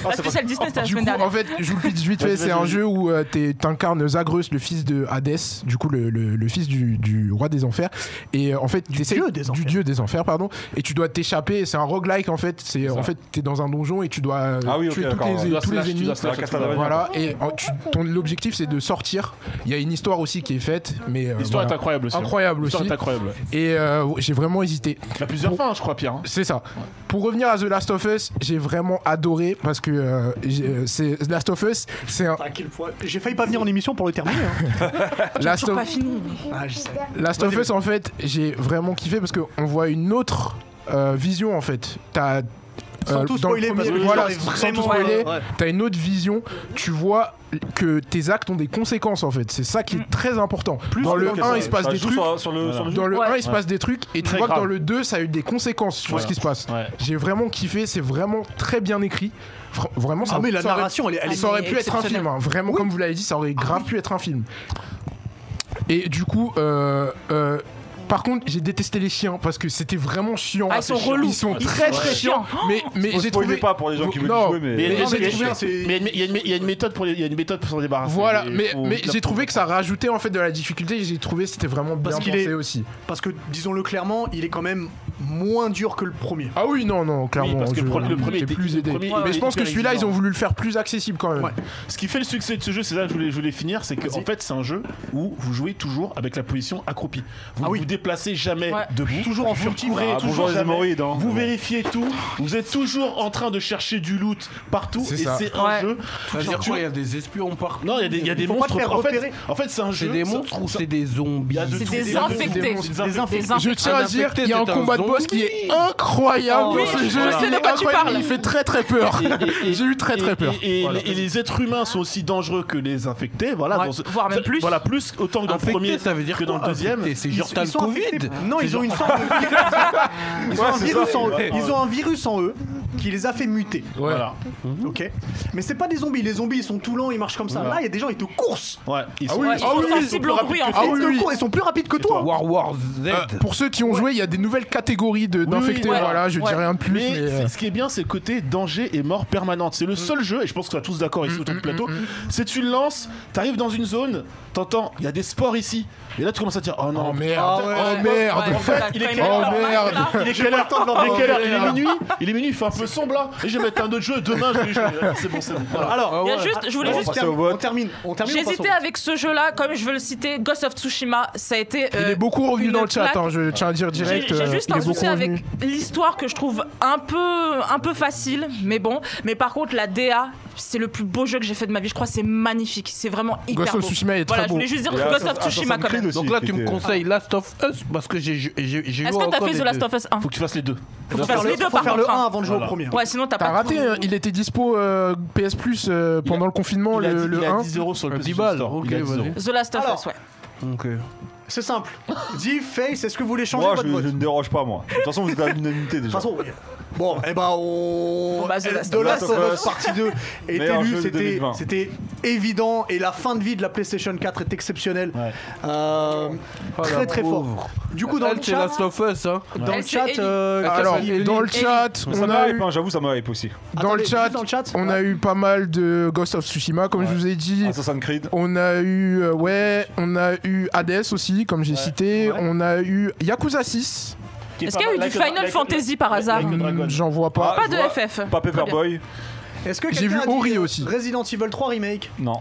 [SPEAKER 4] la spéciale Disney, c'était la
[SPEAKER 6] Ah, Du
[SPEAKER 4] semaine
[SPEAKER 6] coup,
[SPEAKER 4] dernière.
[SPEAKER 6] en fait, je vous le
[SPEAKER 7] *laughs*
[SPEAKER 6] pitch vite fait.
[SPEAKER 7] Vas-y,
[SPEAKER 6] C'est
[SPEAKER 7] vas-y,
[SPEAKER 6] un
[SPEAKER 7] vas-y.
[SPEAKER 6] jeu où euh, t'es- t'incarnes Zagreus, le fils de Hadès, du coup le, le- le fils du, du roi des enfers. Et euh, en fait, du
[SPEAKER 1] dieu des
[SPEAKER 6] du
[SPEAKER 1] enfers.
[SPEAKER 6] dieu des enfers, pardon. Et tu dois t'échapper. C'est un roguelike en fait. C'est en fait, t'es dans un donjon et tu dois euh,
[SPEAKER 8] Ah oui, ok,
[SPEAKER 6] tuer toutes
[SPEAKER 8] d'accord,
[SPEAKER 6] les-
[SPEAKER 8] ouais.
[SPEAKER 7] Tu dois
[SPEAKER 6] tous
[SPEAKER 7] slash,
[SPEAKER 6] les
[SPEAKER 7] tu
[SPEAKER 6] ennemis.
[SPEAKER 7] dois slash,
[SPEAKER 8] Ah,
[SPEAKER 7] tu dois-
[SPEAKER 8] Castlevania.
[SPEAKER 6] Voilà. Et en- tu- ton l'objectif c'est de sortir. Il y a une histoire aussi qui est faite, mais euh,
[SPEAKER 7] L'histoire est
[SPEAKER 6] voilà.
[SPEAKER 7] incroyable aussi. hein.
[SPEAKER 6] Incroyable
[SPEAKER 7] L'histoire
[SPEAKER 6] aussi.
[SPEAKER 7] est incroyable.
[SPEAKER 6] Et euh, j'ai vraiment hésité.
[SPEAKER 7] Il y a plusieurs
[SPEAKER 6] Bon.
[SPEAKER 7] fins, je crois, Pierre. hein.
[SPEAKER 6] C'est ça. Pour revenir à The Last of Us, j'ai vraiment adoré parce que euh, j'ai- euh, c'est The Last of Us, c'est un
[SPEAKER 1] J'ai failli pas venir en émission pour le terminer. hein.
[SPEAKER 6] Last
[SPEAKER 4] Toujours
[SPEAKER 6] of,
[SPEAKER 4] pas fini. mais-
[SPEAKER 1] Ah, je sais.
[SPEAKER 6] Last of Us en fait, j'ai vraiment kiffé parce que on voit une autre euh, vision en fait. T'as
[SPEAKER 1] Sans
[SPEAKER 6] euh,
[SPEAKER 1] tout
[SPEAKER 6] dans le
[SPEAKER 1] spoiler, parce
[SPEAKER 6] premier-
[SPEAKER 1] que
[SPEAKER 6] voilà,
[SPEAKER 1] l'histoire est
[SPEAKER 6] sans tout
[SPEAKER 1] vraiment- euh,
[SPEAKER 6] spoiler,
[SPEAKER 1] ouais, ouais.
[SPEAKER 6] t'as une autre vision. Tu vois que tes actes ont des conséquences en fait. C'est ça qui
[SPEAKER 4] Mm.
[SPEAKER 6] est très important. dans le 1, il se passe
[SPEAKER 8] Ça
[SPEAKER 6] des
[SPEAKER 8] joue
[SPEAKER 6] trucs.
[SPEAKER 8] sur- sur le sur le jeu.
[SPEAKER 6] Dans le
[SPEAKER 4] Ouais.
[SPEAKER 6] 1, il se passe des trucs et tu
[SPEAKER 7] Très
[SPEAKER 6] vois que
[SPEAKER 7] grave.
[SPEAKER 6] dans le 2, ça a eu des conséquences sur
[SPEAKER 7] Voilà.
[SPEAKER 6] ce qui se passe.
[SPEAKER 7] Ouais.
[SPEAKER 6] J'ai vraiment kiffé, c'est vraiment très bien écrit. Fra- vraiment, ça,
[SPEAKER 1] Ah, mais la
[SPEAKER 6] ça aurait-
[SPEAKER 1] narration, elle est. elle est- Ah
[SPEAKER 6] ça aurait
[SPEAKER 4] Elle est
[SPEAKER 6] pu être un film, hein. vraiment, comme vous l'avez dit, ça aurait grave pu être un film. Et du coup, euh, euh, par contre, j'ai détesté les chiens parce que c'était vraiment chiant.
[SPEAKER 4] Ah, ils sont relous.
[SPEAKER 6] Ils sont
[SPEAKER 4] Ils
[SPEAKER 6] très
[SPEAKER 4] sont
[SPEAKER 6] très
[SPEAKER 4] chiants.
[SPEAKER 6] chiants.
[SPEAKER 4] Oh
[SPEAKER 6] Mais, mais
[SPEAKER 8] Faut
[SPEAKER 6] j'ai
[SPEAKER 8] spoiler
[SPEAKER 6] trouvé.
[SPEAKER 8] pas pour les gens qui veulent y
[SPEAKER 6] Non.
[SPEAKER 8] jouer,
[SPEAKER 7] Mais
[SPEAKER 8] mais.
[SPEAKER 7] il y a-
[SPEAKER 1] Non, mais
[SPEAKER 7] il y a-
[SPEAKER 1] hein. c'est bien, c'est-
[SPEAKER 7] il y a une- il y a une- il y a une méthode pour les- il y a une méthode pour s'en débarrasser.
[SPEAKER 6] Voilà,
[SPEAKER 7] Il
[SPEAKER 6] mais,
[SPEAKER 7] faut-
[SPEAKER 6] mais j'ai trouvé que ça rajoutait en fait de la difficulté. J'ai trouvé que c'était vraiment bien
[SPEAKER 1] Parce qu'il
[SPEAKER 6] pensé
[SPEAKER 1] est-
[SPEAKER 6] aussi.
[SPEAKER 1] Parce que, disons-le clairement, il est quand même moins dur que le premier.
[SPEAKER 6] Ah oui, non, non, clairement.
[SPEAKER 7] parce que
[SPEAKER 6] je-
[SPEAKER 7] le premier- le premier
[SPEAKER 6] j'étais
[SPEAKER 7] était-
[SPEAKER 6] plus
[SPEAKER 7] le
[SPEAKER 6] aidé.
[SPEAKER 7] premier
[SPEAKER 6] mais
[SPEAKER 7] était
[SPEAKER 6] je pense que
[SPEAKER 7] hyper
[SPEAKER 6] celui-là, ils
[SPEAKER 7] exigeant.
[SPEAKER 6] ont voulu le faire plus accessible quand même.
[SPEAKER 1] Ouais.
[SPEAKER 7] Ce qui fait le succès de ce jeu, c'est là que je voulais, je voulais finir, c'est que en fait c'est un jeu où vous jouez toujours avec la position accroupie. Vous
[SPEAKER 1] Ah
[SPEAKER 7] ne
[SPEAKER 1] oui.
[SPEAKER 7] vous déplacez jamais
[SPEAKER 4] Ouais.
[SPEAKER 7] debout. Toujours en furtif.
[SPEAKER 8] Ah, bonjour les hémorroïdes, hein.
[SPEAKER 7] Vous vérifiez tout. Vous êtes toujours en train de chercher du loot partout.
[SPEAKER 6] C'est
[SPEAKER 7] Et
[SPEAKER 6] ça.
[SPEAKER 7] c'est un
[SPEAKER 4] Ouais.
[SPEAKER 7] jeu.
[SPEAKER 2] Ça veut dire quoi Il y a des espions partout.
[SPEAKER 7] Non, il y a des, il y a des
[SPEAKER 1] pas
[SPEAKER 7] monstres.
[SPEAKER 1] te faire
[SPEAKER 7] en fait,
[SPEAKER 1] repérer.
[SPEAKER 7] en fait, c'est un jeu.
[SPEAKER 2] C'est des
[SPEAKER 7] ça-
[SPEAKER 2] monstres ou
[SPEAKER 7] ça-
[SPEAKER 2] c'est des
[SPEAKER 7] il
[SPEAKER 2] zombies
[SPEAKER 7] y a de
[SPEAKER 4] C'est
[SPEAKER 7] tout.
[SPEAKER 4] des
[SPEAKER 7] Il y a de tout.
[SPEAKER 4] infectés.
[SPEAKER 7] Des monstres, des
[SPEAKER 4] Des
[SPEAKER 7] infectés.
[SPEAKER 4] infectés.
[SPEAKER 6] Je tiens à dire
[SPEAKER 2] infecté,
[SPEAKER 6] qu'il y a un
[SPEAKER 2] c'est un
[SPEAKER 6] combat de boss
[SPEAKER 2] zombie.
[SPEAKER 6] qui est incroyable
[SPEAKER 4] Oh,
[SPEAKER 6] dans
[SPEAKER 4] oui,
[SPEAKER 6] ce
[SPEAKER 4] je
[SPEAKER 6] jeu.
[SPEAKER 4] sais de
[SPEAKER 6] Il est
[SPEAKER 4] quoi tu
[SPEAKER 6] incroyable,
[SPEAKER 4] parles.
[SPEAKER 6] Il fait très très peur.
[SPEAKER 7] Et- et-
[SPEAKER 6] *laughs* J'ai eu très
[SPEAKER 7] et-
[SPEAKER 6] très peur.
[SPEAKER 7] Et, et- et les êtres humains sont aussi dangereux que les infectés, voilà.
[SPEAKER 4] Ouais,
[SPEAKER 7] dans ce-
[SPEAKER 4] voire même plus.
[SPEAKER 7] Voilà, plus autant que dans
[SPEAKER 2] Infectés,
[SPEAKER 7] le premier
[SPEAKER 2] ça veut dire
[SPEAKER 7] que dans le
[SPEAKER 2] quoi,
[SPEAKER 7] deuxième.
[SPEAKER 2] infectés C'est
[SPEAKER 1] Ils-
[SPEAKER 2] genre t'as
[SPEAKER 1] ils
[SPEAKER 2] le
[SPEAKER 1] sont infectés.
[SPEAKER 2] Covid
[SPEAKER 1] Non, ils ont une sorte de virus. Ils ont un virus en eux. Ils ont un virus en eux qui les a fait muter.
[SPEAKER 7] Voilà.
[SPEAKER 1] Ok. Mais c'est pas des zombies. Les zombies, ils sont tout lents, ils marchent comme ça. Là, il y a des gens, ils te coursent.
[SPEAKER 7] Ouais, ils sont-
[SPEAKER 6] oui,
[SPEAKER 4] Ouais, ils
[SPEAKER 6] ah
[SPEAKER 4] sont
[SPEAKER 6] oui,
[SPEAKER 4] sensibles au bruit, en
[SPEAKER 7] Ah
[SPEAKER 1] Ils
[SPEAKER 7] hein.
[SPEAKER 4] fait.
[SPEAKER 1] te courent, ils sont plus rapides que toi.
[SPEAKER 2] War War Z.
[SPEAKER 6] Euh, Pour ceux qui ont joué, il y a des nouvelles catégories de- d'infectés.
[SPEAKER 7] ouais.
[SPEAKER 6] Voilà, je dis
[SPEAKER 4] Ouais.
[SPEAKER 6] rien de plus.
[SPEAKER 7] Mais Mm.
[SPEAKER 6] mais, euh,
[SPEAKER 7] c'est- ce qui est bien, c'est le côté danger et mort permanente. C'est le seul jeu, et je pense qu'on est tous d'accord ici autour du plateau, c'est tu le lances, t'arrives dans une zone, t'entends, il y a des sports ici. Et là, tu commences à te dire, oh non,
[SPEAKER 6] Oh merde,
[SPEAKER 4] Ouais,
[SPEAKER 6] *laughs* oh merde.
[SPEAKER 4] ouais, voilà,
[SPEAKER 7] il est
[SPEAKER 4] quand
[SPEAKER 7] quelle
[SPEAKER 4] même
[SPEAKER 6] heure
[SPEAKER 4] leur masque,
[SPEAKER 6] Oh, merde.
[SPEAKER 4] là.
[SPEAKER 7] il est quelle heure Il est quelle heure Il est minuit Il est minuit, il fait un peu peu sombre là. Et je vais mettre un autre jeu. Demain, je vais y jouer. Ah, C'est bon, c'est bon. Voilà.
[SPEAKER 1] Alors,
[SPEAKER 4] Il y a juste, je voulais
[SPEAKER 1] on
[SPEAKER 4] juste
[SPEAKER 1] termine- on termine. On termine. on passe au
[SPEAKER 4] J'hésitais
[SPEAKER 1] vote.
[SPEAKER 4] avec ce jeu-là, comme je veux le citer, Ghost of Tsushima, ça a été.
[SPEAKER 6] Il
[SPEAKER 4] euh,
[SPEAKER 6] est beaucoup revenu
[SPEAKER 4] une
[SPEAKER 6] dans le chat,
[SPEAKER 4] claque.
[SPEAKER 6] hein, je tiens à dire
[SPEAKER 4] J'ai
[SPEAKER 6] direct.
[SPEAKER 4] j'ai
[SPEAKER 6] euh,
[SPEAKER 4] juste
[SPEAKER 6] il
[SPEAKER 4] un
[SPEAKER 6] est beaucoup
[SPEAKER 4] souci avec
[SPEAKER 6] revenu.
[SPEAKER 4] l'histoire que je trouve un peu, un peu facile, mais bon. Mais par contre, la DA, c'est le plus beau jeu que j'ai fait de ma vie. Je crois que c'est magnifique. C'est vraiment hyper
[SPEAKER 6] Ghost
[SPEAKER 4] beau.
[SPEAKER 6] of Tsushima est très
[SPEAKER 4] voilà,
[SPEAKER 6] beau.
[SPEAKER 4] je voulais juste dire
[SPEAKER 8] Et
[SPEAKER 4] Ghost of
[SPEAKER 8] Assassin's
[SPEAKER 4] Tsushima quand
[SPEAKER 8] Creed
[SPEAKER 4] même.
[SPEAKER 8] aussi,
[SPEAKER 2] Donc là,
[SPEAKER 8] qui
[SPEAKER 2] tu me
[SPEAKER 8] était-
[SPEAKER 2] conseilles Last of Us parce que j'ai j'ai- j'ai- j'ai joué.
[SPEAKER 4] Est-ce que t'as
[SPEAKER 2] encore
[SPEAKER 4] fait
[SPEAKER 2] les
[SPEAKER 4] The Last
[SPEAKER 2] deux.
[SPEAKER 4] of Us 1
[SPEAKER 7] Faut que tu fasses les deux.
[SPEAKER 4] Faut
[SPEAKER 1] Faut
[SPEAKER 4] faire
[SPEAKER 1] faire
[SPEAKER 4] les
[SPEAKER 1] le-
[SPEAKER 4] deux
[SPEAKER 1] faut
[SPEAKER 4] par
[SPEAKER 1] faire le
[SPEAKER 4] contre,
[SPEAKER 1] 1
[SPEAKER 4] hein.
[SPEAKER 1] avant de jouer au premier.
[SPEAKER 4] Ouais, sinon t'as
[SPEAKER 6] T'as
[SPEAKER 4] pas
[SPEAKER 6] raté, hein, il était dispo euh, PS Plus euh, pendant le confinement,
[SPEAKER 7] Il a
[SPEAKER 6] le,
[SPEAKER 7] dit-
[SPEAKER 6] le
[SPEAKER 7] il a
[SPEAKER 6] 1.
[SPEAKER 7] 10 euros sur le
[SPEAKER 2] Ah, 10
[SPEAKER 7] PlayStation
[SPEAKER 2] balles,
[SPEAKER 7] Store.
[SPEAKER 2] ok,
[SPEAKER 7] Il a 10
[SPEAKER 2] vas-y.
[SPEAKER 7] euros.
[SPEAKER 4] The Last of
[SPEAKER 1] Alors.
[SPEAKER 4] Us, ouais.
[SPEAKER 2] Ok.
[SPEAKER 1] C'est simple. Dis Face, est-ce que vous voulez changer
[SPEAKER 8] Moi, je,
[SPEAKER 1] votre vote
[SPEAKER 8] je ne déroge pas, moi. De toute façon, vous êtes à l'unanimité
[SPEAKER 1] De
[SPEAKER 8] déjà.
[SPEAKER 1] toute façon, oui. bon, eh ben on.
[SPEAKER 4] Bon, bah, The Last
[SPEAKER 1] The
[SPEAKER 4] of
[SPEAKER 1] Last
[SPEAKER 8] Us.
[SPEAKER 1] of Us partie 2 est
[SPEAKER 8] Meilleur jeu
[SPEAKER 1] élu,
[SPEAKER 8] de
[SPEAKER 1] c'était-
[SPEAKER 8] 2020.
[SPEAKER 1] c'était évident et la fin de vie de la PlayStation 4 est exceptionnelle. Euh, très très fort. Du coup, dans
[SPEAKER 2] Oh Elle,
[SPEAKER 1] le
[SPEAKER 2] c'est
[SPEAKER 1] chat,
[SPEAKER 2] Last of Us, hein.
[SPEAKER 1] dans le
[SPEAKER 4] Elle, c'est
[SPEAKER 1] chat,
[SPEAKER 4] Ellie.
[SPEAKER 1] euh,
[SPEAKER 6] Ah, Alors,
[SPEAKER 1] Ellie.
[SPEAKER 6] dans le
[SPEAKER 4] Ellie.
[SPEAKER 6] chat,
[SPEAKER 8] ça
[SPEAKER 6] on a
[SPEAKER 8] me
[SPEAKER 6] eu.
[SPEAKER 8] hype, hein, j'avoue, ça me hype aussi.
[SPEAKER 6] Dans le
[SPEAKER 1] Attendez,
[SPEAKER 6] chat,
[SPEAKER 1] juste dans le chat
[SPEAKER 6] on a eu pas mal de Ghost of Tsushima, comme je vous ai dit.
[SPEAKER 1] Ah,
[SPEAKER 8] Assassin's Creed.
[SPEAKER 6] On a eu, euh, ouais, on a eu Hades aussi, comme j'ai cité. On a eu Yakuza 6.
[SPEAKER 7] Qui est
[SPEAKER 4] Est-ce
[SPEAKER 7] pas
[SPEAKER 4] qu'il y a eu
[SPEAKER 7] mal.
[SPEAKER 4] du
[SPEAKER 7] Like a-
[SPEAKER 4] Final
[SPEAKER 7] like a-
[SPEAKER 4] Fantasy par hasard
[SPEAKER 7] Like a Dragon.
[SPEAKER 6] Hmm, J'en vois
[SPEAKER 8] Ah,
[SPEAKER 6] pas.
[SPEAKER 4] Pas
[SPEAKER 8] je
[SPEAKER 4] de
[SPEAKER 8] vois.
[SPEAKER 4] FF.
[SPEAKER 8] Pas Paperboy.
[SPEAKER 2] Ah.
[SPEAKER 1] Est-ce que
[SPEAKER 6] J'ai
[SPEAKER 1] quelqu'un
[SPEAKER 6] vu
[SPEAKER 1] a dit,
[SPEAKER 6] Ori
[SPEAKER 1] euh,
[SPEAKER 6] aussi.
[SPEAKER 1] Resident Evil 3 remake
[SPEAKER 8] Non.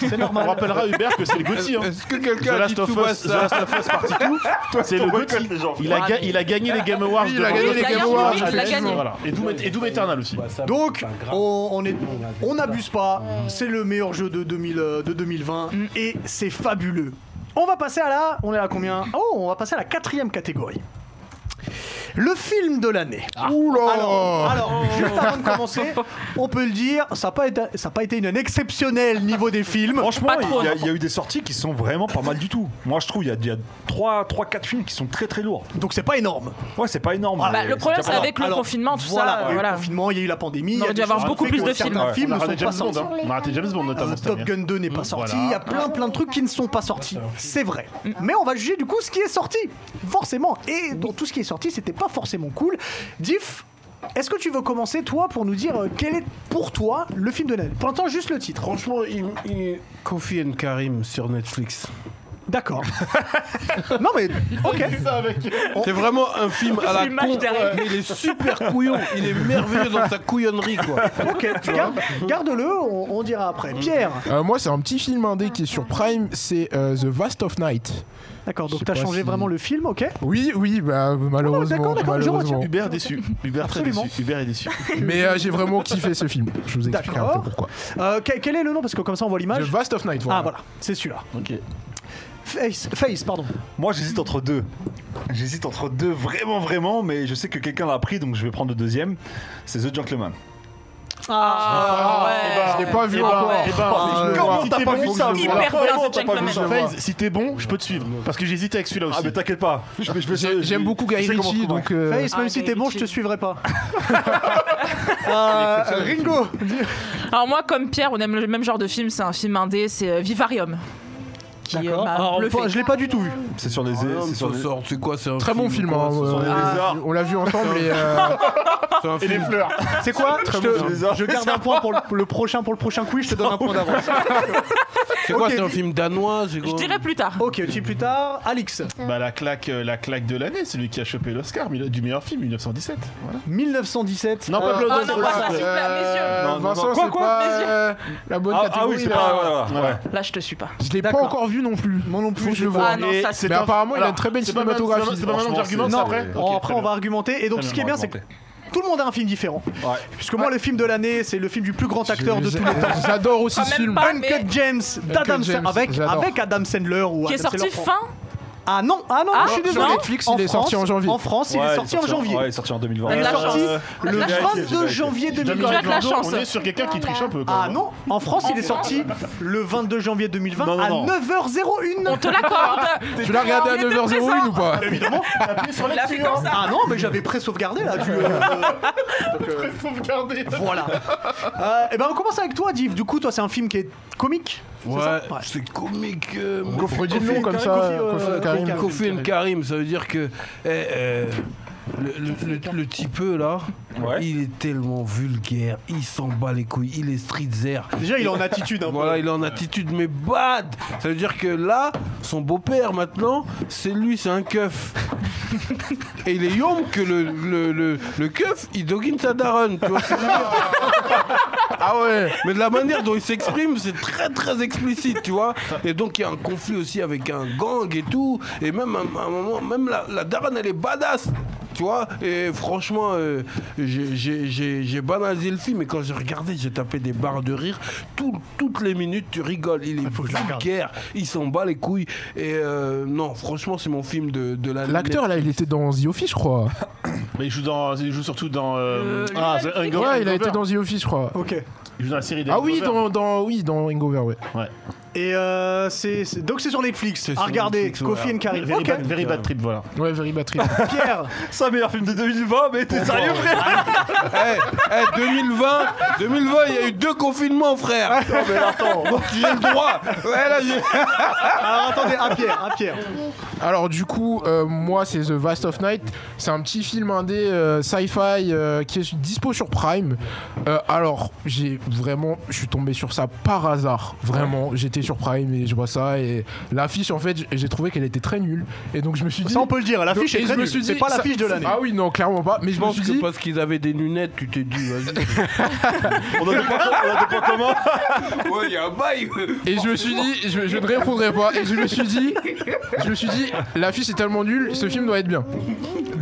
[SPEAKER 1] C'est
[SPEAKER 7] On
[SPEAKER 1] normal.
[SPEAKER 7] rappellera Hubert que c'est *laughs* le Gauthier. Hein.
[SPEAKER 2] Est-ce que
[SPEAKER 7] The
[SPEAKER 2] quelqu'un a dit
[SPEAKER 7] Last of Us, The
[SPEAKER 2] Tsubasa
[SPEAKER 7] Last of Us *laughs* partie tout. C'est le Gauthier. Il a, ga- il a gagné les Game Awards.
[SPEAKER 6] Ah, Oui, il
[SPEAKER 7] de
[SPEAKER 6] a gagné
[SPEAKER 7] Rondo.
[SPEAKER 6] les Game
[SPEAKER 4] Awards,
[SPEAKER 7] Ah,
[SPEAKER 4] il l'a gagné.
[SPEAKER 7] Voilà. Et Doom, et Doom Eternal aussi.
[SPEAKER 1] Ah, Donc, on, on est, on n'abuse pas. C'est le meilleur jeu de, 2000, euh, de 2020
[SPEAKER 4] Mm.
[SPEAKER 1] et c'est fabuleux. On va passer à la. On est à combien Oh, on va passer à la quatrième catégorie. Le film de l'année.
[SPEAKER 4] Ah.
[SPEAKER 6] Oula
[SPEAKER 1] Alors, alors, *laughs* juste avant de commencer, on peut le dire, ça n'a pas, été- ça a pas été une année exceptionnelle niveau des films.
[SPEAKER 8] Franchement,
[SPEAKER 4] Pas
[SPEAKER 8] il
[SPEAKER 4] trop,
[SPEAKER 8] y a-
[SPEAKER 4] non.
[SPEAKER 8] il y, a eu des sorties qui sont vraiment pas mal du tout. Moi, je trouve, il y a, il y a 3-4 films qui sont très très lourds.
[SPEAKER 1] Donc, c'est pas énorme.
[SPEAKER 8] Ouais, c'est pas énorme.
[SPEAKER 4] Bah,
[SPEAKER 8] mais
[SPEAKER 4] le problème,
[SPEAKER 8] déjà
[SPEAKER 4] c'est
[SPEAKER 8] pas
[SPEAKER 4] avec le
[SPEAKER 1] Alors,
[SPEAKER 4] confinement, tout
[SPEAKER 1] voilà,
[SPEAKER 4] ça.
[SPEAKER 1] Il y
[SPEAKER 4] euh,
[SPEAKER 1] a eu le
[SPEAKER 4] voilà.
[SPEAKER 1] confinement, il y a eu la pandémie.
[SPEAKER 4] On
[SPEAKER 1] il y a
[SPEAKER 4] aurait dû
[SPEAKER 1] des
[SPEAKER 4] avoir
[SPEAKER 1] choses qui
[SPEAKER 4] beaucoup
[SPEAKER 1] ont fait
[SPEAKER 4] plus
[SPEAKER 1] que
[SPEAKER 4] de
[SPEAKER 1] Certains films
[SPEAKER 7] On a
[SPEAKER 1] ne sont
[SPEAKER 7] raté James
[SPEAKER 1] pas
[SPEAKER 7] Bond.
[SPEAKER 1] sortis.
[SPEAKER 7] hein. On a raté James Bond notamment.
[SPEAKER 1] Euh,
[SPEAKER 7] cette
[SPEAKER 1] Top
[SPEAKER 7] année. hein.
[SPEAKER 1] Gun 2 n'est
[SPEAKER 6] Mmh,
[SPEAKER 1] pas sorti,
[SPEAKER 7] Voilà.
[SPEAKER 1] il y a plein plein de trucs qui ne sont pas sortis, c'est vrai. Mais on va juger du coup ce qui est sorti, forcément. Et dans tout ce qui est sorti, c'était pas forcément cool. Diff, est-ce que tu veux commencer toi pour nous dire euh, quel est pour toi le film de l'année Pour l'instant, juste le titre.
[SPEAKER 6] Franchement, il, Kofi and Karim sur Netflix. *laughs*
[SPEAKER 1] D'accord. non mais ok.
[SPEAKER 2] C'est vraiment un film à la
[SPEAKER 4] L'image
[SPEAKER 2] con.
[SPEAKER 4] derrière.
[SPEAKER 2] mais Il est super couillon. Il est merveilleux dans sa couillonnerie, quoi.
[SPEAKER 1] Ok, garde- garde-le, on, on dira après. Pierre,
[SPEAKER 6] Euh, moi, c'est un petit film indé qui est sur Prime, c'est euh, The Vast of Night.
[SPEAKER 1] d'accord,
[SPEAKER 6] Je
[SPEAKER 1] donc
[SPEAKER 6] sais
[SPEAKER 1] t'as
[SPEAKER 6] pas
[SPEAKER 1] changé
[SPEAKER 6] si-
[SPEAKER 1] vraiment le film, ok
[SPEAKER 6] Oui, oui, bah malheureusement,
[SPEAKER 1] Ah, d'accord, d'accord, je
[SPEAKER 6] malheureusement.
[SPEAKER 1] retiens.
[SPEAKER 7] Hubert déçu. Hubert très
[SPEAKER 1] Absolument.
[SPEAKER 7] déçu. Hubert est déçu.
[SPEAKER 6] Mais euh, j'ai vraiment kiffé ce film. Je vous expliquerai un peu
[SPEAKER 1] D'accord.
[SPEAKER 6] pourquoi.
[SPEAKER 1] Euh, que- quel est le nom Parce que comme ça on voit
[SPEAKER 6] The
[SPEAKER 1] l'image.
[SPEAKER 6] Vast of Night. Voilà.
[SPEAKER 1] Ah voilà, c'est celui-là.
[SPEAKER 7] Ok.
[SPEAKER 1] Face, face, pardon.
[SPEAKER 8] Moi, j'hésite entre deux. J'hésite entre deux, vraiment, vraiment, mais je sais que quelqu'un l'a pris, donc je vais prendre le deuxième. C'est The Gentleman.
[SPEAKER 4] Ah,
[SPEAKER 7] bah,
[SPEAKER 4] ouais.
[SPEAKER 6] Je l'ai pas vu
[SPEAKER 4] Eh ben,
[SPEAKER 6] encore.
[SPEAKER 4] ouais.
[SPEAKER 7] Eh ben,
[SPEAKER 6] Ah,
[SPEAKER 7] si-
[SPEAKER 6] comment
[SPEAKER 7] si
[SPEAKER 6] t'as
[SPEAKER 7] t'es
[SPEAKER 6] pas
[SPEAKER 7] bon,
[SPEAKER 6] vu
[SPEAKER 7] si
[SPEAKER 6] ça,
[SPEAKER 7] t'es
[SPEAKER 4] Hyper
[SPEAKER 7] bon,
[SPEAKER 4] bien ce
[SPEAKER 8] t'as pas vu
[SPEAKER 4] gentleman.
[SPEAKER 8] ça.
[SPEAKER 7] Faze, si t'es bon, je peux te suivre. Parce que j'hésitais avec celui-là
[SPEAKER 8] Ah,
[SPEAKER 7] aussi.
[SPEAKER 8] mais t'inquiète pas. Je, je- je-
[SPEAKER 6] J'ai-
[SPEAKER 8] je-
[SPEAKER 6] J'aime
[SPEAKER 8] je-
[SPEAKER 6] beaucoup
[SPEAKER 8] je
[SPEAKER 6] Guy
[SPEAKER 8] sais comment
[SPEAKER 6] Ritchie,
[SPEAKER 8] te convaincre.
[SPEAKER 6] donc. euh,
[SPEAKER 1] Face,
[SPEAKER 4] Ah,
[SPEAKER 1] même si
[SPEAKER 4] Guy
[SPEAKER 1] t'es bon, je te
[SPEAKER 4] Ritchie.
[SPEAKER 1] suivrai pas. Euh, Ringo,
[SPEAKER 4] Alors moi, comme Pierre, on aime le même genre de film. C'est un film indé, c'est euh, Vivarium. Qui euh,
[SPEAKER 1] D'accord.
[SPEAKER 4] m'a
[SPEAKER 1] Alors,
[SPEAKER 4] bluffé.
[SPEAKER 1] enfin, je l'ai pas du tout vu.
[SPEAKER 8] C'est sur les. c'est sur
[SPEAKER 2] Ah, Ça
[SPEAKER 8] les-
[SPEAKER 2] sort, c'est quoi C'est un
[SPEAKER 6] Très bon film.
[SPEAKER 2] quoi,
[SPEAKER 6] hein,
[SPEAKER 2] ça sort
[SPEAKER 6] euh,
[SPEAKER 2] des lézards,
[SPEAKER 6] on l'a
[SPEAKER 1] *laughs*
[SPEAKER 6] vu ensemble et euh,
[SPEAKER 2] c'est un
[SPEAKER 7] Et les
[SPEAKER 2] film-
[SPEAKER 7] fleurs.
[SPEAKER 1] C'est quoi je, te- je garde un point pour le, pour le prochain, pour le prochain quiz. Je te donne un point d'avance.
[SPEAKER 2] C'est quoi
[SPEAKER 1] Ok,
[SPEAKER 2] C'est un
[SPEAKER 1] vite.
[SPEAKER 2] film danois c'est
[SPEAKER 4] Je
[SPEAKER 2] quoi
[SPEAKER 4] dirais plus tard.
[SPEAKER 1] Ok, tu plus tard, Alix.
[SPEAKER 7] *laughs* Bah la claque, euh, la claque de l'année, celui qui a chopé l'Oscar mille- du meilleur film 1917. Voilà.
[SPEAKER 1] 1917.
[SPEAKER 7] Non, pas
[SPEAKER 6] Euh,
[SPEAKER 7] Blood
[SPEAKER 4] Ah non,
[SPEAKER 7] on the
[SPEAKER 4] pas
[SPEAKER 7] West.
[SPEAKER 4] ça, s'il vous plaît, à mes yeux.
[SPEAKER 6] euh,
[SPEAKER 8] Non, non,
[SPEAKER 6] Vincent,
[SPEAKER 8] non.
[SPEAKER 6] c'est
[SPEAKER 8] Quoi, quoi,
[SPEAKER 6] pas
[SPEAKER 4] mes yeux
[SPEAKER 6] euh, la bonne
[SPEAKER 8] Ah, ah
[SPEAKER 6] catégorie.
[SPEAKER 8] oui, c'est
[SPEAKER 6] là.
[SPEAKER 8] pas. Voilà, voilà, ouais.
[SPEAKER 4] Là, je te suis pas.
[SPEAKER 6] Je l'ai pas
[SPEAKER 1] D'accord.
[SPEAKER 6] encore vu non plus.
[SPEAKER 1] Moi non plus,
[SPEAKER 6] Faut que
[SPEAKER 1] je
[SPEAKER 6] je le
[SPEAKER 1] l'ai
[SPEAKER 6] vois.
[SPEAKER 4] Ah non,
[SPEAKER 7] Et
[SPEAKER 4] ça c'est.
[SPEAKER 6] Mais apparemment, il a
[SPEAKER 7] Alors,
[SPEAKER 6] une très belle
[SPEAKER 7] c'est pas mal-
[SPEAKER 6] cinématographie.
[SPEAKER 7] C'est pas mal
[SPEAKER 8] Franchement,
[SPEAKER 7] d'arguments,
[SPEAKER 8] c'est-
[SPEAKER 7] c'est
[SPEAKER 8] non.
[SPEAKER 7] après.
[SPEAKER 8] Ok,
[SPEAKER 1] Bon, après, on va argumenter. Et donc, ce qui est bien, c'est que tout le monde a un film différent.
[SPEAKER 8] Ouais.
[SPEAKER 1] Puisque moi, le film de l'année, c'est le film du plus grand acteur de tous les temps.
[SPEAKER 6] J'adore aussi
[SPEAKER 4] Ah,
[SPEAKER 6] ce
[SPEAKER 4] même
[SPEAKER 6] film.
[SPEAKER 4] pas.
[SPEAKER 1] Uncut
[SPEAKER 4] mais-
[SPEAKER 1] James, d'Adam
[SPEAKER 6] James,
[SPEAKER 1] Sa- avec,
[SPEAKER 6] j'adore.
[SPEAKER 1] avec Adam Sandler ou
[SPEAKER 4] Qui est
[SPEAKER 1] Adam
[SPEAKER 4] sorti
[SPEAKER 1] Sandler en-
[SPEAKER 4] fin
[SPEAKER 1] Ah non, ah non,
[SPEAKER 4] Ah,
[SPEAKER 1] je suis
[SPEAKER 4] sur
[SPEAKER 1] désolé.
[SPEAKER 6] Netflix, il est sorti en janvier.
[SPEAKER 1] En France, il est
[SPEAKER 8] Ouais,
[SPEAKER 1] sorti en janvier.
[SPEAKER 8] Ouais, il est sorti en 2020.
[SPEAKER 4] Il
[SPEAKER 1] Il est
[SPEAKER 4] La
[SPEAKER 1] sorti
[SPEAKER 4] chance.
[SPEAKER 1] le
[SPEAKER 4] La chance.
[SPEAKER 1] 22 janvier
[SPEAKER 7] Jean-Claude
[SPEAKER 1] 2020.
[SPEAKER 4] Jacques
[SPEAKER 7] Van Damme,
[SPEAKER 4] Lachance.
[SPEAKER 7] On est sur quelqu'un qui triche un peu. quand
[SPEAKER 1] Ah
[SPEAKER 7] même.
[SPEAKER 1] non, en France, il est sorti le 22 janvier 2020
[SPEAKER 8] Non, non,
[SPEAKER 1] à
[SPEAKER 8] non.
[SPEAKER 1] 9h01.
[SPEAKER 4] On te l'accorde.
[SPEAKER 6] Tu l'as regardé à
[SPEAKER 4] On était
[SPEAKER 6] 9h01 ou pas
[SPEAKER 7] Appuyez sur
[SPEAKER 4] l'a
[SPEAKER 7] la
[SPEAKER 4] fait
[SPEAKER 7] tuyau.
[SPEAKER 4] comme ça.
[SPEAKER 1] Ah non, mais j'avais pré-sauvegardé là. tu, euh, *laughs*
[SPEAKER 7] Sauvegarder.
[SPEAKER 1] voilà. et ben on commence avec toi, Div. Du coup, toi, c'est un film qui est comique. c'est ça
[SPEAKER 2] Ouais, c'est comique. euh,
[SPEAKER 6] Redis le nom
[SPEAKER 1] Kofi,
[SPEAKER 6] comme
[SPEAKER 1] Kofi,
[SPEAKER 6] ça.
[SPEAKER 1] euh,
[SPEAKER 6] Kofi,
[SPEAKER 1] Kofi,
[SPEAKER 6] Karim.
[SPEAKER 1] Karim.
[SPEAKER 2] Kofi and Karim, ça veut dire que eh, euh, Le, le, le, le type là,
[SPEAKER 8] Ouais.
[SPEAKER 2] il est tellement vulgaire, il s'en bat les couilles, il est streetzer.
[SPEAKER 1] Déjà, il est en attitude hein, un peu.
[SPEAKER 2] Voilà, il est en attitude, mais bad Ça veut dire que là, son beau-père maintenant, c'est lui, c'est un keuf. Et il est yom que le, le, le, le keuf, il doguine sa daronne, tu vois ce que je veux dire Ah ouais Mais de la manière dont il s'exprime, c'est très très explicite, tu vois Et donc il y a un conflit aussi avec un gang et tout, et même à un, à un moment, même la, la daronne, elle est badass tu vois, et franchement, euh, j'ai- j'ai j'ai- j'ai banalisé le film, et quand j'ai regardé, j'ai tapé des barres de rire. Tout- toutes les minutes, tu rigoles. Il est vulgaire, il s'en bat les couilles. Et euh, non, franchement, c'est mon film de, de l'année.
[SPEAKER 6] L'acteur là, il était dans The Office, je crois.
[SPEAKER 7] Mais il joue, dans, il joue surtout dans.
[SPEAKER 4] Euh,
[SPEAKER 7] euh, ah, The Hangover.
[SPEAKER 6] Ouais, il a été dans The Office, je crois.
[SPEAKER 1] Ok.
[SPEAKER 7] Il joue dans la série des
[SPEAKER 6] Ah oui,
[SPEAKER 7] Hangover.
[SPEAKER 6] dans, dans, oui, dans Hangover, ouais.
[SPEAKER 1] Et euh, c'est c'est- donc c'est sur Netflix.
[SPEAKER 2] C'est
[SPEAKER 1] À
[SPEAKER 2] sur
[SPEAKER 1] regarder.
[SPEAKER 2] Netflix,
[SPEAKER 1] Kofi
[SPEAKER 2] ouais.
[SPEAKER 1] and Karim.
[SPEAKER 7] Very,
[SPEAKER 1] Ok.
[SPEAKER 7] bad, very bad trip, voilà.
[SPEAKER 6] Ouais, Very Battery.
[SPEAKER 1] Pierre.
[SPEAKER 8] Ça, meilleur film de 2020, mais t'es sérieux, frère
[SPEAKER 2] Eh, eh, 2020, 2020, il y a eu deux confinements, frère. mais attends, *laughs* j'ai le droit. Ouais, là, j'ai-
[SPEAKER 1] Alors attendez, à Pierre, à Pierre.
[SPEAKER 6] Alors du coup, euh, moi c'est The Vast of Night. C'est un petit film indé euh, sci-fi euh, qui est dispo sur Prime. Euh, alors j'ai vraiment, je suis tombé sur ça par hasard. Vraiment, j'étais sur Prime et je vois ça et l'affiche en fait, j- j'ai trouvé qu'elle était très nulle. Et donc je me suis dit,
[SPEAKER 1] Ça on peut le dire. L'affiche
[SPEAKER 6] Et
[SPEAKER 1] est
[SPEAKER 6] je
[SPEAKER 1] très
[SPEAKER 6] me
[SPEAKER 1] nulle.
[SPEAKER 6] suis dit,
[SPEAKER 1] C'est pas
[SPEAKER 6] ça-
[SPEAKER 1] l'affiche de l'année.
[SPEAKER 6] ah oui non clairement pas. Mais je
[SPEAKER 2] Je
[SPEAKER 6] me
[SPEAKER 2] pense
[SPEAKER 6] suis
[SPEAKER 2] que
[SPEAKER 6] dit,
[SPEAKER 2] parce qu'ils avaient des lunettes, tu t'es dit, vas-y.
[SPEAKER 8] On a des points, on a des points communs.
[SPEAKER 2] *laughs*
[SPEAKER 5] Ouais, il y a un bail.
[SPEAKER 6] Et je me suis dit, je, je ne répondrai pas. Et je me suis dit, je me suis dit, l'affiche est tellement nulle, ce film doit être bien.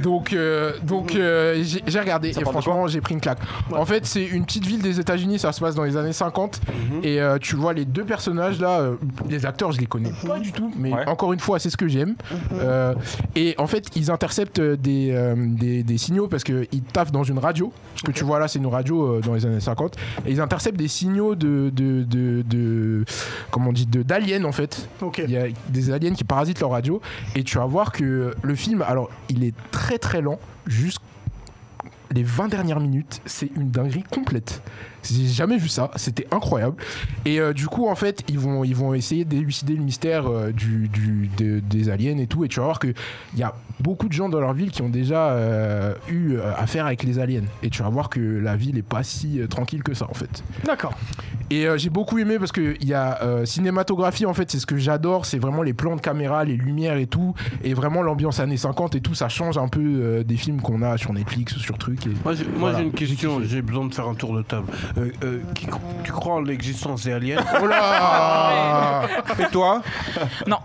[SPEAKER 6] Donc, euh, donc euh, j'ai j'ai regardé et
[SPEAKER 8] parle de
[SPEAKER 6] franchement, j'ai pris une claque. En fait, c'est une petite ville des États-Unis, ça se passe dans les années 50.
[SPEAKER 8] Mhm.
[SPEAKER 6] Et euh, tu vois les deux personnages là, euh, les acteurs, je les connais pas du tout, mais
[SPEAKER 8] Ouais.
[SPEAKER 6] encore une fois, c'est ce que j'aime. Euh, et en fait, ils interceptent des, euh, des, des signaux parce qu'ils taffent dans une radio. Ce que tu vois là, c'est une radio euh, dans les années 50. Et ils interceptent des signaux de, de, de, de- comment on dit, de- d'aliens en fait.
[SPEAKER 1] Ok.
[SPEAKER 6] Il y a des aliens qui parasitent leur radio. Et tu vas voir que le film, alors, il est très très lent, jusqu'à les 20 dernières minutes, c'est une dinguerie complète. J'ai jamais vu ça, c'était incroyable. Et euh, du coup, en fait, ils vont, ils vont essayer d'élucider le mystère euh, du, du- de- des aliens et tout. Et tu vas voir qu'il y a beaucoup de gens dans leur ville qui ont déjà euh, eu euh, affaire avec les aliens. Et tu vas voir que la ville est pas si euh, tranquille que ça, en fait.
[SPEAKER 1] D'accord.
[SPEAKER 6] Et euh, j'ai beaucoup aimé parce que il y a euh, cinématographie en fait, c'est ce que j'adore, c'est vraiment les plans de caméra, les lumières et tout, et vraiment l'ambiance années 50 et tout, ça change un peu euh, des films qu'on a sur Netflix ou sur truc.
[SPEAKER 8] *laughs*
[SPEAKER 6] Et...
[SPEAKER 2] Moi, j'ai moi,
[SPEAKER 6] Voilà.
[SPEAKER 2] j'ai une question, j'ai besoin de faire un tour de table. Euh, euh, qui- tu crois en l'existence des aliens
[SPEAKER 6] Oh *laughs* là
[SPEAKER 2] Et toi
[SPEAKER 4] Non.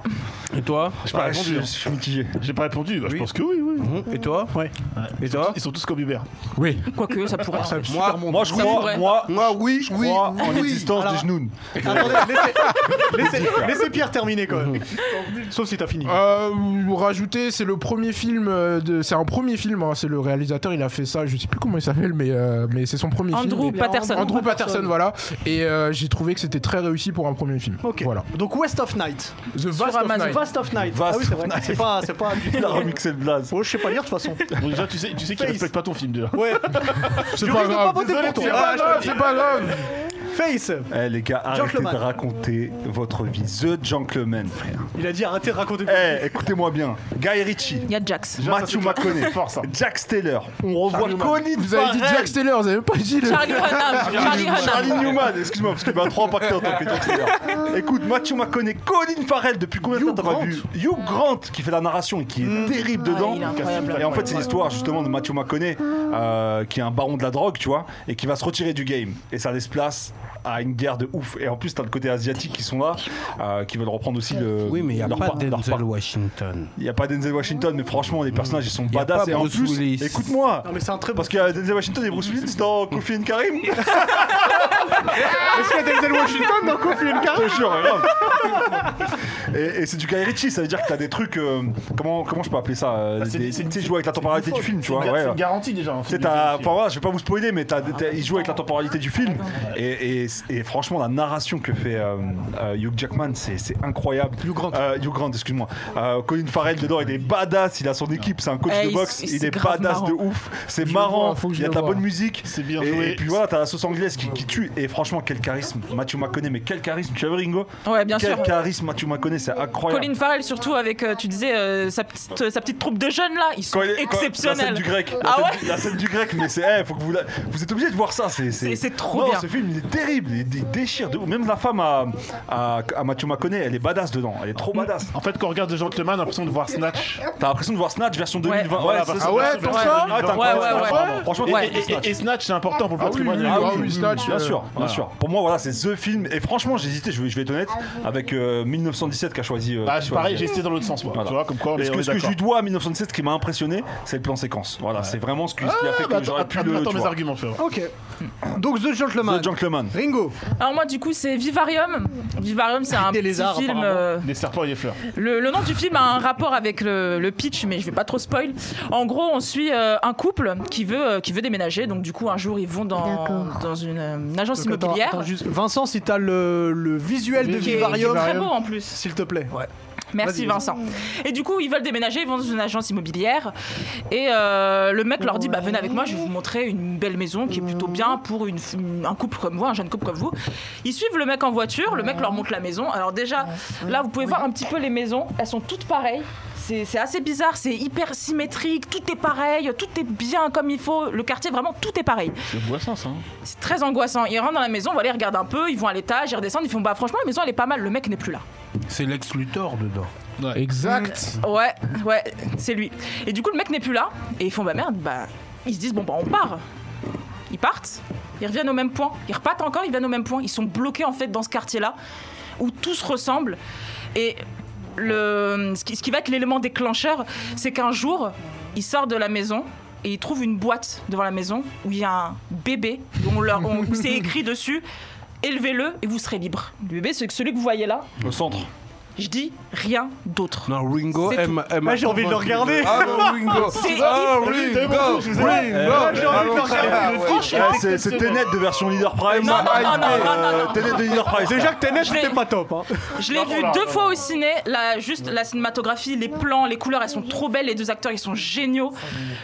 [SPEAKER 2] Et toi
[SPEAKER 7] J'ai pas
[SPEAKER 8] Ah, je,
[SPEAKER 7] répondu.
[SPEAKER 8] je suis mitigé.
[SPEAKER 7] J'ai pas répondu. Bah, Je
[SPEAKER 2] Oui.
[SPEAKER 7] pense que oui, oui.
[SPEAKER 2] Mhm. Et toi
[SPEAKER 1] Ouais.
[SPEAKER 2] Et toi
[SPEAKER 7] Ils sont tous comme Hubert.
[SPEAKER 6] Oui.
[SPEAKER 4] Quoique, ça pourrait.
[SPEAKER 8] Moi, moi, je
[SPEAKER 4] Ça
[SPEAKER 8] crois,
[SPEAKER 4] pourrait.
[SPEAKER 8] moi,
[SPEAKER 5] Moi, oui,
[SPEAKER 8] je
[SPEAKER 5] oui.
[SPEAKER 8] crois en
[SPEAKER 5] oui.
[SPEAKER 8] l'existence
[SPEAKER 1] Alors-
[SPEAKER 8] des genoux.
[SPEAKER 1] Attendez, laissez, laissez- laissez Pierre terminer quand même. Sauf si t'as fini.
[SPEAKER 6] Euh, vous rajoutez, c'est le premier film euh, de, c'est un premier film, hein, c'est le réalisateur, il a fait ça, je sais plus comment il s'appelle, mais euh, mais c'est son premier
[SPEAKER 4] Andrew
[SPEAKER 6] film.
[SPEAKER 4] Patterson.
[SPEAKER 6] Andrew Patterson, voilà. Et euh, j'ai trouvé que c'était très réussi pour un premier film.
[SPEAKER 1] Ok.
[SPEAKER 6] Voilà.
[SPEAKER 1] Donc West of Night.
[SPEAKER 6] The Vast of
[SPEAKER 4] Amazon.
[SPEAKER 6] Night.
[SPEAKER 1] Vast of Night.
[SPEAKER 8] Vast
[SPEAKER 1] ah oui, c'est vrai.
[SPEAKER 8] of Night.
[SPEAKER 1] C'est pas, c'est pas.
[SPEAKER 6] *laughs*
[SPEAKER 1] du tout-
[SPEAKER 8] Il a remixé le blaze.
[SPEAKER 1] Oh, je sais pas lire de toute façon.
[SPEAKER 7] Bon, déjà, tu sais, tu sais qu'ils
[SPEAKER 1] Face.
[SPEAKER 7] respectent pas ton film déjà.
[SPEAKER 1] Ouais.
[SPEAKER 6] C'est
[SPEAKER 1] Je
[SPEAKER 6] pas
[SPEAKER 1] risque de pas
[SPEAKER 6] grave.
[SPEAKER 1] voter pour toi.
[SPEAKER 6] C'est pas
[SPEAKER 1] Ah,
[SPEAKER 6] grave,
[SPEAKER 1] je-
[SPEAKER 6] c'est pas grave.
[SPEAKER 1] Face.
[SPEAKER 8] Eh les gars, arrêtez de
[SPEAKER 1] Gentleman.
[SPEAKER 8] raconter votre vie. The gentleman, frère.
[SPEAKER 1] Il a dit arrêtez de raconter.
[SPEAKER 8] Eh, écoutez-moi bien. Guy Ritchie,
[SPEAKER 4] Il y a Jax.
[SPEAKER 7] Déjà, ça,
[SPEAKER 8] Matthew
[SPEAKER 7] c'est-
[SPEAKER 8] McConaughey,
[SPEAKER 7] c'est fort, ça.
[SPEAKER 8] Jack Steller. On revoit Connie
[SPEAKER 6] Vous avez dit
[SPEAKER 8] Farrell.
[SPEAKER 6] Jack Steller, vous avez même pas dit le.
[SPEAKER 4] Charlie Hunnam. *laughs* Charlie
[SPEAKER 8] Charlie
[SPEAKER 4] Hunnam.
[SPEAKER 8] Newman, excuse-moi, parce qu'il m'a trop impacté en tant que Jack Steller. Écoute, Matthew McConaughey, Colin Farrell, depuis combien de temps t'as pas vu Hugh Grant, qui fait la narration et qui est terrible
[SPEAKER 4] Ah,
[SPEAKER 8] dedans.
[SPEAKER 4] il est incroyable.
[SPEAKER 8] Et en fait, c'est l'histoire justement de Matthew McConaughey, euh, qui est un baron de la drogue, tu vois, et qui va se retirer du game. Et ça laisse place à une guerre de ouf. Et en plus, t'as le côté asiatique qui sont là, euh, qui veulent reprendre aussi le.
[SPEAKER 2] Oui, mais il n'y a
[SPEAKER 8] leur
[SPEAKER 2] pas
[SPEAKER 8] part- leur part-
[SPEAKER 2] Denzel Washington.
[SPEAKER 8] Il n'y a pas Denzel Washington, mais franchement, les personnages, ils sont
[SPEAKER 2] y a
[SPEAKER 8] badass.
[SPEAKER 2] pas
[SPEAKER 8] Et en
[SPEAKER 2] Bruce
[SPEAKER 8] plus,
[SPEAKER 2] Willis.
[SPEAKER 8] écoute-moi,
[SPEAKER 1] Non mais c'est un très bon.
[SPEAKER 8] parce qu'il y a Denzel Washington et Bruce Willis dans Kofi and Karim.
[SPEAKER 1] Est-ce qu'il y a Denzel Washington dans Coffee and Car
[SPEAKER 8] Je te jure, mais grave. Et, et c'est du Guy Ritchie, ça veut dire que t'as des trucs. euh, comment, comment je peux appeler ça euh,
[SPEAKER 7] c'est-
[SPEAKER 8] des-
[SPEAKER 7] c'est-
[SPEAKER 8] Tu sais, ils jouent avec la temporalité du film, tu vois.
[SPEAKER 7] C'est une-
[SPEAKER 8] ouais.
[SPEAKER 7] C'est une garantie déjà. un
[SPEAKER 8] Tu sais,
[SPEAKER 7] film de
[SPEAKER 8] t'as-
[SPEAKER 7] film.
[SPEAKER 8] enfin, voilà, je vais pas vous spoiler, mais t'as- t'as- il joue avec la temporalité du film. Et, et- et franchement, la narration que fait euh, euh, Hugh Jackman, c'est c'est incroyable.
[SPEAKER 1] Hugh Grant.
[SPEAKER 8] Euh, Hugh Grant, excuse-moi. Euh, Colin Farrell dedans, il est badass, il a son équipe, c'est un coach
[SPEAKER 4] Eh,
[SPEAKER 8] de
[SPEAKER 4] il-
[SPEAKER 8] boxe,
[SPEAKER 4] il-
[SPEAKER 8] il
[SPEAKER 4] c'est
[SPEAKER 8] est
[SPEAKER 4] grave
[SPEAKER 8] badass de
[SPEAKER 4] marrant.
[SPEAKER 8] ouf, c'est
[SPEAKER 6] le
[SPEAKER 8] marrant,
[SPEAKER 6] vois, faut que je
[SPEAKER 8] il y a
[SPEAKER 6] le
[SPEAKER 8] de la
[SPEAKER 6] vois.
[SPEAKER 8] bonne musique.
[SPEAKER 7] C'est bien
[SPEAKER 8] et,
[SPEAKER 7] joué.
[SPEAKER 8] et puis voilà, t'as la sauce anglaise qui, qui tue. Et franchement, quel charisme. Mathieu McConaughey, mais quel charisme. Tu as vu Ringo
[SPEAKER 4] Ouais, bien
[SPEAKER 8] Quel
[SPEAKER 4] sûr.
[SPEAKER 8] charisme, Mathieu McConaughey, c'est incroyable.
[SPEAKER 4] Colin Farrell, surtout avec, euh, tu disais, euh, sa, petite, sa petite troupe de jeunes là, ils sont
[SPEAKER 8] Quand il est- quand-
[SPEAKER 4] exceptionnels.
[SPEAKER 8] La scène du grec. La,
[SPEAKER 4] Ah
[SPEAKER 8] scène,
[SPEAKER 4] ouais
[SPEAKER 8] la scène du grec, mais c'est. eh, faut que vous, la- vous êtes obligé de voir ça. C'est,
[SPEAKER 4] C'est- c'est trop
[SPEAKER 8] Non,
[SPEAKER 4] bien.
[SPEAKER 8] ce film, il est terrible. Il, il déchire. De... ouf. Même la femme à, à, à Matthew McConaughey, elle est badass dedans. Elle est trop
[SPEAKER 4] Mm.
[SPEAKER 8] badass.
[SPEAKER 7] En fait, quand on regarde The Gentleman, on a l'impression de voir Snatch.
[SPEAKER 8] T'as l'impression de voir Snatch version 2020.
[SPEAKER 7] Voilà,
[SPEAKER 8] c'est
[SPEAKER 7] parce-
[SPEAKER 8] ça.
[SPEAKER 6] Ah ouais,
[SPEAKER 7] version-
[SPEAKER 6] pour
[SPEAKER 7] version
[SPEAKER 6] ça
[SPEAKER 7] 2020.
[SPEAKER 8] Ouais,
[SPEAKER 4] ouais, ouais, ouais.
[SPEAKER 8] Pardon. Franchement,
[SPEAKER 7] Et,
[SPEAKER 4] Ouais.
[SPEAKER 7] et- et- et Snatch, c'est important pour le
[SPEAKER 6] Ah oui,
[SPEAKER 7] patrimoine.
[SPEAKER 6] oui,
[SPEAKER 7] Ah
[SPEAKER 6] oui,
[SPEAKER 7] oui.
[SPEAKER 6] oui, Snatch.
[SPEAKER 8] mm, Bien
[SPEAKER 6] euh,
[SPEAKER 8] sûr, bien sûr. Pour moi, voilà, c'est The Film. Et franchement, j'ai hésité, je vais, je vais être honnête, avec euh, 1917 qui a choisi. euh,
[SPEAKER 7] Bah,
[SPEAKER 8] qui a
[SPEAKER 7] pareil,
[SPEAKER 8] choisi-
[SPEAKER 7] j'ai essayé dans l'autre sens, moi.
[SPEAKER 8] Voilà.
[SPEAKER 7] Tu vois, comme quoi on
[SPEAKER 8] Et
[SPEAKER 7] est,
[SPEAKER 8] ce
[SPEAKER 7] on
[SPEAKER 8] que,
[SPEAKER 7] est
[SPEAKER 8] ce que je
[SPEAKER 7] d'accord.
[SPEAKER 8] lui dois à 1917 qui m'a impressionné, c'est le plan séquence. Voilà, c'est vraiment ce, que- ce qui a fait
[SPEAKER 7] Ah,
[SPEAKER 8] que
[SPEAKER 7] bah,
[SPEAKER 8] j'aurais pu
[SPEAKER 7] attends,
[SPEAKER 8] le.
[SPEAKER 7] attends
[SPEAKER 8] tu
[SPEAKER 7] mes
[SPEAKER 8] vois.
[SPEAKER 7] arguments, frère.
[SPEAKER 1] Ok. Donc The Gentleman.
[SPEAKER 8] The Gentleman.
[SPEAKER 1] Ringo.
[SPEAKER 4] Alors moi du coup c'est Vivarium. Vivarium c'est un
[SPEAKER 1] Des
[SPEAKER 4] petit
[SPEAKER 1] lézards,
[SPEAKER 4] film.
[SPEAKER 1] apparemment.
[SPEAKER 4] euh,
[SPEAKER 7] Des serpents et des fleurs.
[SPEAKER 4] Le, le nom du film a un rapport avec le, le pitch, mais je vais pas trop spoil. En gros, on suit euh, un couple qui veut, euh, qui veut déménager. Donc, du coup, un jour, ils vont dans,
[SPEAKER 9] D'accord.
[SPEAKER 4] dans une, euh, une agence
[SPEAKER 1] Donc, attends,
[SPEAKER 4] immobilière.
[SPEAKER 1] attends, juste- Vincent, si t'as le, le visuel de
[SPEAKER 4] qui est- qui est
[SPEAKER 1] Vivarium,
[SPEAKER 4] très beau en plus.
[SPEAKER 1] s'il te plaît. Ouais.
[SPEAKER 4] Merci
[SPEAKER 1] Vas-y, vas-y.
[SPEAKER 4] Vincent. Et du coup, ils veulent déménager, ils vont dans une agence immobilière. Et euh, le mec leur dit bah, Venez avec moi, je vais vous montrer une belle maison qui est plutôt bien pour une, une- un couple comme vous, un jeune couple comme vous. Ils suivent le mec en voiture, le mec leur montre la maison. Alors, déjà, là, vous pouvez voir un petit peu les maisons, elles sont toutes pareilles. C'est c'est assez bizarre, c'est hyper symétrique, tout est pareil, tout est bien comme il faut. Le quartier, vraiment, tout est pareil.
[SPEAKER 8] C'est angoissant, ça.
[SPEAKER 7] hein.
[SPEAKER 4] C'est très angoissant. Ils rentrent dans la maison, voilà, ils regardent un peu, ils vont à l'étage, ils redescendent, ils font Bah, franchement, la maison, elle est pas mal, le mec n'est plus là.
[SPEAKER 2] C'est Lex Luthor dedans.
[SPEAKER 6] Exact.
[SPEAKER 4] Ouais, ouais, c'est lui. Et du coup, le mec n'est plus là. Et ils font bah merde, bah. Ils se disent bon, bah on part. Ils partent, ils reviennent au même point. Ils repartent encore, ils viennent au même point. Ils sont bloqués en fait dans ce quartier-là où tout se ressemble. Et le, ce, qui, ce qui va être l'élément déclencheur, c'est qu'un jour, il sort de la maison. Et il trouve une boîte devant la maison où il y a un bébé, où on leur, *laughs* on- où c'est écrit dessus élevez-le et vous serez libre. Le bébé, c'est celui que vous voyez là.
[SPEAKER 8] Au centre.
[SPEAKER 4] Je dis rien d'autre.
[SPEAKER 2] Non, Ringo
[SPEAKER 4] C'est
[SPEAKER 2] aime. aime
[SPEAKER 1] Là, j'ai envie de le regarder.
[SPEAKER 2] Ah, non,
[SPEAKER 1] *laughs*
[SPEAKER 2] Ringo.
[SPEAKER 4] C'est
[SPEAKER 2] Ah,
[SPEAKER 4] hyper-
[SPEAKER 2] Ringo. Ah,
[SPEAKER 1] Là, Ah, j'ai envie de le regarder.
[SPEAKER 4] Franchement,
[SPEAKER 8] Ouais, Ah, c'est c'est Tenet de version Leader Prime.
[SPEAKER 4] Non, non, non, non, non, non, non.
[SPEAKER 8] Tenet de Leader Prime.
[SPEAKER 1] Déjà que Tenet,
[SPEAKER 4] Je l'ai-
[SPEAKER 1] c'était pas top. hein.
[SPEAKER 4] Je
[SPEAKER 8] Bah,
[SPEAKER 4] l'ai vu deux fois au ciné. La, juste la cinématographie, les plans, les couleurs, elles sont trop belles. Les deux acteurs, ils sont géniaux.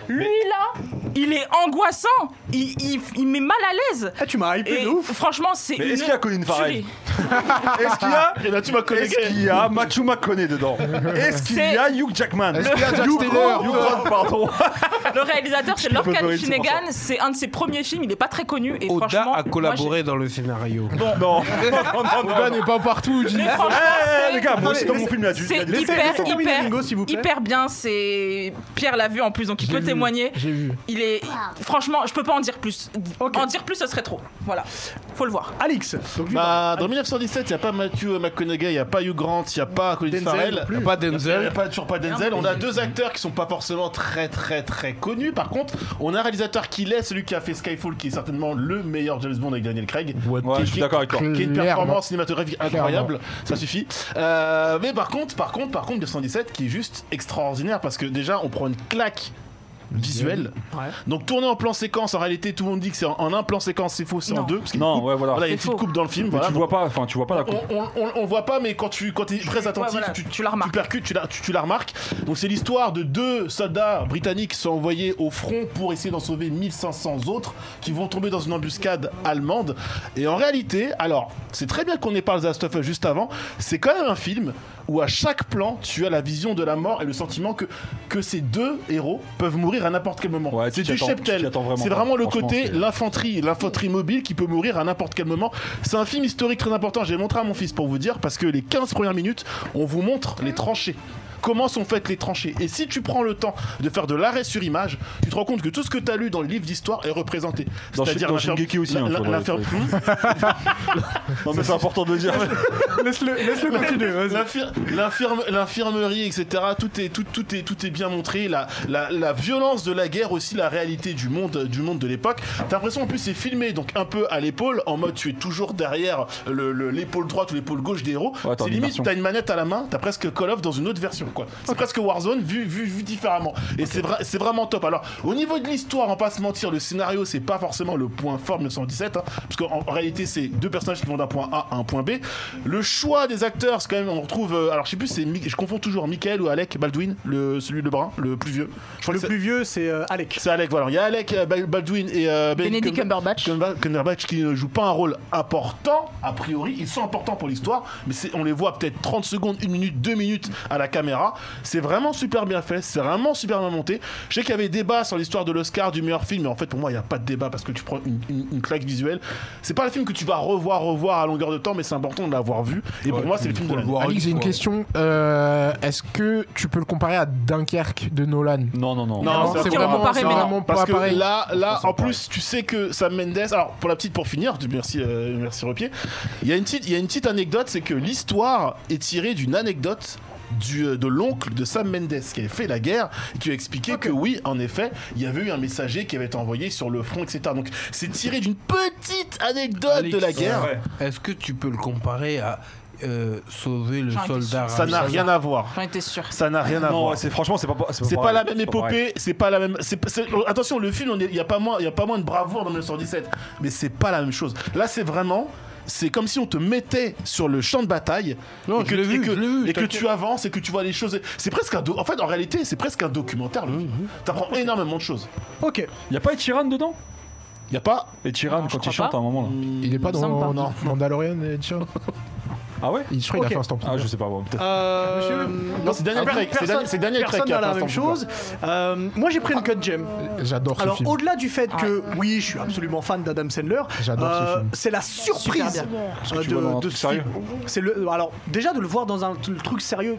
[SPEAKER 4] Lui là, il est angoissant. Il, il, il met mal à l'aise.
[SPEAKER 1] Eh, tu m'as hypé
[SPEAKER 4] Et
[SPEAKER 1] de ouf.
[SPEAKER 4] franchement, c'est.
[SPEAKER 8] Mais
[SPEAKER 4] une
[SPEAKER 8] est-ce qu'il y a Colin Farrell
[SPEAKER 4] tuerie.
[SPEAKER 8] Est-ce qu'il y a.
[SPEAKER 7] Et là, tu m'as
[SPEAKER 8] Est-ce
[SPEAKER 7] connecté.
[SPEAKER 8] qu'il y a Matthew McConaughey dedans Est-ce qu'il y a Hugh Jackman
[SPEAKER 6] Est-ce qu'il y a Jack Taylor
[SPEAKER 8] Hugh Grant, pardon.
[SPEAKER 4] Le réalisateur, c'est Lorcan
[SPEAKER 8] Wolverine, c'est pour
[SPEAKER 4] Finnegan. C'est un de ses premiers films. Il est pas très connu. Et
[SPEAKER 2] Oda
[SPEAKER 4] franchement,
[SPEAKER 2] a
[SPEAKER 4] moi,
[SPEAKER 2] collaboré dans le scénario.
[SPEAKER 8] Non, non, non, non, non.
[SPEAKER 6] Oda n'est pas partout.
[SPEAKER 4] j'ai-
[SPEAKER 6] dis-
[SPEAKER 4] Mais franchement,
[SPEAKER 8] Eh,
[SPEAKER 4] c'est-
[SPEAKER 8] les gars, moi aussi
[SPEAKER 1] Attendez,
[SPEAKER 8] dans mon film, il y a du. il y a
[SPEAKER 4] c'est
[SPEAKER 8] du-
[SPEAKER 1] laissez-
[SPEAKER 4] hyper,
[SPEAKER 1] laissez terminer
[SPEAKER 4] hyper,
[SPEAKER 1] Ringo, s'il vous plaît.
[SPEAKER 4] hyper bien. C'est Pierre l'a vu en plus, donc il peut
[SPEAKER 6] vu,
[SPEAKER 4] témoigner.
[SPEAKER 6] J'ai vu.
[SPEAKER 4] Il est franchement, je peux pas en dire plus.
[SPEAKER 1] Ok.
[SPEAKER 4] En dire plus, ce serait trop. Voilà, faut le voir.
[SPEAKER 1] Alix. Donc,
[SPEAKER 7] Bah, dans 1917, il n'y a pas Matthew McConaughey, il n'y a pas Hugh Grant, il n'y a pas Colin
[SPEAKER 1] Denzel
[SPEAKER 7] Farrell.
[SPEAKER 1] non
[SPEAKER 7] Il
[SPEAKER 1] plus.
[SPEAKER 7] y a
[SPEAKER 2] Pas
[SPEAKER 7] y a
[SPEAKER 2] Denzel.
[SPEAKER 7] pas, toujours pas Denzel. On a deux acteurs qui sont pas forcément très très très connus. Par contre, on a un réalisateur qui l'est, celui qui a fait Skyfall, qui est certainement le meilleur James Bond avec Daniel Craig.
[SPEAKER 8] Ouais, je suis d'accord avec toi.
[SPEAKER 7] Qui est une
[SPEAKER 6] Clairement.
[SPEAKER 7] performance cinématographique incroyable, ça suffit. Euh, mais par contre, par contre, par contre, 1917 qui est juste extraordinaire parce que déjà on prend une claque visuelle.
[SPEAKER 1] Ouais.
[SPEAKER 7] Donc tourner en plan séquence, en réalité tout le monde dit que c'est en, en un plan séquence, c'est faux, c'est en
[SPEAKER 4] Non.
[SPEAKER 7] deux. Parce qu'il y a une
[SPEAKER 8] Non,
[SPEAKER 7] coupe-
[SPEAKER 8] ouais, voilà.
[SPEAKER 7] voilà, il y a une
[SPEAKER 4] C'est
[SPEAKER 7] petite
[SPEAKER 4] faux.
[SPEAKER 7] coupe dans le film.
[SPEAKER 8] Mais
[SPEAKER 7] voilà,
[SPEAKER 8] tu
[SPEAKER 7] donc
[SPEAKER 8] vois pas, enfin, tu vois pas la coupe.
[SPEAKER 7] on, on, on- on le voit pas, mais quand tu quand es très attentif,
[SPEAKER 4] Ouais, voilà,
[SPEAKER 7] tu,
[SPEAKER 4] tu la remarques.
[SPEAKER 7] percutes, tu la, tu, tu la remarques. Donc c'est l'histoire de deux soldats britanniques qui sont envoyés au front pour essayer d'en sauver 1500 autres qui vont tomber dans une embuscade allemande. Et en réalité, alors c'est très bien qu'on ait parlé de The Last of Us juste avant, c'est quand même un film où à chaque plan tu as la vision de la mort et le sentiment que, que ces deux héros peuvent mourir à n'importe quel moment.
[SPEAKER 8] Ouais, tu
[SPEAKER 7] c'est
[SPEAKER 8] t'y
[SPEAKER 7] du
[SPEAKER 8] attends- tu t'y
[SPEAKER 7] cheptel.
[SPEAKER 8] attends vraiment
[SPEAKER 7] C'est
[SPEAKER 8] pas.
[SPEAKER 7] vraiment le
[SPEAKER 8] Franchement,
[SPEAKER 7] côté
[SPEAKER 8] c'est-
[SPEAKER 7] l'infanterie, l'infanterie mobile qui peut mourir à n'importe quel moment. C'est un film historique très important. J'ai montré à mon fils pour vous dire parce que les 15 premières minutes, on vous montre les tranchées. Comment sont faites les tranchées Et si tu prends le temps de faire de l'arrêt sur image, tu te rends compte que tout ce que tu as lu dans le livre d'histoire est représenté.
[SPEAKER 8] Dans Shin- dans
[SPEAKER 7] l'infer-
[SPEAKER 8] Shingeki aussi, hein,
[SPEAKER 7] la-
[SPEAKER 8] sur le-
[SPEAKER 7] la- l'infer- Hmm
[SPEAKER 8] *laughs* Non, mais c'est important de le dire.
[SPEAKER 1] Laisse-le laisse-le continuer. vas-y.
[SPEAKER 7] L'infir- l'infirme- L'infirmerie, etc. Tout est, tout, tout est, tout est bien montré. La, la, la violence de la guerre aussi, la réalité du monde, du monde de l'époque. T'as l'impression en plus c'est filmé donc un peu à l'épaule, en mode tu es toujours derrière le- le- l'épaule droite ou l'épaule gauche des héros.
[SPEAKER 8] Ouais, t'as
[SPEAKER 7] c'est
[SPEAKER 8] une
[SPEAKER 7] limite,
[SPEAKER 8] immersion.
[SPEAKER 7] t'as une manette à la main, t'as presque Call of dans une autre version. quoi. C'est presque Warzone vu, vu, vu différemment. Et c'est vra- c'est vraiment top. Alors, au niveau de l'histoire, on va pas se mentir, le scénario, c'est pas forcément le point fort de 1917, hein, parce qu'en en réalité, c'est deux personnages qui vont d'un point A à un point B. Le choix des acteurs, c'est quand même, on retrouve, euh, alors je sais plus, c'est Mi- je confonds toujours Michael ou Alec Baldwin, le, celui de brun, le plus vieux. Je crois
[SPEAKER 1] Le
[SPEAKER 7] que c'est-
[SPEAKER 1] plus vieux, c'est euh, Alec.
[SPEAKER 7] c'est Alec, voilà. Il y a Alec euh, Ba- Baldwin et euh, Ben-
[SPEAKER 4] Benedict
[SPEAKER 7] Cum-
[SPEAKER 4] Cumberbatch.
[SPEAKER 7] Cumber- Cumberbatch qui ne jouent pas un rôle important, a priori. Ils sont importants pour l'histoire, mais c'est- on les voit peut-être 30 secondes, 1 minute, 2 minutes à la caméra. C'est vraiment super bien fait, c'est vraiment super bien monté. Je sais qu'il y avait débat sur l'histoire de l'Oscar du meilleur film, mais en fait, pour moi, il n'y a pas de débat parce que tu prends une, une- une claque visuelle. C'est pas le film que tu vas revoir, revoir à longueur de temps, mais c'est important de l'avoir vu. Et pour moi, c'est le film de l'année.
[SPEAKER 6] Alix, j'ai une question. Euh, Est-ce que tu peux le comparer à Dunkerque de Nolan
[SPEAKER 8] Non, non, non.
[SPEAKER 7] Non,
[SPEAKER 4] c'est vraiment- comparé,
[SPEAKER 6] c'est
[SPEAKER 4] mais non.
[SPEAKER 6] vraiment
[SPEAKER 7] Parce
[SPEAKER 6] pas
[SPEAKER 7] que
[SPEAKER 6] pareil.
[SPEAKER 7] là, là en plus, tu sais que Sam Mendes. Alors, pour la petite, pour finir, merci, euh, merci Repier. Il y a une petite, il y a une petite anecdote, c'est que l'histoire est tirée d'une anecdote. Du, euh, de l'oncle de Sam Mendes qui avait fait la guerre et qui a expliqué que oui en effet il y avait eu un messager qui avait été envoyé sur le front etc donc c'est tiré d'une petite anecdote
[SPEAKER 2] Alix,
[SPEAKER 7] de la guerre
[SPEAKER 8] ouais.
[SPEAKER 2] Est-ce que tu peux le comparer à euh, Sauver le
[SPEAKER 4] J'en étais
[SPEAKER 2] soldat
[SPEAKER 4] sûre.
[SPEAKER 7] ça n'a rien à voir
[SPEAKER 4] J'en étais sûr.
[SPEAKER 7] ça n'a rien à
[SPEAKER 8] Ah, Non,
[SPEAKER 7] voir
[SPEAKER 8] ouais, c'est franchement, c'est pas,
[SPEAKER 7] C'est pas
[SPEAKER 8] pareil.
[SPEAKER 7] la même
[SPEAKER 8] C'est pas pareil.
[SPEAKER 7] épopée, c'est pas la même. c'est pas- c'est- euh, attention, le film, il n'y a, pas moins- y a pas moins de bravoure dans 1917, mais c'est pas la même chose. Là, c'est vraiment. C'est comme si on te mettait sur le champ de bataille
[SPEAKER 2] Non,
[SPEAKER 7] et que,
[SPEAKER 2] je l'ai vu,
[SPEAKER 7] et que-
[SPEAKER 2] je l'ai vu,
[SPEAKER 7] et que
[SPEAKER 2] t'inquiète.
[SPEAKER 7] tu avances et que tu vois les choses. C'est presque un. do- En fait, en réalité, c'est presque un documentaire. Le
[SPEAKER 8] Mhm.
[SPEAKER 7] film. T'apprends énormément de choses.
[SPEAKER 1] Ok.
[SPEAKER 8] Y a pas Etchiran dedans
[SPEAKER 7] Il y a pas.
[SPEAKER 8] Etchiran,
[SPEAKER 4] Non, je
[SPEAKER 8] quand il
[SPEAKER 4] crois
[SPEAKER 8] chante
[SPEAKER 4] pas.
[SPEAKER 8] à un moment là.
[SPEAKER 6] Il est pas Hmm.
[SPEAKER 4] Il me semble pas.
[SPEAKER 6] dans non, Mandalorian et John.
[SPEAKER 8] Ah ouais
[SPEAKER 6] Je crois qu'il a
[SPEAKER 1] Ok.
[SPEAKER 6] fait un stand
[SPEAKER 8] Ah, je sais pas, bon, peut-être.
[SPEAKER 1] Euh,
[SPEAKER 7] Non, c'est Daniel
[SPEAKER 1] per-
[SPEAKER 7] Craig, c'est
[SPEAKER 1] personne-
[SPEAKER 7] Dan- c'est Daniel Craig
[SPEAKER 1] Personne
[SPEAKER 7] qui a
[SPEAKER 1] n'a la
[SPEAKER 7] fait
[SPEAKER 1] même
[SPEAKER 7] Instant
[SPEAKER 1] chose. Euh, moi, j'ai pris une cut gem.
[SPEAKER 6] J'adore ce
[SPEAKER 1] Alors,
[SPEAKER 6] film.
[SPEAKER 1] au-delà du fait que,
[SPEAKER 4] Ah.
[SPEAKER 1] oui, je suis absolument fan d'Adam Sandler, euh,
[SPEAKER 6] J'adore ce film.
[SPEAKER 1] c'est la surprise
[SPEAKER 4] Super
[SPEAKER 1] euh,
[SPEAKER 8] tu vois dans un
[SPEAKER 1] de, de
[SPEAKER 8] truc
[SPEAKER 1] ce film.
[SPEAKER 8] sérieux.
[SPEAKER 1] C'est le, alors, déjà de le voir dans un t- le truc sérieux,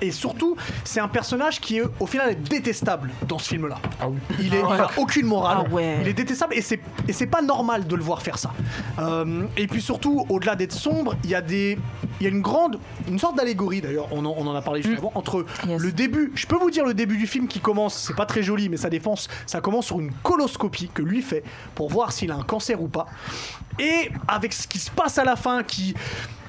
[SPEAKER 1] et surtout, c'est un personnage qui, est, au final, est détestable dans ce film-là. Il est- il a aucune morale.
[SPEAKER 4] Ah ouais.
[SPEAKER 1] Il est détestable et c'est et c'est pas normal de le voir faire ça. Euh, et puis surtout, au-delà d'être sombre, il y a des il y a une grande une sorte d'allégorie d'ailleurs. On en, on en a parlé juste avant entre
[SPEAKER 4] Yes.
[SPEAKER 1] le début. Je peux vous dire le début du film qui commence. C'est pas très joli, mais ça dépense. Ça commence sur une coloscopie que lui fait pour voir s'il a un cancer ou pas. Et avec ce qui se passe à la fin, qui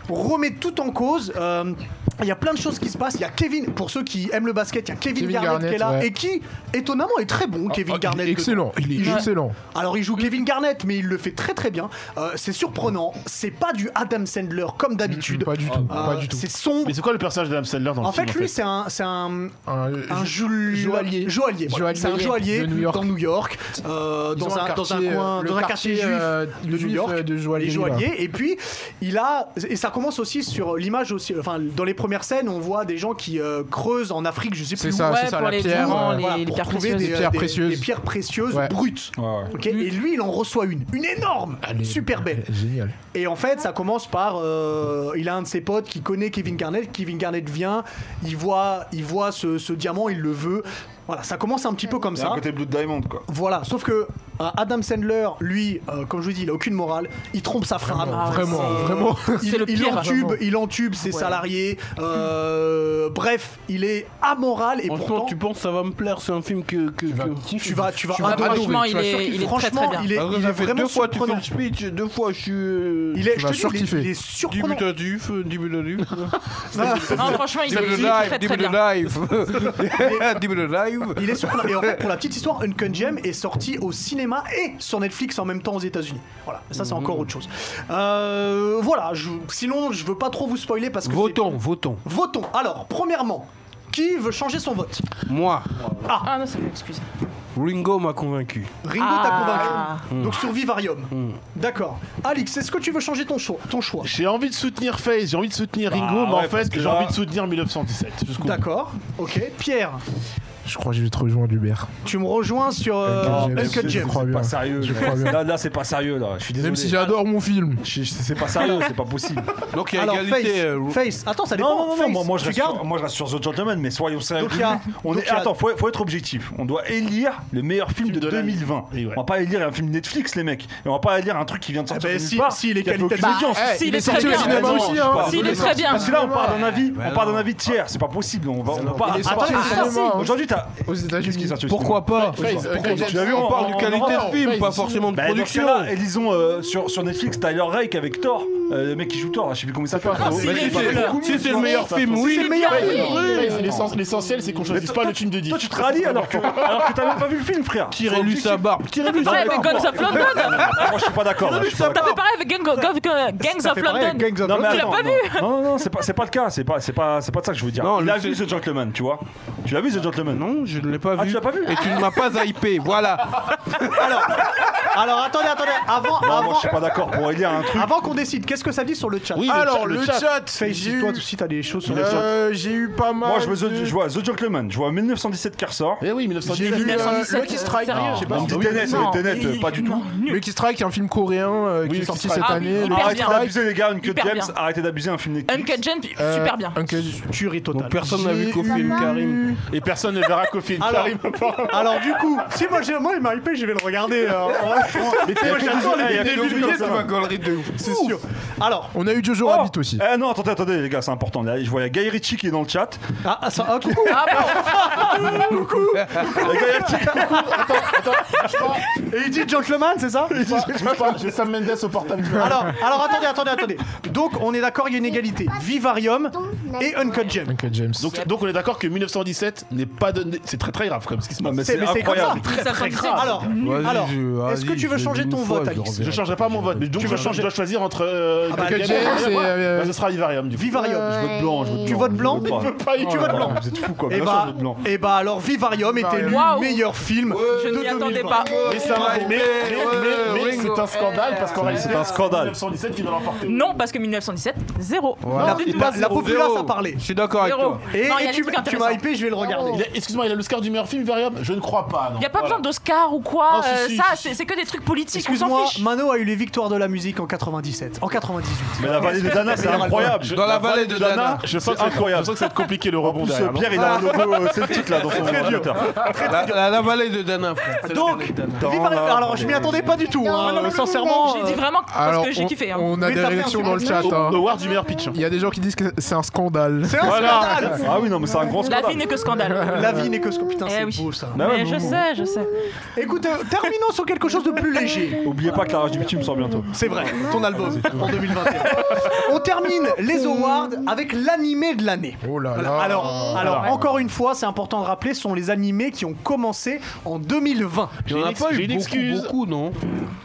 [SPEAKER 1] remet tout en cause. euh, il y a plein de choses qui se passent. Il y a Kevin, pour ceux qui aiment le basket, il y a Kevin,
[SPEAKER 6] Kevin
[SPEAKER 1] Garnett, qui est là
[SPEAKER 6] Garnett, ouais.
[SPEAKER 1] et qui, étonnamment, est très bon. Kevin
[SPEAKER 6] Ah,
[SPEAKER 1] Garnett.
[SPEAKER 6] il est excellent, il est
[SPEAKER 1] joue-
[SPEAKER 6] excellent.
[SPEAKER 1] alors il joue Kevin Garnett, mais il le fait très très bien. Euh, c'est surprenant. C'est pas du Adam Sandler comme d'habitude.
[SPEAKER 6] Pas du tout,
[SPEAKER 1] Euh,
[SPEAKER 6] pas du tout.
[SPEAKER 1] C'est sombre.
[SPEAKER 7] Mais c'est quoi le personnage d'Adam Sandler dans le
[SPEAKER 1] En
[SPEAKER 7] film
[SPEAKER 1] fait, lui, c'est un, c'est un,
[SPEAKER 6] Un-
[SPEAKER 1] un jou-
[SPEAKER 6] joaillier.
[SPEAKER 1] joaillier, voilà.
[SPEAKER 6] Joaillier
[SPEAKER 1] C'est un joaillier
[SPEAKER 6] de New York.
[SPEAKER 1] dans New York, euh,
[SPEAKER 6] Ils ont
[SPEAKER 1] dans, un, dans un
[SPEAKER 6] quartier,
[SPEAKER 1] coin,
[SPEAKER 6] le
[SPEAKER 1] dans un quartier juif
[SPEAKER 6] euh,
[SPEAKER 1] de New
[SPEAKER 6] juif,
[SPEAKER 1] York.
[SPEAKER 6] euh, de
[SPEAKER 1] les
[SPEAKER 6] joaillier.
[SPEAKER 1] joailliers. Et puis, il a. Et ça commence aussi sur l'image aussi. Enfin, dans les premières scènes, on voit des gens qui euh, creusent en Afrique, je sais plus
[SPEAKER 6] C'est
[SPEAKER 1] où.
[SPEAKER 6] ça,
[SPEAKER 4] Ouais,
[SPEAKER 6] c'est ça,
[SPEAKER 4] pour
[SPEAKER 6] la
[SPEAKER 4] les
[SPEAKER 6] pierre.
[SPEAKER 4] diamants,
[SPEAKER 6] euh,
[SPEAKER 4] les-
[SPEAKER 1] Voilà,
[SPEAKER 4] les
[SPEAKER 1] pour
[SPEAKER 4] pierres
[SPEAKER 1] trouver
[SPEAKER 4] précieuses.
[SPEAKER 1] des,
[SPEAKER 6] pierres
[SPEAKER 1] des-
[SPEAKER 6] précieuses.
[SPEAKER 1] des pierres précieuses
[SPEAKER 6] Ouais.
[SPEAKER 1] brutes.
[SPEAKER 8] Ouais, ouais.
[SPEAKER 1] Ok, Et lui, il en reçoit une, une énorme,
[SPEAKER 6] Ah, Elle est-
[SPEAKER 1] super belle.
[SPEAKER 6] elle est Géniale.
[SPEAKER 1] Et en fait, ça commence par, euh, il a un de ses potes qui connaît Kevin Garnett, Kevin Garnett vient, il voit, il voit ce, ce diamant, il le veut. Voilà, ça commence un petit peu comme
[SPEAKER 8] C'est un
[SPEAKER 1] ça.
[SPEAKER 8] côté Blue Diamond quoi.
[SPEAKER 1] Voilà, sauf que euh, Adam Sandler, lui, euh, comme je vous dis, il a aucune morale, il trompe sa femme. Euh,
[SPEAKER 4] Ah ouais,
[SPEAKER 6] Vraiment,
[SPEAKER 4] c'est-
[SPEAKER 6] vraiment.
[SPEAKER 1] Il,
[SPEAKER 4] C'est le
[SPEAKER 1] il
[SPEAKER 4] pire.
[SPEAKER 1] entube, il entube ses
[SPEAKER 4] Ouais.
[SPEAKER 1] salariés. euh, bref, il est amoral et
[SPEAKER 2] Franchement,
[SPEAKER 1] pourtant
[SPEAKER 2] tu penses que ça va me plaire C'est un film que. que, que-
[SPEAKER 1] tu vas, tu vas,
[SPEAKER 4] Ah,
[SPEAKER 1] adorer.
[SPEAKER 4] franchement, il
[SPEAKER 1] Tu vas
[SPEAKER 4] est,
[SPEAKER 1] surkiffer.
[SPEAKER 4] il est très très
[SPEAKER 1] Franchement,
[SPEAKER 4] bien.
[SPEAKER 1] il est,
[SPEAKER 2] Parce que
[SPEAKER 1] il
[SPEAKER 2] ça
[SPEAKER 1] est
[SPEAKER 2] Ah, fait
[SPEAKER 1] vraiment
[SPEAKER 2] deux fois tu fais
[SPEAKER 1] surprenant.
[SPEAKER 2] le speech, deux fois je suis. euh,
[SPEAKER 1] Il est,
[SPEAKER 6] Tu
[SPEAKER 1] je
[SPEAKER 6] vas
[SPEAKER 1] te dis, il est,
[SPEAKER 6] surkiffer.
[SPEAKER 1] il est
[SPEAKER 2] 10
[SPEAKER 1] surprenant.
[SPEAKER 2] minutes à du feu, 10 minutes
[SPEAKER 1] *laughs*
[SPEAKER 2] à du feu.
[SPEAKER 4] Non, franchement, il est,
[SPEAKER 2] Dis-le
[SPEAKER 4] il est très
[SPEAKER 2] live,
[SPEAKER 4] très
[SPEAKER 2] dis-le
[SPEAKER 4] bien.
[SPEAKER 2] live. *laughs* Dis-le live.
[SPEAKER 1] Il est surprenant. Et en fait, pour la petite histoire, Uncut Gem est sorti au cinéma et sur Netflix en même temps aux États-Unis. Voilà, ça
[SPEAKER 2] Mhm.
[SPEAKER 1] c'est encore autre chose. Euh, voilà, je- sinon je veux pas trop vous spoiler parce que. c'est-
[SPEAKER 2] Votons, votons.
[SPEAKER 1] Votons. Alors, premièrement, qui veut changer son vote
[SPEAKER 2] Moi,
[SPEAKER 4] Ah non, ça fait excuse.
[SPEAKER 2] Ringo m'a convaincu.
[SPEAKER 1] Ringo
[SPEAKER 4] Ah.
[SPEAKER 1] t'a
[SPEAKER 2] Hmm.
[SPEAKER 1] convaincu. Donc sur Vivarium. D'accord. Alix, est-ce que tu veux changer ton choix, ton choix
[SPEAKER 7] J'ai envie de soutenir FaZe, j'ai envie de soutenir Ringo,
[SPEAKER 8] Ah
[SPEAKER 7] mais
[SPEAKER 8] ouais, parce
[SPEAKER 7] en fait,
[SPEAKER 8] que
[SPEAKER 7] j'ai
[SPEAKER 8] là-
[SPEAKER 7] envie de soutenir 1917. jusqu'au bout.
[SPEAKER 1] D'accord, ok. Pierre,
[SPEAKER 6] Je crois que je vais te rejoindre, Hubert.
[SPEAKER 1] tu me rejoins sur euh,
[SPEAKER 6] Uncut Gem.
[SPEAKER 1] Uncut
[SPEAKER 8] C'est
[SPEAKER 1] Gem.
[SPEAKER 6] crois bien.
[SPEAKER 8] pas sérieux.
[SPEAKER 6] Je
[SPEAKER 8] là.
[SPEAKER 6] crois bien.
[SPEAKER 8] Là, là, c'est pas sérieux là. Je suis désolé.
[SPEAKER 6] Même si j'adore mon film.
[SPEAKER 8] Je- je- C'est pas sérieux, c'est pas possible.
[SPEAKER 2] Donc il y a
[SPEAKER 1] Alors,
[SPEAKER 2] égalité. euh,
[SPEAKER 1] face, face. Attends, ça dépend.
[SPEAKER 8] Non, non, non,
[SPEAKER 1] Face,
[SPEAKER 8] moi, moi, je
[SPEAKER 1] tu
[SPEAKER 8] reste
[SPEAKER 1] gardes
[SPEAKER 8] sur, moi je reste sur The Gentleman, mais soyons sérieux.
[SPEAKER 1] Donc, il y a-
[SPEAKER 8] on
[SPEAKER 1] donc,
[SPEAKER 8] est,
[SPEAKER 1] il y a-
[SPEAKER 8] Attends, faut, faut être objectif. On doit élire le meilleur film, de,
[SPEAKER 7] de l'année.
[SPEAKER 8] 2020.
[SPEAKER 7] Et ouais.
[SPEAKER 8] On va pas élire un film Netflix, les mecs. Et on va pas élire un truc qui vient de sortir.
[SPEAKER 1] Eh ben,
[SPEAKER 8] de nulle
[SPEAKER 1] si-
[SPEAKER 8] part,
[SPEAKER 1] si, il est
[SPEAKER 8] qui a fait
[SPEAKER 1] qualitatif.
[SPEAKER 8] aucune audience.
[SPEAKER 4] Bah,
[SPEAKER 6] Eh,
[SPEAKER 4] s'il
[SPEAKER 6] il
[SPEAKER 4] est
[SPEAKER 6] est
[SPEAKER 4] très
[SPEAKER 6] sorti au
[SPEAKER 4] bien.
[SPEAKER 6] cinéma
[SPEAKER 8] Non,
[SPEAKER 6] aussi,
[SPEAKER 8] je
[SPEAKER 6] hein.
[SPEAKER 8] parle
[SPEAKER 4] S'il
[SPEAKER 8] de-
[SPEAKER 4] est très bien.
[SPEAKER 8] Parce que là, on part d'un avis, on part d'un avis tiers, c'est pas possible. On va, on peut pas.
[SPEAKER 6] Il est sorti
[SPEAKER 8] Attends,
[SPEAKER 6] au cinéma, hein.
[SPEAKER 8] Aujourd'hui, t'as.
[SPEAKER 6] Aux
[SPEAKER 8] Qu'est-ce qui est
[SPEAKER 6] États-Unis.
[SPEAKER 8] sorti au
[SPEAKER 2] Pourquoi pas
[SPEAKER 6] Face,
[SPEAKER 2] Pourquoi-
[SPEAKER 6] Uncut Gem.
[SPEAKER 2] Tu as vu, on parle de
[SPEAKER 7] En-
[SPEAKER 2] qualité
[SPEAKER 7] en-
[SPEAKER 2] de film,
[SPEAKER 7] Face,
[SPEAKER 2] pas
[SPEAKER 7] si.
[SPEAKER 2] forcément de
[SPEAKER 8] Bah, dans ce
[SPEAKER 2] production.
[SPEAKER 8] cas-là, élisons euh, sur, sur Netflix Tyler Rake avec Thor. euh, le mec qui joue Thor, là, je sais plus comment il s'appelle.
[SPEAKER 7] pas
[SPEAKER 8] frérot.
[SPEAKER 7] Francis
[SPEAKER 8] Mais
[SPEAKER 7] Lefebvre.
[SPEAKER 8] tu-
[SPEAKER 2] Bah, Si c'est le meilleur film, oui.
[SPEAKER 1] le meilleur film. Ah,
[SPEAKER 7] L'essence- L'essentiel, c'est qu'on choisisse pas le thune de 10.
[SPEAKER 8] Toi, tu te rallies alors que, alors que t'as même pas vu le film, frère.
[SPEAKER 1] Ah,
[SPEAKER 2] Tirez-lui sa barbe. Tirez-lui
[SPEAKER 4] Pareil
[SPEAKER 2] sa
[SPEAKER 4] avec
[SPEAKER 2] barbe.
[SPEAKER 4] Gangs of London
[SPEAKER 8] Ah, Moi, je suis pas d'accord. là, je suis pas
[SPEAKER 4] T'as fait pareil avec Gang- Gang- Gangs
[SPEAKER 1] Ça
[SPEAKER 4] of
[SPEAKER 1] fait pareil avec
[SPEAKER 4] London
[SPEAKER 1] Gangs of
[SPEAKER 8] Non, mais
[SPEAKER 1] London.
[SPEAKER 4] Tu l'as
[SPEAKER 8] attends,
[SPEAKER 4] pas
[SPEAKER 8] non. Non, non, non, c'est pas, c'est pas le cas, c'est pas, c'est pas, c'est pas de ça que je veux dire.
[SPEAKER 2] Non,
[SPEAKER 8] il
[SPEAKER 2] le
[SPEAKER 8] a vu
[SPEAKER 2] fait-
[SPEAKER 8] ce gentleman, tu vois. Tu l'as vu ce gentleman
[SPEAKER 2] Non, je ne l'ai pas vu.
[SPEAKER 8] Ah, tu l'as pas vu
[SPEAKER 2] Et tu ne m'as pas hypé. Voilà.
[SPEAKER 1] Alors, alors, attendez, attendez. Avant,
[SPEAKER 8] Non, moi,
[SPEAKER 1] avant,
[SPEAKER 8] je suis pas d'accord. Pour élire un truc,
[SPEAKER 1] *coughs* avant qu'on décide, qu'est-ce que ça dit sur le chat Ah,
[SPEAKER 6] Oui, Alors, le chat,
[SPEAKER 1] Face,
[SPEAKER 6] j'ai
[SPEAKER 1] toi
[SPEAKER 6] eu,
[SPEAKER 1] aussi, t'as des choses sur le chat.
[SPEAKER 6] euh, j'ai eu pas mal.
[SPEAKER 8] moi, je, veux The-
[SPEAKER 6] de-
[SPEAKER 8] je vois The Gentleman, je vois 1917 qui ressort.
[SPEAKER 7] Eh oui,
[SPEAKER 6] J'ai vu
[SPEAKER 7] 1919.
[SPEAKER 6] euh,
[SPEAKER 4] 1917,
[SPEAKER 6] Lucky Strike.
[SPEAKER 4] sérieux
[SPEAKER 6] je sais pas.
[SPEAKER 8] Non,
[SPEAKER 7] oui,
[SPEAKER 8] Tenet,
[SPEAKER 4] non.
[SPEAKER 8] Tenet, euh, pas du tout.
[SPEAKER 6] Lucky Strike, un film coréen euh, qui
[SPEAKER 7] Lucky
[SPEAKER 6] est sorti
[SPEAKER 7] Strike.
[SPEAKER 6] cette
[SPEAKER 4] Ah oui,
[SPEAKER 6] année.
[SPEAKER 4] hyper
[SPEAKER 6] Lucky
[SPEAKER 4] bien.
[SPEAKER 8] Arrêtez d'abuser, les gars, que
[SPEAKER 4] Hyper
[SPEAKER 8] James,
[SPEAKER 4] bien.
[SPEAKER 8] arrête d'abuser un film Netflix.
[SPEAKER 4] Uncut Jane,
[SPEAKER 6] Euh,
[SPEAKER 4] super bien
[SPEAKER 6] Uncut-
[SPEAKER 1] Tuerie totale.
[SPEAKER 2] Donc personne n'a vu qu'au film Karim.
[SPEAKER 7] Et personne ne verra qu'au film.
[SPEAKER 1] Alors-
[SPEAKER 7] Karim.
[SPEAKER 1] Alors, du coup, si moi, j'ai- moi il m'a hypé, je vais le regarder. euh,
[SPEAKER 7] Mais t'es-
[SPEAKER 1] moi, j'attends les
[SPEAKER 8] Ah, il y a
[SPEAKER 1] vidéos
[SPEAKER 8] des
[SPEAKER 1] du
[SPEAKER 8] oubliés,
[SPEAKER 1] Gaza.
[SPEAKER 8] tu vas
[SPEAKER 1] c'est sûr. Alors,
[SPEAKER 6] On a eu Jojo
[SPEAKER 8] Oh
[SPEAKER 6] Rabbit aussi.
[SPEAKER 8] Eh non, attendez, attendez, les gars, c'est important. Là, je vois il y a Guy Ritchie qui est dans le chat.
[SPEAKER 1] ah, ah, ça, ah, coucou.
[SPEAKER 4] Ah bon
[SPEAKER 1] *laughs* Et il dit gentleman, c'est ça
[SPEAKER 7] J'ai Sam Mendes au portable.
[SPEAKER 1] alors, alors, attendez, attendez, attendez. Donc, on est d'accord, il y a une égalité. Vivarium et Uncut Gem.
[SPEAKER 6] Uncut James.
[SPEAKER 7] Donc, donc on est d'accord que 1917 n'est pas donné. C'est très très grave comme ce qui se passe.
[SPEAKER 8] mais
[SPEAKER 1] C'est- mais c'est comme ça.
[SPEAKER 8] c'est
[SPEAKER 4] Ça sent bizarre.
[SPEAKER 1] Alors,
[SPEAKER 2] Vas-y,
[SPEAKER 1] alors
[SPEAKER 2] je-
[SPEAKER 1] est-ce que
[SPEAKER 2] vas-y,
[SPEAKER 1] tu veux
[SPEAKER 2] je
[SPEAKER 1] changer
[SPEAKER 2] l'ai
[SPEAKER 1] ton
[SPEAKER 2] une fois,
[SPEAKER 1] vote,
[SPEAKER 2] je
[SPEAKER 1] Alix
[SPEAKER 2] reverrai.
[SPEAKER 7] Je changerai pas mon vote, mais donc
[SPEAKER 1] Tu
[SPEAKER 7] je
[SPEAKER 1] veux
[SPEAKER 7] dois,
[SPEAKER 1] changer-
[SPEAKER 7] je dois choisir entre. euh,
[SPEAKER 1] bah,
[SPEAKER 7] Gabriel
[SPEAKER 1] James
[SPEAKER 7] et-
[SPEAKER 6] et, euh,
[SPEAKER 7] Bah, ce sera Vivarium. Du coup.
[SPEAKER 1] Vivarium.
[SPEAKER 7] Je vote blanc. Je vote
[SPEAKER 1] Tu
[SPEAKER 7] blanc.
[SPEAKER 1] votes blanc
[SPEAKER 8] Je vote
[SPEAKER 7] pas.
[SPEAKER 1] Tu votes blanc.
[SPEAKER 8] Vous êtes fous, quoi.
[SPEAKER 1] Et
[SPEAKER 8] Bien sûr,
[SPEAKER 1] bah,
[SPEAKER 8] je vote blanc.
[SPEAKER 1] et bah alors Vivarium est élu
[SPEAKER 4] Waouh.
[SPEAKER 1] meilleur film
[SPEAKER 4] Je
[SPEAKER 1] de
[SPEAKER 4] n'y attendais
[SPEAKER 1] 2020.
[SPEAKER 4] pas.
[SPEAKER 7] Mais ça va. Mais, mais, mais- mais c'est un scandale parce qu'en réalité
[SPEAKER 8] C'est un scandale.
[SPEAKER 7] 1917 qui va l'emporter.
[SPEAKER 4] Non, parce que 1917, zéro.
[SPEAKER 1] La,
[SPEAKER 4] Non, du tout.
[SPEAKER 1] la, la populace a parlé.
[SPEAKER 2] Je suis d'accord avec
[SPEAKER 4] Zéro.
[SPEAKER 2] toi.
[SPEAKER 1] Et,
[SPEAKER 4] Non, il y
[SPEAKER 1] et
[SPEAKER 4] a
[SPEAKER 1] tu,
[SPEAKER 4] des trucs
[SPEAKER 1] tu m'as
[SPEAKER 4] intéressants. Oh.
[SPEAKER 1] hypé, je vais le regarder.
[SPEAKER 7] Il a- Excuse-moi, il a l'Oscar du meilleur film, Vivarium Je ne crois pas. non.
[SPEAKER 4] Il n'y a pas
[SPEAKER 7] Voilà.
[SPEAKER 4] besoin d'Oscar ou quoi.
[SPEAKER 7] Ah, si,
[SPEAKER 4] euh,
[SPEAKER 7] si,
[SPEAKER 4] ça,
[SPEAKER 7] si.
[SPEAKER 4] c'est- c'est que des trucs politiques. on s'en
[SPEAKER 1] Excuse-moi,
[SPEAKER 4] fiche.
[SPEAKER 1] Mano a eu les victoires de la musique en 97, en 98.
[SPEAKER 8] Mais la vallée de Dana, c'est incroyable.
[SPEAKER 2] Dans la vallée de Dana.
[SPEAKER 7] Je sens que c'est incroyable. Je sens que ça va être compliqué le
[SPEAKER 8] En
[SPEAKER 7] rebond
[SPEAKER 8] plus,
[SPEAKER 7] derrière. non
[SPEAKER 8] Pierre, il a un logo euh, celtique là dans son ordinateur.
[SPEAKER 2] La, la- la vallée de Dana, frère.
[SPEAKER 1] Donc, Vivarium. Alors, je m'y attendais pas du tout, hein,
[SPEAKER 4] non, non, non,
[SPEAKER 1] sincèrement. euh,
[SPEAKER 4] J'ai dit vraiment parce
[SPEAKER 6] Alors,
[SPEAKER 4] que j'ai
[SPEAKER 6] on,
[SPEAKER 4] kiffé. hein.
[SPEAKER 6] on a
[SPEAKER 1] Mais
[SPEAKER 6] des
[SPEAKER 1] t'as fait un
[SPEAKER 6] réactions dans le chat.
[SPEAKER 1] scandale.
[SPEAKER 6] hein.
[SPEAKER 7] Award du meilleur pitch. hein.
[SPEAKER 6] Il y a des gens qui disent que c'est un scandale.
[SPEAKER 1] C'est un scandale.
[SPEAKER 8] Ah oui, non, mais c'est un grand
[SPEAKER 4] La
[SPEAKER 8] scandale.
[SPEAKER 4] vie n'est
[SPEAKER 1] *laughs*
[SPEAKER 4] que scandale.
[SPEAKER 1] La vie n'est
[SPEAKER 4] *laughs*
[SPEAKER 1] que ce putain,
[SPEAKER 4] Eh
[SPEAKER 1] c'est
[SPEAKER 4] oui.
[SPEAKER 1] beau ça.
[SPEAKER 8] Bah ouais,
[SPEAKER 4] Mais je sais, je sais.
[SPEAKER 1] Écoute, euh, terminons sur quelque chose de plus léger.
[SPEAKER 8] Oubliez pas que la rage du bitume sort bientôt.
[SPEAKER 1] C'est vrai, ton album en 2021. On termine les awards avec l'animé de l'année.
[SPEAKER 6] Oh là
[SPEAKER 1] Voilà.
[SPEAKER 6] là.
[SPEAKER 1] Alors, alors encore une fois, c'est important de rappeler, ce sont les animés qui ont commencé en 2020.
[SPEAKER 2] Il n'y en a
[SPEAKER 7] J'ai une
[SPEAKER 2] pas eu
[SPEAKER 7] ex- j'ai une
[SPEAKER 2] beaucoup,
[SPEAKER 7] excuse.
[SPEAKER 2] beaucoup, non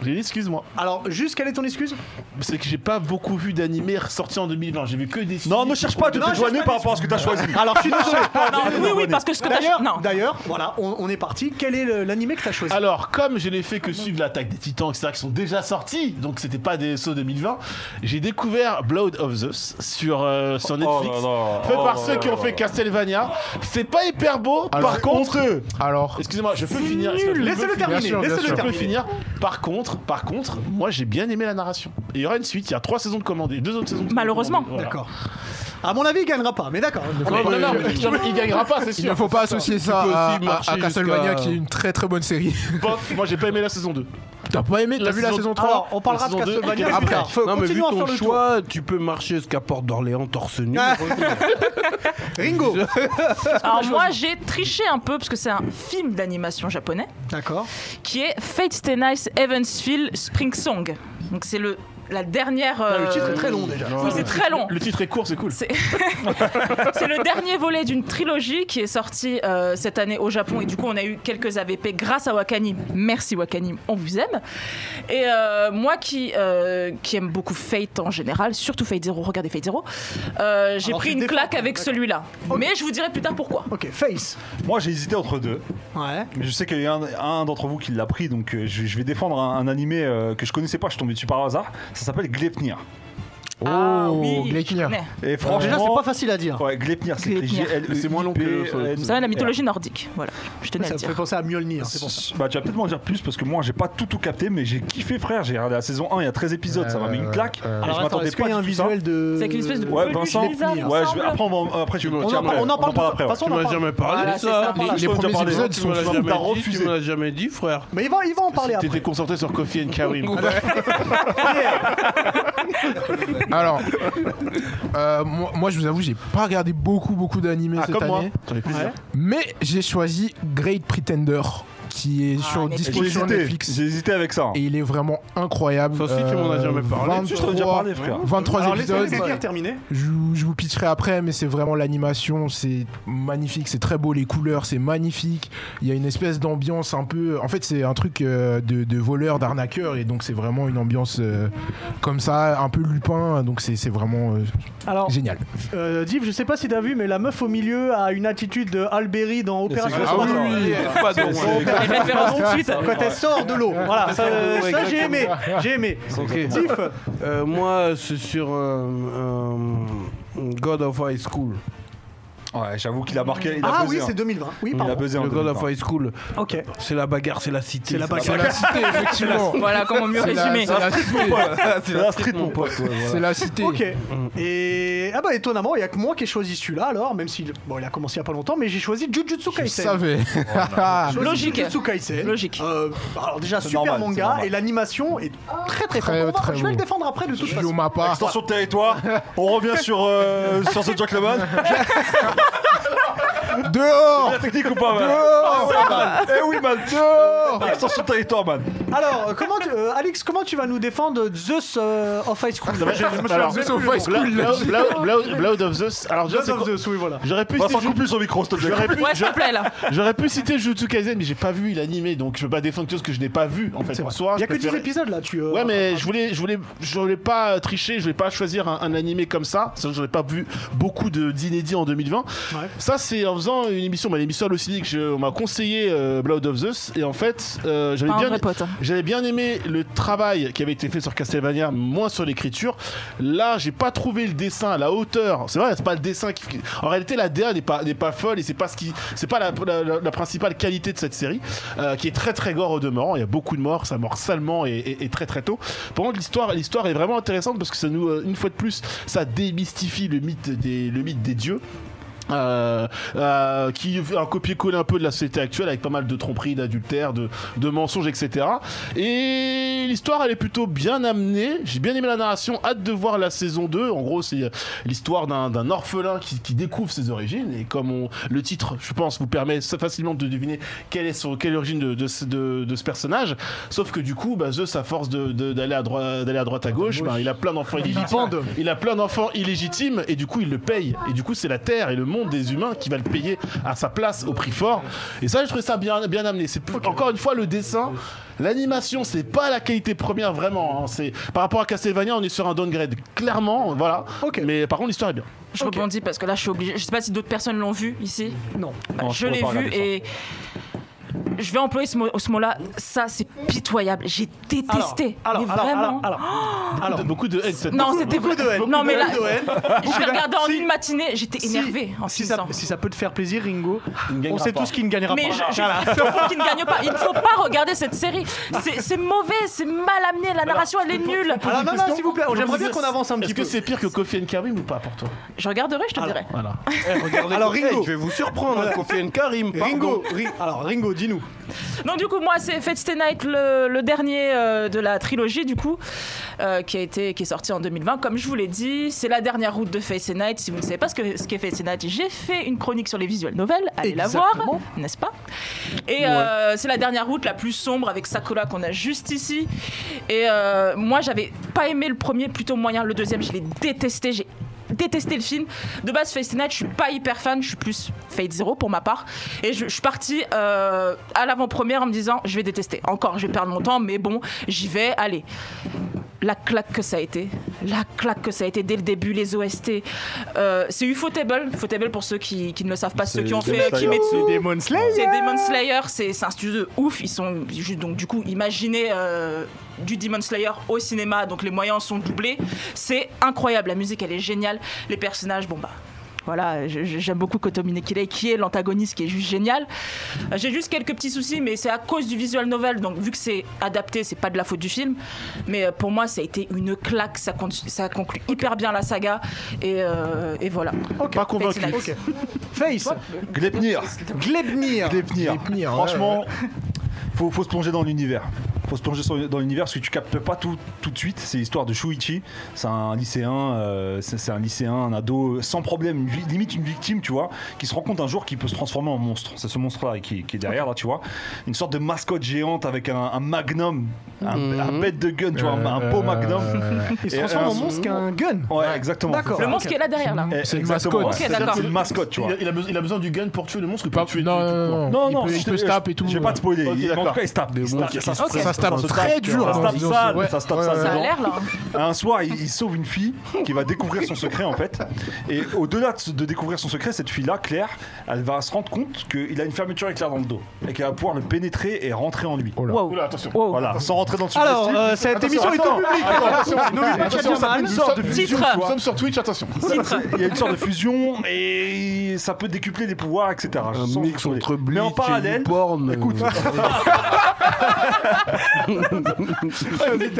[SPEAKER 7] J'ai dit, Excuse-moi.
[SPEAKER 1] Alors, juste quelle est ton excuse
[SPEAKER 7] C'est que j'ai pas beaucoup vu d'animés ressortis en 2020. J'ai vu que des.
[SPEAKER 8] Non, ne cherche pas à te
[SPEAKER 1] Non, cherche
[SPEAKER 8] dédouaner
[SPEAKER 1] pas
[SPEAKER 8] par rapport à ce que t'as choisi.
[SPEAKER 1] Alors, je
[SPEAKER 4] *laughs*
[SPEAKER 1] suis désolé.
[SPEAKER 4] Non, oui, oui, parce que ce que t'as
[SPEAKER 1] Ah, D'ailleurs,
[SPEAKER 4] Non,
[SPEAKER 1] d'ailleurs, voilà, on, on est parti. Quel est le- l'animé que t'as choisi
[SPEAKER 7] *laughs* Alors, comme je n'ai fait que suivre l'attaque des titans, etc., qui sont déjà sortis, donc c'était pas des sauts 2020, j'ai découvert Blood of Zeus sur, euh, sur Netflix,
[SPEAKER 8] Oh là là.
[SPEAKER 7] fait par
[SPEAKER 8] Oh
[SPEAKER 7] ceux
[SPEAKER 8] là Ah,
[SPEAKER 7] qui ont fait Castlevania. C'est pas hyper beau,
[SPEAKER 6] Alors,
[SPEAKER 7] par
[SPEAKER 6] c'est
[SPEAKER 7] contre.
[SPEAKER 6] Alors,
[SPEAKER 7] Excusez-moi, je peux finir. excusez-moi, je peux
[SPEAKER 1] Laissez-le
[SPEAKER 7] finir.
[SPEAKER 1] terminer.
[SPEAKER 6] sûr, bien
[SPEAKER 1] Laissez-le
[SPEAKER 6] sûr.
[SPEAKER 7] Je peux
[SPEAKER 1] terminer.
[SPEAKER 7] finir. Par contre, par contre, moi j'ai bien aimé la narration. Et il y aura une suite, il y a trois saisons de commandées, deux autres saisons de
[SPEAKER 4] Malheureusement.
[SPEAKER 7] commandées, voilà.
[SPEAKER 1] D'accord. À mon avis, il gagnera pas, mais d'accord.
[SPEAKER 7] Non, non, non, Ah, Oh, mais putain, il gagnera pas, c'est
[SPEAKER 6] il
[SPEAKER 7] sûr.
[SPEAKER 6] ne faut pas associer ça
[SPEAKER 2] Tu peux
[SPEAKER 6] à,
[SPEAKER 2] aussi
[SPEAKER 6] à-
[SPEAKER 2] marcher
[SPEAKER 6] à Castlevania,
[SPEAKER 2] jusqu'à-
[SPEAKER 6] qui est une très très bonne série. *laughs*
[SPEAKER 7] Bon, moi j'ai pas aimé la saison 2.
[SPEAKER 6] T'as pas aimé T'as vu la saison 3
[SPEAKER 1] Alors, on parlera de
[SPEAKER 7] La saison deux,
[SPEAKER 1] Castlevania plus
[SPEAKER 2] Après,
[SPEAKER 1] tard. Faut-
[SPEAKER 2] non, mais vu
[SPEAKER 1] Continuons à
[SPEAKER 2] ton
[SPEAKER 1] faire le tour.
[SPEAKER 2] choix, tu peux marcher jusqu'à Porte d'Orléans torse nu.
[SPEAKER 1] Ah. Ringo.
[SPEAKER 4] alors moi j'ai triché un peu parce que c'est un film d'animation japonais
[SPEAKER 1] D'accord.
[SPEAKER 4] qui est Fate Stay Nice Evansville Spring Song. Donc c'est le la dernière.
[SPEAKER 1] Le titre est
[SPEAKER 4] euh,
[SPEAKER 1] Ah très long déjà.
[SPEAKER 4] oui, c'est très long.
[SPEAKER 7] Le titre est court, c'est cool.
[SPEAKER 4] C'est c'est le dernier volet d'une trilogie qui est sortie euh, cette année au Japon et du coup on a eu quelques AVP grâce à Wakanim. Merci Wakanim, on vous aime. Et euh, moi qui, euh, qui aime beaucoup Fate en général, surtout Fate Zero, regardez Fate Zero, euh, j'ai
[SPEAKER 1] Alors,
[SPEAKER 4] pris
[SPEAKER 1] tu
[SPEAKER 4] une
[SPEAKER 1] défends,
[SPEAKER 4] claque avec
[SPEAKER 1] d'accord.
[SPEAKER 4] celui-là. Mais je vous dirai plus tard pourquoi.
[SPEAKER 1] Ok, Face.
[SPEAKER 8] Moi, j'ai hésité entre deux.
[SPEAKER 1] Ouais.
[SPEAKER 8] Mais je sais qu'il y a un, un d'entre vous qui l'a pris, donc euh, je, je vais défendre un, un animé euh, que je connaissais pas, je suis tombé dessus par hasard. Ça s'appelle Glepnir.
[SPEAKER 4] ah
[SPEAKER 6] Gleikner.
[SPEAKER 4] connais.
[SPEAKER 8] Et franchement,
[SPEAKER 1] Déjà, c'est pas facile à dire.
[SPEAKER 8] Ouais, Gleipnir, c'est E écrit
[SPEAKER 4] Gleipnir.
[SPEAKER 8] G-L-E-I-P-N-I-R.
[SPEAKER 7] C'est moins long que-
[SPEAKER 4] Ça, la mythologie nordique, voilà, je tenais à
[SPEAKER 1] Ça
[SPEAKER 4] le
[SPEAKER 1] me fait
[SPEAKER 4] dire.
[SPEAKER 1] penser à Mjolnir. c'est pour ça.
[SPEAKER 8] Bah, tu vas peut-être m'en dire plus parce que moi j'ai pas tout tout capté, mais j'ai kiffé, frère. J'ai regardé la saison 1, il y a 13 épisodes, ça m'a mis une claque. et
[SPEAKER 1] Alors,
[SPEAKER 8] je
[SPEAKER 1] attends,
[SPEAKER 8] m'attendais
[SPEAKER 1] est-ce qu'il
[SPEAKER 8] pas
[SPEAKER 1] y a un
[SPEAKER 8] du tout ça.
[SPEAKER 1] visuel de.
[SPEAKER 4] C'est avec une espèce de
[SPEAKER 8] Ouais,
[SPEAKER 4] peluche
[SPEAKER 8] Vincent,
[SPEAKER 4] bizarre, il
[SPEAKER 8] ouais, je vais-
[SPEAKER 4] ressemble.
[SPEAKER 8] après, on va- après, tu
[SPEAKER 1] On en parle, on en parle
[SPEAKER 8] parle
[SPEAKER 1] de
[SPEAKER 8] après.
[SPEAKER 1] toute
[SPEAKER 8] ouais.
[SPEAKER 1] façon,
[SPEAKER 2] Tu
[SPEAKER 1] on en
[SPEAKER 2] m'as
[SPEAKER 1] parle.
[SPEAKER 2] jamais parlé
[SPEAKER 4] Voilà,
[SPEAKER 2] de
[SPEAKER 4] c'est
[SPEAKER 2] ça.
[SPEAKER 4] ça, voilà.
[SPEAKER 2] Les-
[SPEAKER 6] Les
[SPEAKER 8] crois que t'as
[SPEAKER 6] premiers
[SPEAKER 8] parlé.
[SPEAKER 6] épisodes
[SPEAKER 8] Tu
[SPEAKER 2] Tu
[SPEAKER 6] sont
[SPEAKER 2] me l'as
[SPEAKER 6] sont-
[SPEAKER 2] jamais
[SPEAKER 8] t'as
[SPEAKER 2] dit,
[SPEAKER 8] refusé.
[SPEAKER 2] Tu me l'as jamais dit, frère.
[SPEAKER 1] Mais il va, il va en parler après.
[SPEAKER 7] T'étais concentré sur Kofi and Karim.
[SPEAKER 6] Alors, euh, moi, moi, je vous avoue, j'ai pas regardé beaucoup beaucoup d'animés
[SPEAKER 7] Ah,
[SPEAKER 6] cette
[SPEAKER 7] comme moi.
[SPEAKER 6] année,
[SPEAKER 7] J'en ai plus.
[SPEAKER 1] Ouais.
[SPEAKER 6] mais j'ai choisi Great Pretender. qui est
[SPEAKER 4] Ah,
[SPEAKER 6] sur
[SPEAKER 4] Netflix.
[SPEAKER 8] J'ai
[SPEAKER 6] disponible sur
[SPEAKER 8] hésité,
[SPEAKER 6] Netflix.
[SPEAKER 8] j'ai hésité avec ça. hein.
[SPEAKER 6] Et il est vraiment incroyable.
[SPEAKER 2] Ça aussi, tu m'en as jamais parlé.
[SPEAKER 8] Là-dessus, je t'en ai déjà parlé, frère.
[SPEAKER 6] 23
[SPEAKER 1] Alors, laissez
[SPEAKER 6] épisodes.
[SPEAKER 1] quelqu'un terminer.
[SPEAKER 6] Je, vous- je vous pitcherai après, mais c'est vraiment l'animation, c'est magnifique, c'est très beau, les couleurs, c'est magnifique. Il y a une espèce d'ambiance un peu. En fait, c'est un truc euh, de, de voleur, d'arnaqueur, et donc c'est vraiment une ambiance euh, comme ça, un peu Lupin, donc c'est c'est vraiment euh,
[SPEAKER 1] Alors,
[SPEAKER 6] génial.
[SPEAKER 1] euh, Div, je sais pas si t'as vu, mais la meuf au milieu a une attitude de Alberi dans Opération
[SPEAKER 8] Ah
[SPEAKER 1] Spartan.
[SPEAKER 8] oui, pas donc, c'est-
[SPEAKER 4] Elle va le faire tout de suite.
[SPEAKER 1] Quand elle sort de l'eau. Voilà, ça, euh, ça, j'ai aimé. J'ai aimé.
[SPEAKER 2] Ok.
[SPEAKER 1] Diff,
[SPEAKER 2] Euh, moi, c'est sur euh, euh, God of High School.
[SPEAKER 8] Ouais, j'avoue qu'il a marqué. Il a
[SPEAKER 1] Ah
[SPEAKER 8] buzzé,
[SPEAKER 1] oui,
[SPEAKER 8] hein.
[SPEAKER 1] c'est 2020. Oui,
[SPEAKER 8] Il a
[SPEAKER 1] pardon.
[SPEAKER 8] buzzé en
[SPEAKER 2] Le God
[SPEAKER 8] 2020.
[SPEAKER 2] of High School,
[SPEAKER 1] Ok.
[SPEAKER 2] c'est la bagarre, c'est la cité.
[SPEAKER 1] C'est la
[SPEAKER 6] C'est
[SPEAKER 1] bagarre.
[SPEAKER 6] la cité,
[SPEAKER 2] *laughs*
[SPEAKER 6] effectivement.
[SPEAKER 4] Voilà comment mieux
[SPEAKER 6] C'est la-
[SPEAKER 4] résumer.
[SPEAKER 6] c'est la cité.
[SPEAKER 8] C'est la street, mon pote.
[SPEAKER 6] C'est la cité.
[SPEAKER 1] Ok. Et ah bah étonnamment, il y a que moi qui ai choisi celui-là alors, même s'il bon, il a commencé il y a pas longtemps, mais j'ai choisi Jujutsu
[SPEAKER 6] *laughs* Je
[SPEAKER 1] Kaisen.
[SPEAKER 6] savais.
[SPEAKER 1] J'ai choisi
[SPEAKER 4] Logique.
[SPEAKER 1] Jujutsu Kaisen.
[SPEAKER 4] Logique.
[SPEAKER 1] Euh, alors déjà
[SPEAKER 8] C'est
[SPEAKER 1] super
[SPEAKER 8] normal, c'est
[SPEAKER 1] manga
[SPEAKER 8] normal.
[SPEAKER 1] et l'animation est très très,
[SPEAKER 6] Très,
[SPEAKER 1] forte. On va-
[SPEAKER 6] très
[SPEAKER 1] je vais le
[SPEAKER 6] beau.
[SPEAKER 1] défendre après de toute façon.
[SPEAKER 6] Yomapa.
[SPEAKER 8] Extension de territoire, on revient sur, euh, sur ce gentleman.
[SPEAKER 6] Dehors
[SPEAKER 8] La technique ou pas, man Eh oui, man Extension de territoire, man
[SPEAKER 1] Alors euh, comment tu- euh, Alex, comment tu vas nous défendre Zeus euh, of High School *laughs*
[SPEAKER 7] Alors,
[SPEAKER 6] Zeus of High School,
[SPEAKER 7] Blood-
[SPEAKER 6] là.
[SPEAKER 7] Blood- Blood- Blood- Blood of Zeus. Alors, déjà,
[SPEAKER 1] Zeus
[SPEAKER 7] c'est
[SPEAKER 1] of
[SPEAKER 7] quoi-
[SPEAKER 1] Zeus, oui voilà.
[SPEAKER 7] J'aurais pu
[SPEAKER 8] Vincent,
[SPEAKER 7] citer
[SPEAKER 8] coupe plus son micro, s'il te plaît.
[SPEAKER 7] J'aurais pu,
[SPEAKER 4] Ouais, s'il te plaît, là.
[SPEAKER 7] j'aurais pu citer Jujutsu Kaisen, mais j'ai pas vu l'animé, donc je peux pas défendre quelque chose que je n'ai pas vu en fait.
[SPEAKER 1] C'est
[SPEAKER 7] En
[SPEAKER 1] vrai.
[SPEAKER 7] soi,
[SPEAKER 1] Il y a
[SPEAKER 7] je
[SPEAKER 1] que 10
[SPEAKER 7] préférais-
[SPEAKER 1] épisodes là, tu euh,
[SPEAKER 7] Ouais, mais je voulais, je voulais, je voulais pas tricher, je voulais pas choisir un, un animé comme ça. Sinon, j'aurais pas vu beaucoup de d'inédits en 2020.
[SPEAKER 1] Ouais.
[SPEAKER 7] Ça, c'est en faisant une émission, bah, l'émission Allociné que je- on m'a conseillé euh, Blood of Zeus, et en fait, euh, j'avais
[SPEAKER 4] Pas un
[SPEAKER 7] bien,
[SPEAKER 4] vrai pote. hein.
[SPEAKER 7] j'avais bien aimé le travail qui avait été fait sur Castlevania, moins sur l'écriture. Là, j'ai pas trouvé le dessin à la hauteur. C'est vrai, c'est pas le dessin qui. En réalité, la DA n'est pas, n'est pas folle et c'est pas ce qui, c'est pas la, la- la- la principale qualité de cette série, euh, qui est très très gore au demeurant. Il y a beaucoup de morts, ça mord salement et, et- et très très tôt. Par contre, l'histoire, l'histoire est vraiment intéressante parce que ça nous, euh, une fois de plus, ça démystifie le mythe des, le mythe des dieux. Euh, euh, qui fait un copier-coller un peu de la société actuelle avec pas mal de tromperies, d'adultères, de, de mensonges, etc. Et l'histoire, elle est plutôt bien amenée. J'ai bien aimé la narration. Hâte de voir la saison 2. En gros, c'est euh, l'histoire d'un d'un orphelin qui, qui découvre ses origines. Et comme on- le titre, je pense, vous permet sa- facilement de deviner quelle est, son, quelle est l'origine de, de ce- de- de ce personnage. Sauf que du coup, bah, Zeus, à force de- de- d'aller à, droite- d'aller à droite à gauche, bah, il a plein d'enfants illégitimes. Il a plein d'enfants illégitimes et du coup il le paye. Et du coup c'est la terre et le monde des humains qui va le payer à sa place au prix fort. Et ça je trouve ça bien, bien amené. C'est plus- encore une fois le dessin. L'animation, c'est pas la qualité première vraiment. hein. C'est par rapport à Castlevania, on est sur un downgrade clairement, voilà.
[SPEAKER 1] Ok.
[SPEAKER 7] Mais par contre, l'histoire est bien.
[SPEAKER 4] Je rebondis parce que là, je suis obligée. Je sais pas si d'autres personnes l'ont vu ici.
[SPEAKER 1] Non.
[SPEAKER 4] Bah,
[SPEAKER 8] Non, je
[SPEAKER 4] je
[SPEAKER 8] pourrais
[SPEAKER 4] l'ai
[SPEAKER 8] pas
[SPEAKER 4] vu
[SPEAKER 8] regarder ça.
[SPEAKER 4] et. Je vais employer ce mot, ce mot-là. Ça, c'est pitoyable. J'ai
[SPEAKER 1] Alors,
[SPEAKER 4] détesté.
[SPEAKER 1] alors,
[SPEAKER 4] mais
[SPEAKER 1] alors,
[SPEAKER 4] vraiment.
[SPEAKER 1] alors, alors, alors.
[SPEAKER 7] Beaucoup de haine, cette
[SPEAKER 4] non, c'était
[SPEAKER 1] Beaucoup de haine.
[SPEAKER 4] Non, mais là,
[SPEAKER 1] Beaucoup de haine.
[SPEAKER 4] je l'ai regardé en
[SPEAKER 1] Si-
[SPEAKER 4] une matinée. J'étais
[SPEAKER 1] Si-
[SPEAKER 4] énervée en
[SPEAKER 1] si ça,
[SPEAKER 4] finissant.
[SPEAKER 1] si ça peut te faire plaisir, Ringo, on
[SPEAKER 8] gagnera
[SPEAKER 1] sait
[SPEAKER 8] pas.
[SPEAKER 1] tous qui ne gagnera
[SPEAKER 4] Mais
[SPEAKER 1] pas. Ah,
[SPEAKER 4] je, je- il faut qu'il ne gagne pas. Il ne faut pas regarder cette série. C'est c'est mauvais, c'est mal amené. La narration, elle est nulle.
[SPEAKER 1] Alors, non, non, s'il vous plaît, j'aimerais bien qu'on avance un
[SPEAKER 7] Est-ce
[SPEAKER 1] petit
[SPEAKER 7] que
[SPEAKER 1] peu.
[SPEAKER 7] c'est pire que Kofi and Karim ou pas pour toi
[SPEAKER 4] Je regarderai, je te dirai.
[SPEAKER 7] Voilà.
[SPEAKER 2] Regardez,
[SPEAKER 1] Alors,
[SPEAKER 2] hey,
[SPEAKER 1] Ringo.
[SPEAKER 2] Eh, je vais
[SPEAKER 1] *laughs*
[SPEAKER 2] vous surprendre, hein, Kofi and Karim. pardon.
[SPEAKER 1] Ringo, Ri- alors Ringo, dis-nous.
[SPEAKER 4] Donc du coup, moi, c'est Fate Stay Night, le, le dernier euh, de la trilogie, du coup, euh, qui a été, qui est sorti en 2020. Comme je vous l'ai dit, c'est la dernière route de Fate Stay Night. Si vous ne savez pas ce que ce qu'est Fate Stay Night, j'ai fait une chronique sur les visual novels. Allez la voir, n'est-ce pas Et euh, c'est la dernière route la plus sombre avec Sakura qu'on a juste ici. Et euh, moi, j'avais pas aimé le premier, plutôt moyen. Le deuxième, je l'ai détesté. J'ai détesté le film. De base, Fate Stay Night, je suis pas hyper fan. Je suis plus Fate Zero pour ma part. Et je, je suis partie euh, à l'avant-première en me disant, je vais détester. Encore, je vais perdre mon temps, mais bon, j'y vais. Allez la claque que ça a été, la claque que ça a été dès le début, les OST. Euh, c'est Ufotable, Ufotable pour ceux qui, qui ne le savent pas, ceux qui ont fait
[SPEAKER 8] Demon Slayer.
[SPEAKER 4] Kimetsu.
[SPEAKER 1] Demon Slayer.
[SPEAKER 4] C'est Demon Slayer, c'est c'est un studio de ouf. Ils sont juste donc du coup imaginez euh, du Demon Slayer au cinéma, donc les moyens sont doublés. C'est incroyable, la musique elle est géniale, les personnages bon bah. Voilà, je- je- j'aime beaucoup Kotomi Nekile qui est l'antagoniste qui est juste génial. Euh, J'ai juste quelques petits soucis mais c'est à cause du visual novel donc vu que c'est adapté, c'est pas de la faute du film mais euh, pour moi ça a été une claque, ça, con- ça conclut hyper bien la saga et, euh, et voilà.
[SPEAKER 7] Pas convaincu.
[SPEAKER 4] Fate Night.
[SPEAKER 1] Ok. Face,
[SPEAKER 8] Glepnir
[SPEAKER 1] Glebnir.
[SPEAKER 8] Glepnir
[SPEAKER 6] Gleipnir, ouais,
[SPEAKER 8] Franchement, faut, faut se plonger dans l'univers. faut se plonger sur- dans l'univers parce que tu captes pas tout tout de suite. C'est l'histoire de Shuichi. C'est un lycéen, euh, c'est c'est un lycéen, un ado sans problème, une vi- limite une victime, tu vois, qui se rend compte un jour qu'il peut se transformer en monstre. C'est ce monstre-là qui, qui est derrière là, tu vois. Une sorte de mascotte géante avec un, un magnum, un,
[SPEAKER 6] Mhm.
[SPEAKER 8] un bête de gun, tu vois, un, un
[SPEAKER 6] Euh,
[SPEAKER 8] beau magnum.
[SPEAKER 1] Il se
[SPEAKER 8] Et
[SPEAKER 1] transforme
[SPEAKER 8] un-
[SPEAKER 1] en monstre qu'un gun.
[SPEAKER 8] Ouais, exactement.
[SPEAKER 1] D'accord.
[SPEAKER 4] Le monstre qui est là derrière,
[SPEAKER 1] Euh,
[SPEAKER 4] là.
[SPEAKER 6] C'est une
[SPEAKER 8] Exactement.
[SPEAKER 6] mascotte.
[SPEAKER 4] Ok,
[SPEAKER 8] C'est-à-dire que
[SPEAKER 4] d'accord.
[SPEAKER 8] C'est une mascotte, tu vois.
[SPEAKER 7] Il a- il a besoin- il a besoin du gun pour tuer le monstre, il peut
[SPEAKER 6] Pas-
[SPEAKER 7] le tuer.
[SPEAKER 6] non,
[SPEAKER 7] tout court.
[SPEAKER 6] non, non,
[SPEAKER 8] Non,
[SPEAKER 6] Il
[SPEAKER 8] non,
[SPEAKER 6] peut, il
[SPEAKER 8] je
[SPEAKER 6] peut
[SPEAKER 8] te-
[SPEAKER 6] se taper et tout.
[SPEAKER 8] Je vais pas te spoiler.
[SPEAKER 7] Ok,
[SPEAKER 8] mais en tout
[SPEAKER 7] d'accord.
[SPEAKER 8] cas, il se tape.
[SPEAKER 2] Des
[SPEAKER 8] Il se
[SPEAKER 2] bons
[SPEAKER 8] tape,
[SPEAKER 2] qui-
[SPEAKER 8] ça se
[SPEAKER 4] Ok.
[SPEAKER 8] tape,
[SPEAKER 6] Ça se tape
[SPEAKER 8] se
[SPEAKER 6] très
[SPEAKER 8] tape,
[SPEAKER 6] dur.
[SPEAKER 8] Ça se tape
[SPEAKER 6] Disons,
[SPEAKER 8] ça,
[SPEAKER 6] ouais.
[SPEAKER 8] ça se tape
[SPEAKER 6] Ouais,
[SPEAKER 8] ça.
[SPEAKER 4] Ça a
[SPEAKER 8] dedans.
[SPEAKER 4] l'air,
[SPEAKER 1] *laughs*
[SPEAKER 4] là.
[SPEAKER 8] Un soir, il, il sauve une fille qui va découvrir son secret en fait. Et au-delà de, ce- de découvrir son secret, cette fille-là, Claire, elle va se rendre compte qu'il a une fermeture éclair dans le dos et qu'elle va pouvoir le pénétrer et rentrer en lui.
[SPEAKER 4] Wow.
[SPEAKER 7] Oula, attention.
[SPEAKER 4] Wow.
[SPEAKER 8] Voilà, sans rentrer dans le
[SPEAKER 1] Alors,
[SPEAKER 8] suggestif.
[SPEAKER 1] euh, cette émission est au public. N'oublie pas qu'il y a
[SPEAKER 7] Attention,
[SPEAKER 1] bien
[SPEAKER 7] ça fait
[SPEAKER 1] mal.
[SPEAKER 7] une sorte de
[SPEAKER 4] Titre.
[SPEAKER 7] fusion, tu vois. Nous sommes sur Twitch, *laughs* attention.
[SPEAKER 8] il y a une sorte de fusion et ça peut décupler des pouvoirs, etc.
[SPEAKER 2] Un
[SPEAKER 8] Sans
[SPEAKER 2] mix
[SPEAKER 8] spoiler.
[SPEAKER 2] entre
[SPEAKER 8] Mais
[SPEAKER 2] Bleach
[SPEAKER 8] en
[SPEAKER 2] et euh,
[SPEAKER 8] parallèle,
[SPEAKER 2] porn.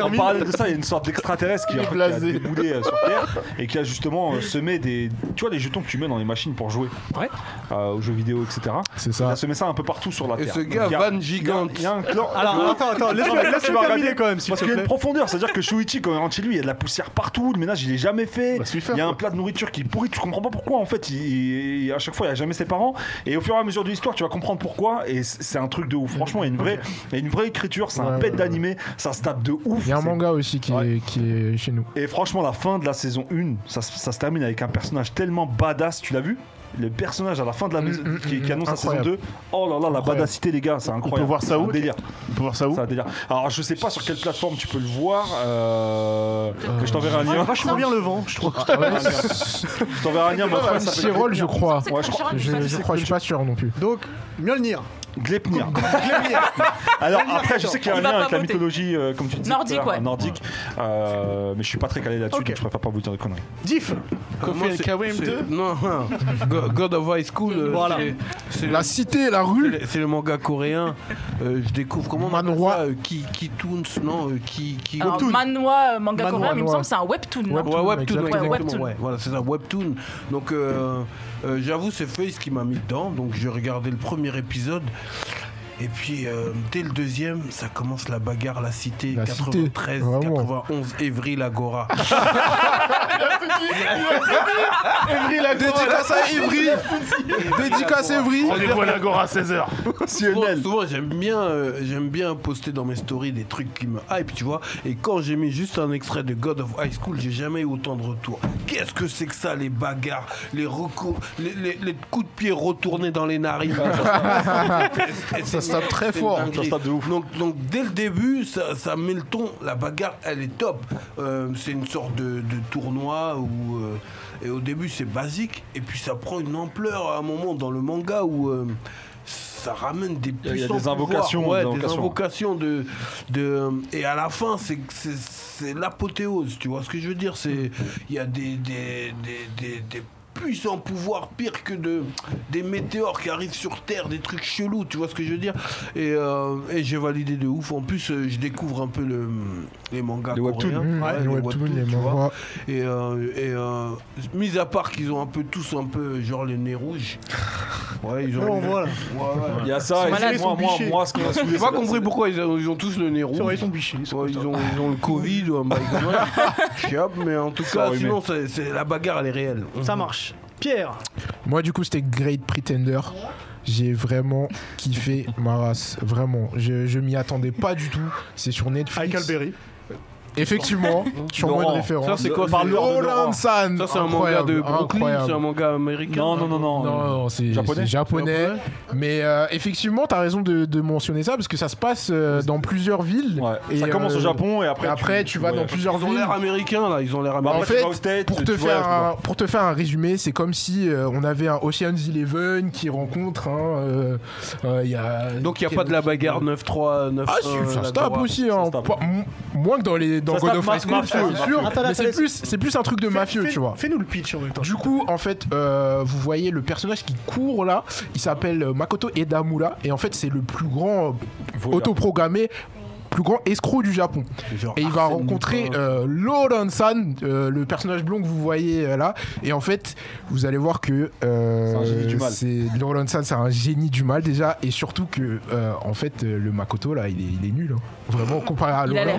[SPEAKER 8] En parallèle de ça, il y a une sorte d'extraterrestre qui, en fait, qui a
[SPEAKER 7] blasé.
[SPEAKER 8] déboulé euh, sur Terre et qui a justement euh, semé des. Tu vois, les jetons que tu mets dans les machines pour jouer
[SPEAKER 5] Ouais.
[SPEAKER 8] euh, aux jeux vidéo, etc.
[SPEAKER 6] C'est
[SPEAKER 8] Il
[SPEAKER 6] ça.
[SPEAKER 8] a semé ça un peu partout sur la
[SPEAKER 2] Et
[SPEAKER 8] Terre.
[SPEAKER 2] ce gars,
[SPEAKER 8] Donc, il y a-
[SPEAKER 2] van
[SPEAKER 8] il y a-
[SPEAKER 2] gigante.
[SPEAKER 8] Il y a un clan.
[SPEAKER 1] Alors, attends, attends, laisse-le laisse-le terminer quand même, s'il
[SPEAKER 8] Parce
[SPEAKER 1] te
[SPEAKER 8] qu'il y a
[SPEAKER 1] plaît.
[SPEAKER 8] une profondeur, c'est-à-dire que Shuichi, quand il rentre chez lui, il y a de la poussière partout, le ménage il est jamais fait,
[SPEAKER 7] Bah, c'est lui faire,
[SPEAKER 8] il y a un
[SPEAKER 7] quoi.
[SPEAKER 8] plat de nourriture qui est pourri, tu comprends pas pourquoi en fait, il- il- à chaque fois il y a jamais ses parents, et au fur et à mesure de l'histoire tu vas comprendre pourquoi, et c- c'est un truc de ouf, franchement il y a une vraie, il y a une vraie écriture, c'est un
[SPEAKER 6] Ouais,
[SPEAKER 8] pet
[SPEAKER 6] ouais,
[SPEAKER 8] d'animé, ça se tape de ouf,
[SPEAKER 6] Il y a un
[SPEAKER 8] c'est-
[SPEAKER 6] manga aussi qui,
[SPEAKER 8] Ouais.
[SPEAKER 6] est, qui est chez nous.
[SPEAKER 8] et franchement, la fin de la saison 1, ça, se- ça se termine avec un personnage tellement badass, tu l'as vu Le personnage à la fin de la maison-
[SPEAKER 6] mm,
[SPEAKER 8] qui,
[SPEAKER 6] mm,
[SPEAKER 8] qui annonce
[SPEAKER 6] incroyable.
[SPEAKER 8] la saison 2. Oh là là, la badassité, les gars, c'est incroyable.
[SPEAKER 7] voir ça
[SPEAKER 8] C'est
[SPEAKER 7] où
[SPEAKER 8] un délire.
[SPEAKER 7] On peut voir ça où
[SPEAKER 8] C'est un délire. Alors, je sais pas sur quelle plateforme tu peux le voir. euh, mais je t'enverrai un lien.
[SPEAKER 1] Vachement bien le vent, je trouve.
[SPEAKER 8] Je t'enverrai un lien. mais après, ça s'appelle
[SPEAKER 6] Cyril, je crois.
[SPEAKER 4] C'est
[SPEAKER 8] Ouais, je crois-
[SPEAKER 4] Crunchyroll, mais
[SPEAKER 6] Je,
[SPEAKER 4] pas
[SPEAKER 6] je
[SPEAKER 4] sûr.
[SPEAKER 6] crois, je suis pas sûr non plus.
[SPEAKER 1] Donc, Mjolnir.
[SPEAKER 8] Gleipnir.
[SPEAKER 6] *laughs*
[SPEAKER 8] Alors après, je sais qu'il y a un
[SPEAKER 4] Il va
[SPEAKER 8] lien
[SPEAKER 4] pas
[SPEAKER 8] avec la
[SPEAKER 4] voter.
[SPEAKER 8] mythologie, euh, comme tu disais, tout à
[SPEAKER 4] Nordique,
[SPEAKER 8] l'heure,
[SPEAKER 4] ouais.
[SPEAKER 8] nordique. Euh, mais je suis pas très calé là-dessus,
[SPEAKER 1] Ok.
[SPEAKER 8] donc je préfère pas vous dire de conneries.
[SPEAKER 1] Diff.
[SPEAKER 2] Comment c'est- c'est-
[SPEAKER 1] 2
[SPEAKER 2] Non, hein. Go- God of High School. euh,
[SPEAKER 1] Voilà.
[SPEAKER 2] c'est- C'est
[SPEAKER 6] La cité, la
[SPEAKER 2] c'est
[SPEAKER 6] rue.
[SPEAKER 2] le- c'est le manga coréen. Euh, je découvre comment on appelle
[SPEAKER 6] Manhwa.
[SPEAKER 2] ça, euh, Ki- Kitoons, non, euh, Ki- Ki-
[SPEAKER 4] Alors, manhwa, euh, manga
[SPEAKER 1] Manhwa,
[SPEAKER 4] coréen, mais il me
[SPEAKER 6] manhwa.
[SPEAKER 4] semble que c'est un webtoon. non
[SPEAKER 2] Ouais, webtoon, ouais,
[SPEAKER 6] exactement.
[SPEAKER 2] exactement.
[SPEAKER 4] Ouais, webtoon.
[SPEAKER 2] ouais. voilà, c'est ça, webtoon. Donc, euh, euh, j'avoue, c'est Face qui m'a mis dedans. Donc, j'ai regardé le premier épisode. Et puis, euh, dès le deuxième, ça commence la bagarre, la cité,
[SPEAKER 6] La cité,
[SPEAKER 2] 93,
[SPEAKER 6] vraiment.
[SPEAKER 2] 91, Evry, l'Agora.
[SPEAKER 6] Dédicace à Evry. Dédicace à Evry.
[SPEAKER 7] Rendez-vous à l'Agora à 16h.
[SPEAKER 2] Souvent, souvent, j'aime bien, euh, j'aime bien poster dans mes stories des trucs qui me hype, tu vois. Et quand j'ai mis juste un extrait de God of High School, j'ai jamais eu autant de retours. Qu'est-ce que c'est que ça, les bagarres, les recours, les, les- les coups de pied retournés dans les narines.
[SPEAKER 6] Ça se tape très fort.
[SPEAKER 2] Ça se tape de ouf. Donc, donc dès le début, ça, ça met le ton. La bagarre, elle est top. Euh, c'est une sorte de, de tournoi où. euh, et au début, c'est basique. Et puis, ça prend une ampleur à un moment dans le manga où. euh, ça ramène des
[SPEAKER 8] Il y a- il y a
[SPEAKER 2] puissants
[SPEAKER 8] des invocations,
[SPEAKER 2] pouvoirs. Ouais,
[SPEAKER 8] des
[SPEAKER 2] des
[SPEAKER 8] invocations.
[SPEAKER 2] invocations de, de et à la fin c'est c'est- c'est l'apothéose tu vois ce que je veux dire c'est il y a des des, des, des, des puissants pouvoirs pire que de des météores qui arrivent sur terre des trucs chelous tu vois ce que je veux dire et, euh, et j'ai validé de ouf en plus euh, je découvre un peu le les mangas
[SPEAKER 8] Les webtoons.
[SPEAKER 2] coréens
[SPEAKER 6] Mmh,
[SPEAKER 2] Ouais,
[SPEAKER 6] les webtoons, les
[SPEAKER 2] tu vois.
[SPEAKER 6] mangas.
[SPEAKER 2] Et, euh, et, euh, mis à part qu'ils ont un peu tous un peu genre le nez
[SPEAKER 6] *laughs*
[SPEAKER 2] rouge. Ouais, ils ont.
[SPEAKER 1] on
[SPEAKER 2] le-
[SPEAKER 1] voit, là.
[SPEAKER 2] Ouais, ouais.
[SPEAKER 8] Il y a ça, et
[SPEAKER 1] malades,
[SPEAKER 8] c'est- moi,
[SPEAKER 1] ils sont
[SPEAKER 8] moi,
[SPEAKER 1] bichés.
[SPEAKER 8] moi, ce qu'on a
[SPEAKER 2] J'ai
[SPEAKER 8] soulevé,
[SPEAKER 2] pas
[SPEAKER 8] c'est-
[SPEAKER 2] compris pourquoi ils ont, ils ont tous le nez rouge.
[SPEAKER 1] Ils sont bichés. ils sont
[SPEAKER 2] Ouais,
[SPEAKER 1] contents.
[SPEAKER 2] ils, ont, ils ont le Covid ou un bail comme ça.
[SPEAKER 1] *laughs*
[SPEAKER 2] Je sais pas, mais en tout cas,
[SPEAKER 8] enrhumé.
[SPEAKER 2] sinon, c'est- c'est- la bagarre, elle est réelle.
[SPEAKER 1] Ça marche. Pierre.
[SPEAKER 6] Moi, du coup, c'était Great Pretender. J'ai vraiment kiffé ma race. Vraiment. Je, je m'y attendais pas du tout. C'est sur Netflix.
[SPEAKER 1] Avec Alberry.
[SPEAKER 6] Effectivement, sur
[SPEAKER 8] Laurent.
[SPEAKER 6] mode référence.
[SPEAKER 2] Ça, c'est quoi,
[SPEAKER 8] Par
[SPEAKER 2] c'est-
[SPEAKER 8] le-
[SPEAKER 6] Roland San.
[SPEAKER 2] Ça, c'est un manga de Brooklyn,
[SPEAKER 6] incroyable.
[SPEAKER 2] c'est un manga américain.
[SPEAKER 8] Non, non, non, non.
[SPEAKER 6] Non, non, c'est
[SPEAKER 8] Japonais
[SPEAKER 6] c'est japonais. Mais euh, effectivement, tu as raison de, de mentionner ça parce que ça se passe euh, dans plusieurs villes.
[SPEAKER 8] Ouais.
[SPEAKER 6] Et,
[SPEAKER 8] ça commence
[SPEAKER 6] euh,
[SPEAKER 8] au Japon et
[SPEAKER 6] et
[SPEAKER 8] après.
[SPEAKER 6] Après, tu, vas dans
[SPEAKER 8] voyages.
[SPEAKER 6] plusieurs
[SPEAKER 2] Ils ont
[SPEAKER 6] villes.
[SPEAKER 2] l'air américains, là, ils ont l'air
[SPEAKER 8] Bah,
[SPEAKER 2] américains.
[SPEAKER 6] En
[SPEAKER 8] après, tu
[SPEAKER 6] fait,
[SPEAKER 8] vas aux States,
[SPEAKER 6] Pour
[SPEAKER 8] tu-
[SPEAKER 6] te,
[SPEAKER 8] tu
[SPEAKER 6] faire
[SPEAKER 8] voyages,
[SPEAKER 6] un, pour te faire un résumé, c'est comme si euh, on avait un Ocean's Eleven qui rencontre. hein, euh, euh, y a
[SPEAKER 2] Donc, il n'y a pas de la bagarre 9-3, 9
[SPEAKER 8] euh,
[SPEAKER 6] Ah, si, ça se tape aussi. hein.
[SPEAKER 8] se tape.
[SPEAKER 6] Pas- m- moins que dans, les, dans
[SPEAKER 8] Ça se
[SPEAKER 6] God
[SPEAKER 8] tape
[SPEAKER 6] of
[SPEAKER 8] ma-
[SPEAKER 6] High School,
[SPEAKER 8] mafieux,
[SPEAKER 6] c'est sûr.
[SPEAKER 1] Attends,
[SPEAKER 6] Mais
[SPEAKER 1] attends,
[SPEAKER 6] c'est
[SPEAKER 1] laisse-
[SPEAKER 6] plus, c'est plus un truc de mafieux,
[SPEAKER 1] Fais-
[SPEAKER 6] tu vois.
[SPEAKER 1] Fais-nous le pitch en même temps.
[SPEAKER 6] Du coup, en fait, euh, vous voyez le personnage qui court là, il s'appelle euh, Makoto Edamura, et en fait, c'est le plus grand euh,
[SPEAKER 8] Voleur.
[SPEAKER 6] autoprogrammé plus grand escroc du Japon.
[SPEAKER 2] Genre
[SPEAKER 6] Et il va
[SPEAKER 2] Arsène
[SPEAKER 6] rencontrer
[SPEAKER 2] Lupin.
[SPEAKER 6] euh, Lauren San, euh, le personnage blond que vous voyez euh, là. Et en fait, vous allez voir que euh,
[SPEAKER 8] C'est un génie du mal.
[SPEAKER 6] c'est Lauren San, c'est un génie du mal déjà. Et surtout que, euh, en fait, euh, le Makoto là, il est, il est nul. hein. Vraiment, comparé à
[SPEAKER 4] Il a
[SPEAKER 6] Lauren,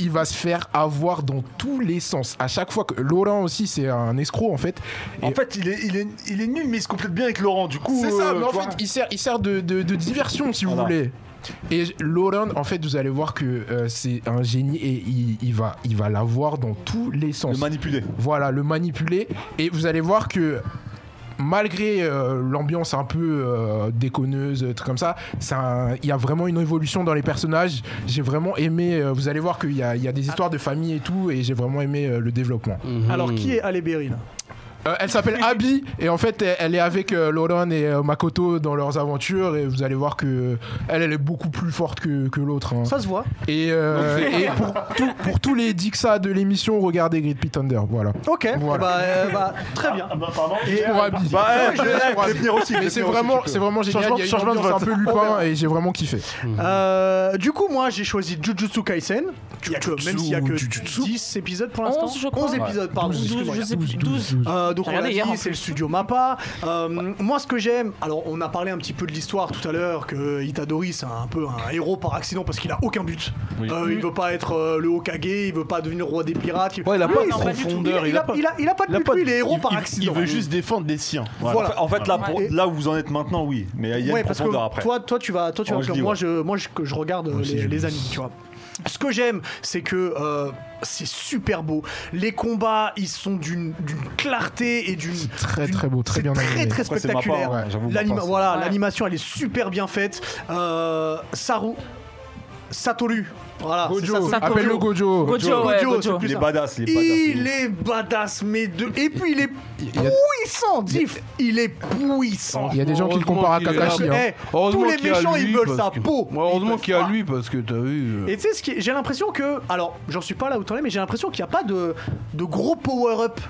[SPEAKER 6] il va se faire avoir dans tous les sens. À chaque fois que Lauren aussi, c'est un escroc en fait.
[SPEAKER 8] En fait, il est, il, est, il est nul, mais il se complète bien avec Laurent. Du coup,
[SPEAKER 6] C'est ça,
[SPEAKER 8] euh,
[SPEAKER 6] mais en
[SPEAKER 8] tu vois.
[SPEAKER 6] fait, il sert, il sert de, de- de diversion, si vous
[SPEAKER 8] Voilà.
[SPEAKER 6] voulez. Et Lauren, en fait, vous allez voir que euh, c'est un génie et il, il va, il va l'avoir dans tous les
[SPEAKER 8] le
[SPEAKER 6] sens.
[SPEAKER 8] manipuler.
[SPEAKER 6] voilà, le manipuler. Et vous allez voir que malgré euh, l'ambiance un peu euh, déconneuse, truc comme ça, c'est un- il y a vraiment une évolution dans les personnages. J'ai vraiment aimé. euh, vous allez voir qu'il y, a- il y a des histoires de famille et tout, et j'ai vraiment aimé euh, le développement.
[SPEAKER 1] Alors, qui est Alébéry là
[SPEAKER 6] Euh, elle s'appelle Abby et en fait elle, elle est avec euh, Lauren et euh, Makoto dans leurs aventures et vous allez voir que elle, elle est beaucoup plus forte que, que l'autre. hein.
[SPEAKER 1] Ça se voit.
[SPEAKER 6] Et, euh, et pour, tout- pour tous les Dixa de l'émission, regardez Great Pit Thunder, voilà.
[SPEAKER 1] Ok,
[SPEAKER 6] Voilà.
[SPEAKER 1] bah, euh, bah, très bien.
[SPEAKER 7] Ah *laughs* bah, pardon.
[SPEAKER 6] Et pour Abby.
[SPEAKER 8] Bah, ouais, je
[SPEAKER 6] pour
[SPEAKER 8] vais
[SPEAKER 6] Abby.
[SPEAKER 8] venir aussi. je vais
[SPEAKER 6] Mais c'est
[SPEAKER 8] venir aussi,
[SPEAKER 6] vraiment,
[SPEAKER 8] tu peux.
[SPEAKER 6] c'est vraiment génial.
[SPEAKER 1] Changement-
[SPEAKER 6] Il y a une
[SPEAKER 1] changement de
[SPEAKER 6] ambiance un peu Lupin et j'ai vraiment kiffé.
[SPEAKER 1] Euh, du coup, moi, j'ai choisi Jujutsu Kaisen. Il y a que- même s'il y a que
[SPEAKER 6] Jujutsu.
[SPEAKER 1] 10 épisodes pour l'instant.
[SPEAKER 4] 11, je crois.
[SPEAKER 1] 11 épisodes, pardon. excuse-moi, il y a-
[SPEAKER 4] je sais plus, 12.
[SPEAKER 1] Euh, donc
[SPEAKER 4] J'ai
[SPEAKER 1] on l'a
[SPEAKER 4] regardé
[SPEAKER 1] dit,
[SPEAKER 4] hier, en
[SPEAKER 1] c'est le
[SPEAKER 4] plus.
[SPEAKER 1] studio Mappa. Euh, Moi, ce que j'aime, alors on a parlé un petit peu de l'histoire tout à l'heure que Itadori c'est un peu un héros par accident parce qu'il a aucun but. Euh, il veut pas être euh, le Hokage, il veut pas devenir roi des pirates. Ah, Il...
[SPEAKER 5] Ouais, il a
[SPEAKER 1] Lui,
[SPEAKER 5] pas de
[SPEAKER 1] s'en bat du tout.
[SPEAKER 5] profondeur,
[SPEAKER 1] Il,
[SPEAKER 5] il
[SPEAKER 1] a,
[SPEAKER 5] a pas-
[SPEAKER 1] il a- il a pas de
[SPEAKER 7] Il a
[SPEAKER 1] but.
[SPEAKER 7] pas de-
[SPEAKER 1] lui, il est héros
[SPEAKER 7] il-
[SPEAKER 1] par
[SPEAKER 7] il-
[SPEAKER 1] accident.
[SPEAKER 7] Il veut juste défendre les siens.
[SPEAKER 8] Voilà.
[SPEAKER 1] voilà.
[SPEAKER 8] En fait, là, pour-
[SPEAKER 4] Ouais.
[SPEAKER 8] là où vous en êtes maintenant, oui. Mais il y a
[SPEAKER 1] Ouais,
[SPEAKER 8] une
[SPEAKER 1] parce que
[SPEAKER 8] profondeur après.
[SPEAKER 1] toi, toi, tu vas, toi, tu
[SPEAKER 8] Oh,
[SPEAKER 1] vas
[SPEAKER 8] je
[SPEAKER 1] faire-
[SPEAKER 8] dis,
[SPEAKER 1] moi,
[SPEAKER 8] ouais.
[SPEAKER 1] je, moi, je, que je regarde euh, les, les animes, tu vois. Ce que j'aime, c'est que euh, c'est super beau. Les combats, ils sont d'une d'une clarté et d'une
[SPEAKER 6] très,
[SPEAKER 1] d'une-
[SPEAKER 6] très beau, très
[SPEAKER 1] c'est
[SPEAKER 6] bien
[SPEAKER 1] Très
[SPEAKER 6] animé.
[SPEAKER 1] très
[SPEAKER 8] Après, c'est ma part,
[SPEAKER 1] spectaculaire.
[SPEAKER 8] hein, j'avoue, ma
[SPEAKER 1] L'anima-
[SPEAKER 8] part, c'est-
[SPEAKER 1] voilà,
[SPEAKER 4] Ouais.
[SPEAKER 1] l'animation, elle est super bien faite. Euh, Saru, Satoru, voilà. c'est
[SPEAKER 6] Gojo, Ah,
[SPEAKER 1] Satoru.
[SPEAKER 4] ça,
[SPEAKER 6] appelle le Gojo.
[SPEAKER 4] Gojo, ouais,
[SPEAKER 1] Gojo,
[SPEAKER 4] Gojo.
[SPEAKER 1] c'est plus
[SPEAKER 8] Il est
[SPEAKER 1] ça.
[SPEAKER 8] badass, il est badass.
[SPEAKER 1] Il est badass, mais de. Et puis il est
[SPEAKER 6] y a-
[SPEAKER 1] puissant, Diff. Il est puissant.
[SPEAKER 6] Il y a des gens qui le comparent à
[SPEAKER 5] Heureusement qu'il est
[SPEAKER 6] Kakashi.
[SPEAKER 1] Eh,
[SPEAKER 5] là.
[SPEAKER 6] hein.
[SPEAKER 5] Heureusement
[SPEAKER 1] tous les
[SPEAKER 5] qu'il y a
[SPEAKER 1] méchants,
[SPEAKER 5] lui,
[SPEAKER 1] ils veulent
[SPEAKER 5] parce
[SPEAKER 1] sa
[SPEAKER 5] que-
[SPEAKER 1] peau.
[SPEAKER 5] Ouais, Heureusement
[SPEAKER 1] Ils
[SPEAKER 5] qu'il y a
[SPEAKER 1] peuvent
[SPEAKER 5] lui parce que t'as vu. euh,
[SPEAKER 1] Et tu sais, ce qui est- j'ai l'impression que. Alors, j'en suis pas là où t'en es, mais j'ai l'impression qu'il n'y a pas de, de gros power-up.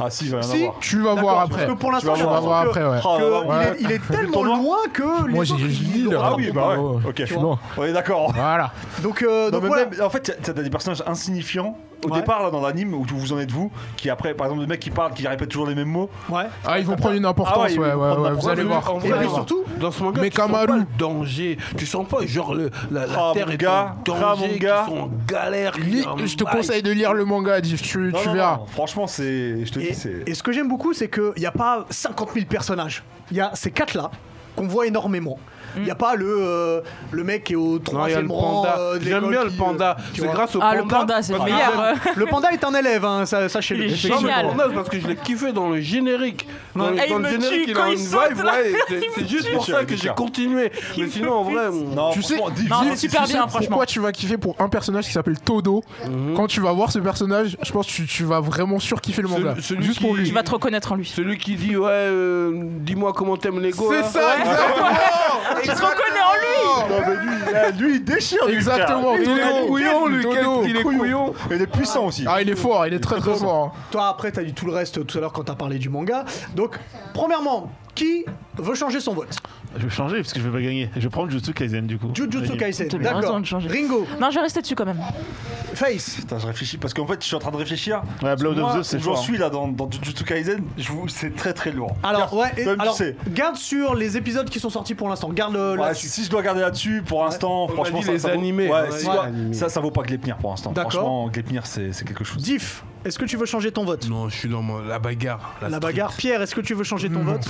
[SPEAKER 8] Ah si, il va y en
[SPEAKER 1] Si.
[SPEAKER 8] avoir.
[SPEAKER 6] Tu vas voir
[SPEAKER 1] D'accord, parce
[SPEAKER 6] après.
[SPEAKER 1] que pour
[SPEAKER 8] Tu
[SPEAKER 1] l'instant,
[SPEAKER 8] vas
[SPEAKER 1] j'ai
[SPEAKER 6] On va
[SPEAKER 8] voir
[SPEAKER 1] l'impression que-
[SPEAKER 6] voir après, ouais.
[SPEAKER 8] Ah,
[SPEAKER 1] que
[SPEAKER 8] ouais, ouais.
[SPEAKER 1] il, est, il est tellement
[SPEAKER 8] tournoi
[SPEAKER 1] loin que les
[SPEAKER 6] Moi, j'ai
[SPEAKER 1] autres, ils
[SPEAKER 6] lu
[SPEAKER 1] l'ont
[SPEAKER 6] là.
[SPEAKER 8] Ah
[SPEAKER 1] pas
[SPEAKER 8] oui,
[SPEAKER 1] compris.
[SPEAKER 8] bah
[SPEAKER 6] ouais.
[SPEAKER 8] ouais. Ok.
[SPEAKER 6] Tu vois.
[SPEAKER 8] On est d'accord.
[SPEAKER 6] Voilà.
[SPEAKER 1] Donc, euh,
[SPEAKER 8] Non,
[SPEAKER 1] donc
[SPEAKER 8] mais
[SPEAKER 1] voilà.
[SPEAKER 8] même- en fait, t'as- t'as des personnages insignifiants au
[SPEAKER 1] Ouais.
[SPEAKER 8] départ là dans l'anime où vous en êtes vous, qui après, par exemple, le mec qui parle, qui répète toujours les mêmes mots.
[SPEAKER 1] Ouais.
[SPEAKER 6] Ah, ils vont prendre une importance,
[SPEAKER 8] ils
[SPEAKER 6] ouais,
[SPEAKER 8] vont
[SPEAKER 6] ouais,
[SPEAKER 8] prendre
[SPEAKER 6] ouais,
[SPEAKER 8] la
[SPEAKER 6] vous allez
[SPEAKER 8] preuve.
[SPEAKER 6] voir.
[SPEAKER 8] En
[SPEAKER 6] Vous
[SPEAKER 1] Et
[SPEAKER 6] allez
[SPEAKER 1] puis
[SPEAKER 6] voir.
[SPEAKER 1] surtout,
[SPEAKER 5] Dans ce manga,
[SPEAKER 6] Mais
[SPEAKER 5] tu sens
[SPEAKER 6] Kamaru.
[SPEAKER 5] pas le danger. Tu sens pas genre le, la, la
[SPEAKER 8] Ah,
[SPEAKER 5] terre
[SPEAKER 8] mon
[SPEAKER 5] est
[SPEAKER 8] gars.
[SPEAKER 5] en
[SPEAKER 8] Ah,
[SPEAKER 5] danger,
[SPEAKER 8] mon
[SPEAKER 5] qu'ils
[SPEAKER 8] gars.
[SPEAKER 5] sont en galère. qu'ils
[SPEAKER 6] Lis-
[SPEAKER 5] sont en
[SPEAKER 6] Je te
[SPEAKER 2] bah,
[SPEAKER 5] bail.
[SPEAKER 6] conseille de lire le manga, Diff, tu,
[SPEAKER 8] Non,
[SPEAKER 6] tu
[SPEAKER 8] non,
[SPEAKER 6] verras.
[SPEAKER 8] non, Franchement, c'est, je te
[SPEAKER 1] et,
[SPEAKER 8] dis, c'est.
[SPEAKER 1] et ce que j'aime beaucoup, c'est qu'il n'y a pas 50 000 personnages. Il y a ces quatre-là qu'on voit énormément. Il n'y a pas le, euh, le mec qui est au
[SPEAKER 2] Mm. Non, il y a
[SPEAKER 1] troisième
[SPEAKER 2] le
[SPEAKER 1] rang.
[SPEAKER 2] panda.
[SPEAKER 1] euh, de
[SPEAKER 2] J'aime
[SPEAKER 1] l'école
[SPEAKER 2] bien
[SPEAKER 1] qui,
[SPEAKER 2] le
[SPEAKER 1] euh,
[SPEAKER 2] panda.
[SPEAKER 1] tu
[SPEAKER 2] C'est
[SPEAKER 1] vois.
[SPEAKER 2] grâce au
[SPEAKER 4] Ah,
[SPEAKER 2] panda.
[SPEAKER 4] le panda, c'est le
[SPEAKER 2] parce que
[SPEAKER 4] meilleur.
[SPEAKER 2] j'aime-
[SPEAKER 1] Le panda est un élève, hein, ça-
[SPEAKER 4] Il
[SPEAKER 1] sachez-le.
[SPEAKER 4] est
[SPEAKER 2] j'aime
[SPEAKER 4] Génial.
[SPEAKER 2] le panda parce que je l'ai kiffé dans le générique. Dans,
[SPEAKER 4] Ouais. Et
[SPEAKER 2] dans
[SPEAKER 4] il
[SPEAKER 2] le
[SPEAKER 4] me tue
[SPEAKER 2] générique, il
[SPEAKER 4] quand
[SPEAKER 2] a
[SPEAKER 4] il
[SPEAKER 2] une
[SPEAKER 4] saute,
[SPEAKER 2] vibe.
[SPEAKER 4] là.
[SPEAKER 2] ouais, c'est- C'est juste pour
[SPEAKER 8] tue,
[SPEAKER 2] ça
[SPEAKER 8] il
[SPEAKER 2] que
[SPEAKER 8] me
[SPEAKER 2] j'ai
[SPEAKER 8] tue.
[SPEAKER 2] continué. Mais
[SPEAKER 4] me
[SPEAKER 2] sinon, en vrai,
[SPEAKER 4] pute.
[SPEAKER 2] on-
[SPEAKER 8] Non,
[SPEAKER 6] tu sais-
[SPEAKER 8] franchement, dis-
[SPEAKER 4] Non,
[SPEAKER 8] dis-
[SPEAKER 4] c'est super
[SPEAKER 6] Tu sais
[SPEAKER 4] bien, franchement.
[SPEAKER 6] pourquoi tu vas kiffer pour un personnage qui s'appelle Todo Quand tu vas voir ce personnage, je pense que tu, tu vas vraiment surkiffer le
[SPEAKER 2] Celui-
[SPEAKER 6] manga.
[SPEAKER 2] celui
[SPEAKER 6] Juste pour
[SPEAKER 2] qui-
[SPEAKER 6] lui.
[SPEAKER 4] Tu vas te reconnaître en lui.
[SPEAKER 2] celui qui dit ouais, euh, dis-moi comment t'aimes l'ego.
[SPEAKER 6] C'est
[SPEAKER 2] là.
[SPEAKER 6] ça,
[SPEAKER 4] Tu te reconnais en lui
[SPEAKER 8] Non, mais lui, là, lui, il déchire. lui, frère.
[SPEAKER 6] exactement.
[SPEAKER 2] Il est
[SPEAKER 6] Dodo.
[SPEAKER 2] couillon, lui.
[SPEAKER 6] Dodo.
[SPEAKER 2] qu'est-ce qu'il est couillon.
[SPEAKER 8] Il est puissant aussi.
[SPEAKER 6] Ah, il est fort, il est très très fort. hein.
[SPEAKER 1] Toi, après, t'as dit tout le reste tout à l'heure quand t'as parlé du manga. Donc, premièrement, qui veut changer son vote
[SPEAKER 7] Je vais changer parce que je vais pas gagner. Je vais prendre Jutsu Kaisen du coup.
[SPEAKER 1] Jujutsu Kaisen,
[SPEAKER 4] T'as bien
[SPEAKER 1] d'accord.
[SPEAKER 4] raison de changer.
[SPEAKER 1] Ringo,
[SPEAKER 4] Non, je vais rester dessus quand même.
[SPEAKER 1] Face,
[SPEAKER 8] Putain, je réfléchis parce qu'en fait, je suis en train de réfléchir.
[SPEAKER 7] Ouais, Blood
[SPEAKER 8] Moi,
[SPEAKER 7] of Zeus, c'est
[SPEAKER 8] où
[SPEAKER 7] fort,
[SPEAKER 8] J'en
[SPEAKER 7] hein.
[SPEAKER 8] suis là dans, dans Jujutsu Kaisen. Je vous, c'est très très lourd.
[SPEAKER 1] Alors, ouais, et-
[SPEAKER 8] Toi-même, tu
[SPEAKER 1] alors
[SPEAKER 8] sais.
[SPEAKER 1] garde sur les épisodes qui sont sortis pour l'instant. Garde le.
[SPEAKER 8] Ouais,
[SPEAKER 1] la-
[SPEAKER 8] si, si je dois garder là-dessus pour l'instant, franchement,
[SPEAKER 2] dit
[SPEAKER 8] ça,
[SPEAKER 2] les
[SPEAKER 8] ça vaut-
[SPEAKER 2] animés,
[SPEAKER 8] ouais,
[SPEAKER 2] on a
[SPEAKER 8] si
[SPEAKER 1] dit
[SPEAKER 8] je dois-
[SPEAKER 1] les
[SPEAKER 8] ça, ça vaut pas Glepnir pour l'instant.
[SPEAKER 1] D'accord.
[SPEAKER 8] Franchement, Glepnir, c'est c'est quelque chose.
[SPEAKER 1] Diff, est-ce que tu veux changer ton vote
[SPEAKER 2] Non, je suis dans mon- la bagarre.
[SPEAKER 1] La
[SPEAKER 2] street.
[SPEAKER 1] bagarre. Pierre, est-ce que tu veux changer ton vote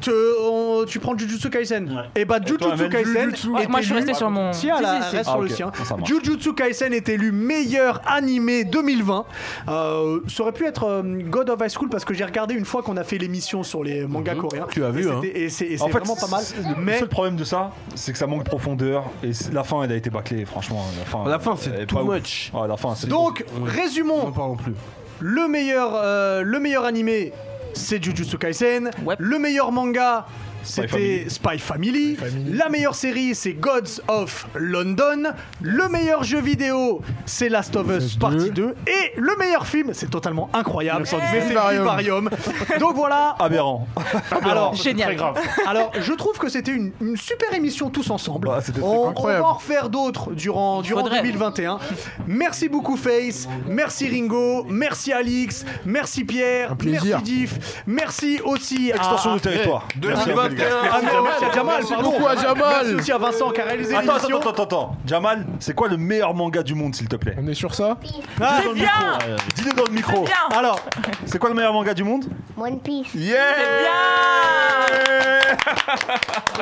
[SPEAKER 1] Te- on- tu prends Jujutsu Kaisen. Et bah
[SPEAKER 8] toi,
[SPEAKER 1] Jujutsu
[SPEAKER 8] Amel,
[SPEAKER 1] Kaisen.
[SPEAKER 8] Jujutsu.
[SPEAKER 1] est
[SPEAKER 4] Ouais, moi, je suis
[SPEAKER 1] élu-
[SPEAKER 4] restée sur mon-
[SPEAKER 1] Tiens,
[SPEAKER 4] Si,
[SPEAKER 1] là,
[SPEAKER 4] si, si.
[SPEAKER 1] reste
[SPEAKER 8] Ah,
[SPEAKER 1] sur le
[SPEAKER 8] ok.
[SPEAKER 1] sien.
[SPEAKER 8] Ça marche.
[SPEAKER 1] Jujutsu Kaisen est élu meilleur animé 2020. Euh, ça aurait pu être euh, God of High School parce que j'ai regardé une fois qu'on a fait l'émission sur les mangas
[SPEAKER 8] Mhm.
[SPEAKER 1] coréens.
[SPEAKER 2] Tu as
[SPEAKER 1] Et
[SPEAKER 2] vu,
[SPEAKER 1] c'était-
[SPEAKER 2] hein.
[SPEAKER 1] Et c'est et
[SPEAKER 8] En
[SPEAKER 1] c'est
[SPEAKER 8] fait,
[SPEAKER 1] vraiment pas mal.
[SPEAKER 8] c'est- le
[SPEAKER 1] Mais
[SPEAKER 8] seul problème de ça, c'est que ça manque de profondeur et c'est- la fin, elle a été bâclée. Franchement, la fin.
[SPEAKER 2] À la fin,
[SPEAKER 8] elle
[SPEAKER 2] c'est
[SPEAKER 8] est
[SPEAKER 2] too
[SPEAKER 8] pas ouf.
[SPEAKER 2] much.
[SPEAKER 8] Ouais, la fin, c'est.
[SPEAKER 1] donc,
[SPEAKER 2] Ouais.
[SPEAKER 1] résumons.
[SPEAKER 2] N'en parlons plus.
[SPEAKER 1] Le meilleur, euh, le meilleur animé, c'est Jujutsu Kaisen.
[SPEAKER 4] Ouais.
[SPEAKER 1] Le meilleur manga,
[SPEAKER 8] Spy Family.
[SPEAKER 1] C'était Spy Family. La meilleure série, c'est Gods of London. Le meilleur jeu vidéo, c'est Last of Us
[SPEAKER 6] Deux.
[SPEAKER 1] Partie 2. Et le meilleur film, c'est totalement incroyable, mais c'est
[SPEAKER 6] Vivarium.
[SPEAKER 1] Vivarium. Donc voilà.
[SPEAKER 8] Aberrant.
[SPEAKER 1] Alors,
[SPEAKER 4] Génial.
[SPEAKER 7] Très grave.
[SPEAKER 1] *laughs* alors, je trouve que c'était une, une super émission tous ensemble.
[SPEAKER 8] Bah, c'était- c'était
[SPEAKER 1] on,
[SPEAKER 6] incroyable.
[SPEAKER 1] on va en refaire d'autres durant, durant
[SPEAKER 4] Faudrait.
[SPEAKER 1] 2021. Merci beaucoup Face, merci Ringo, merci Alix, merci Pierre,
[SPEAKER 6] plaisir.
[SPEAKER 1] merci Diff, merci aussi à,
[SPEAKER 8] Extension de territoire. Merci à vous, les gars.
[SPEAKER 1] ah non, merci à Jamal, pardon.
[SPEAKER 6] beaucoup à Jamal.
[SPEAKER 1] Merci aussi à Vincent qui a réalisé
[SPEAKER 8] Attends,
[SPEAKER 1] l'émission.
[SPEAKER 8] attends, attends, attends, attends. Jamal, c'est quoi le meilleur manga du monde, s'il te plaît
[SPEAKER 6] On est sur ça
[SPEAKER 1] Ah,
[SPEAKER 4] C'est bien
[SPEAKER 8] Dis-le dans le micro.
[SPEAKER 4] Bien
[SPEAKER 1] Alors,
[SPEAKER 8] C'est quoi le meilleur manga du monde
[SPEAKER 9] One Piece.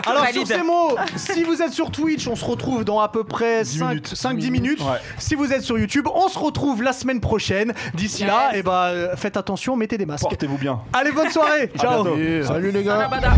[SPEAKER 4] Bien
[SPEAKER 1] alors sur
[SPEAKER 4] Valide.
[SPEAKER 1] ces mots, si vous êtes sur Twitch, on se retrouve dans à peu près 5-10 minutes.
[SPEAKER 8] Ouais.
[SPEAKER 1] Si vous êtes sur YouTube, on se retrouve la semaine prochaine. D'ici là, eh ben, euh, faites attention, mettez des masques.
[SPEAKER 8] Portez-vous bien.
[SPEAKER 1] Allez, bonne soirée Ciao
[SPEAKER 8] bientôt.
[SPEAKER 6] Salut les gars
[SPEAKER 4] Rabada.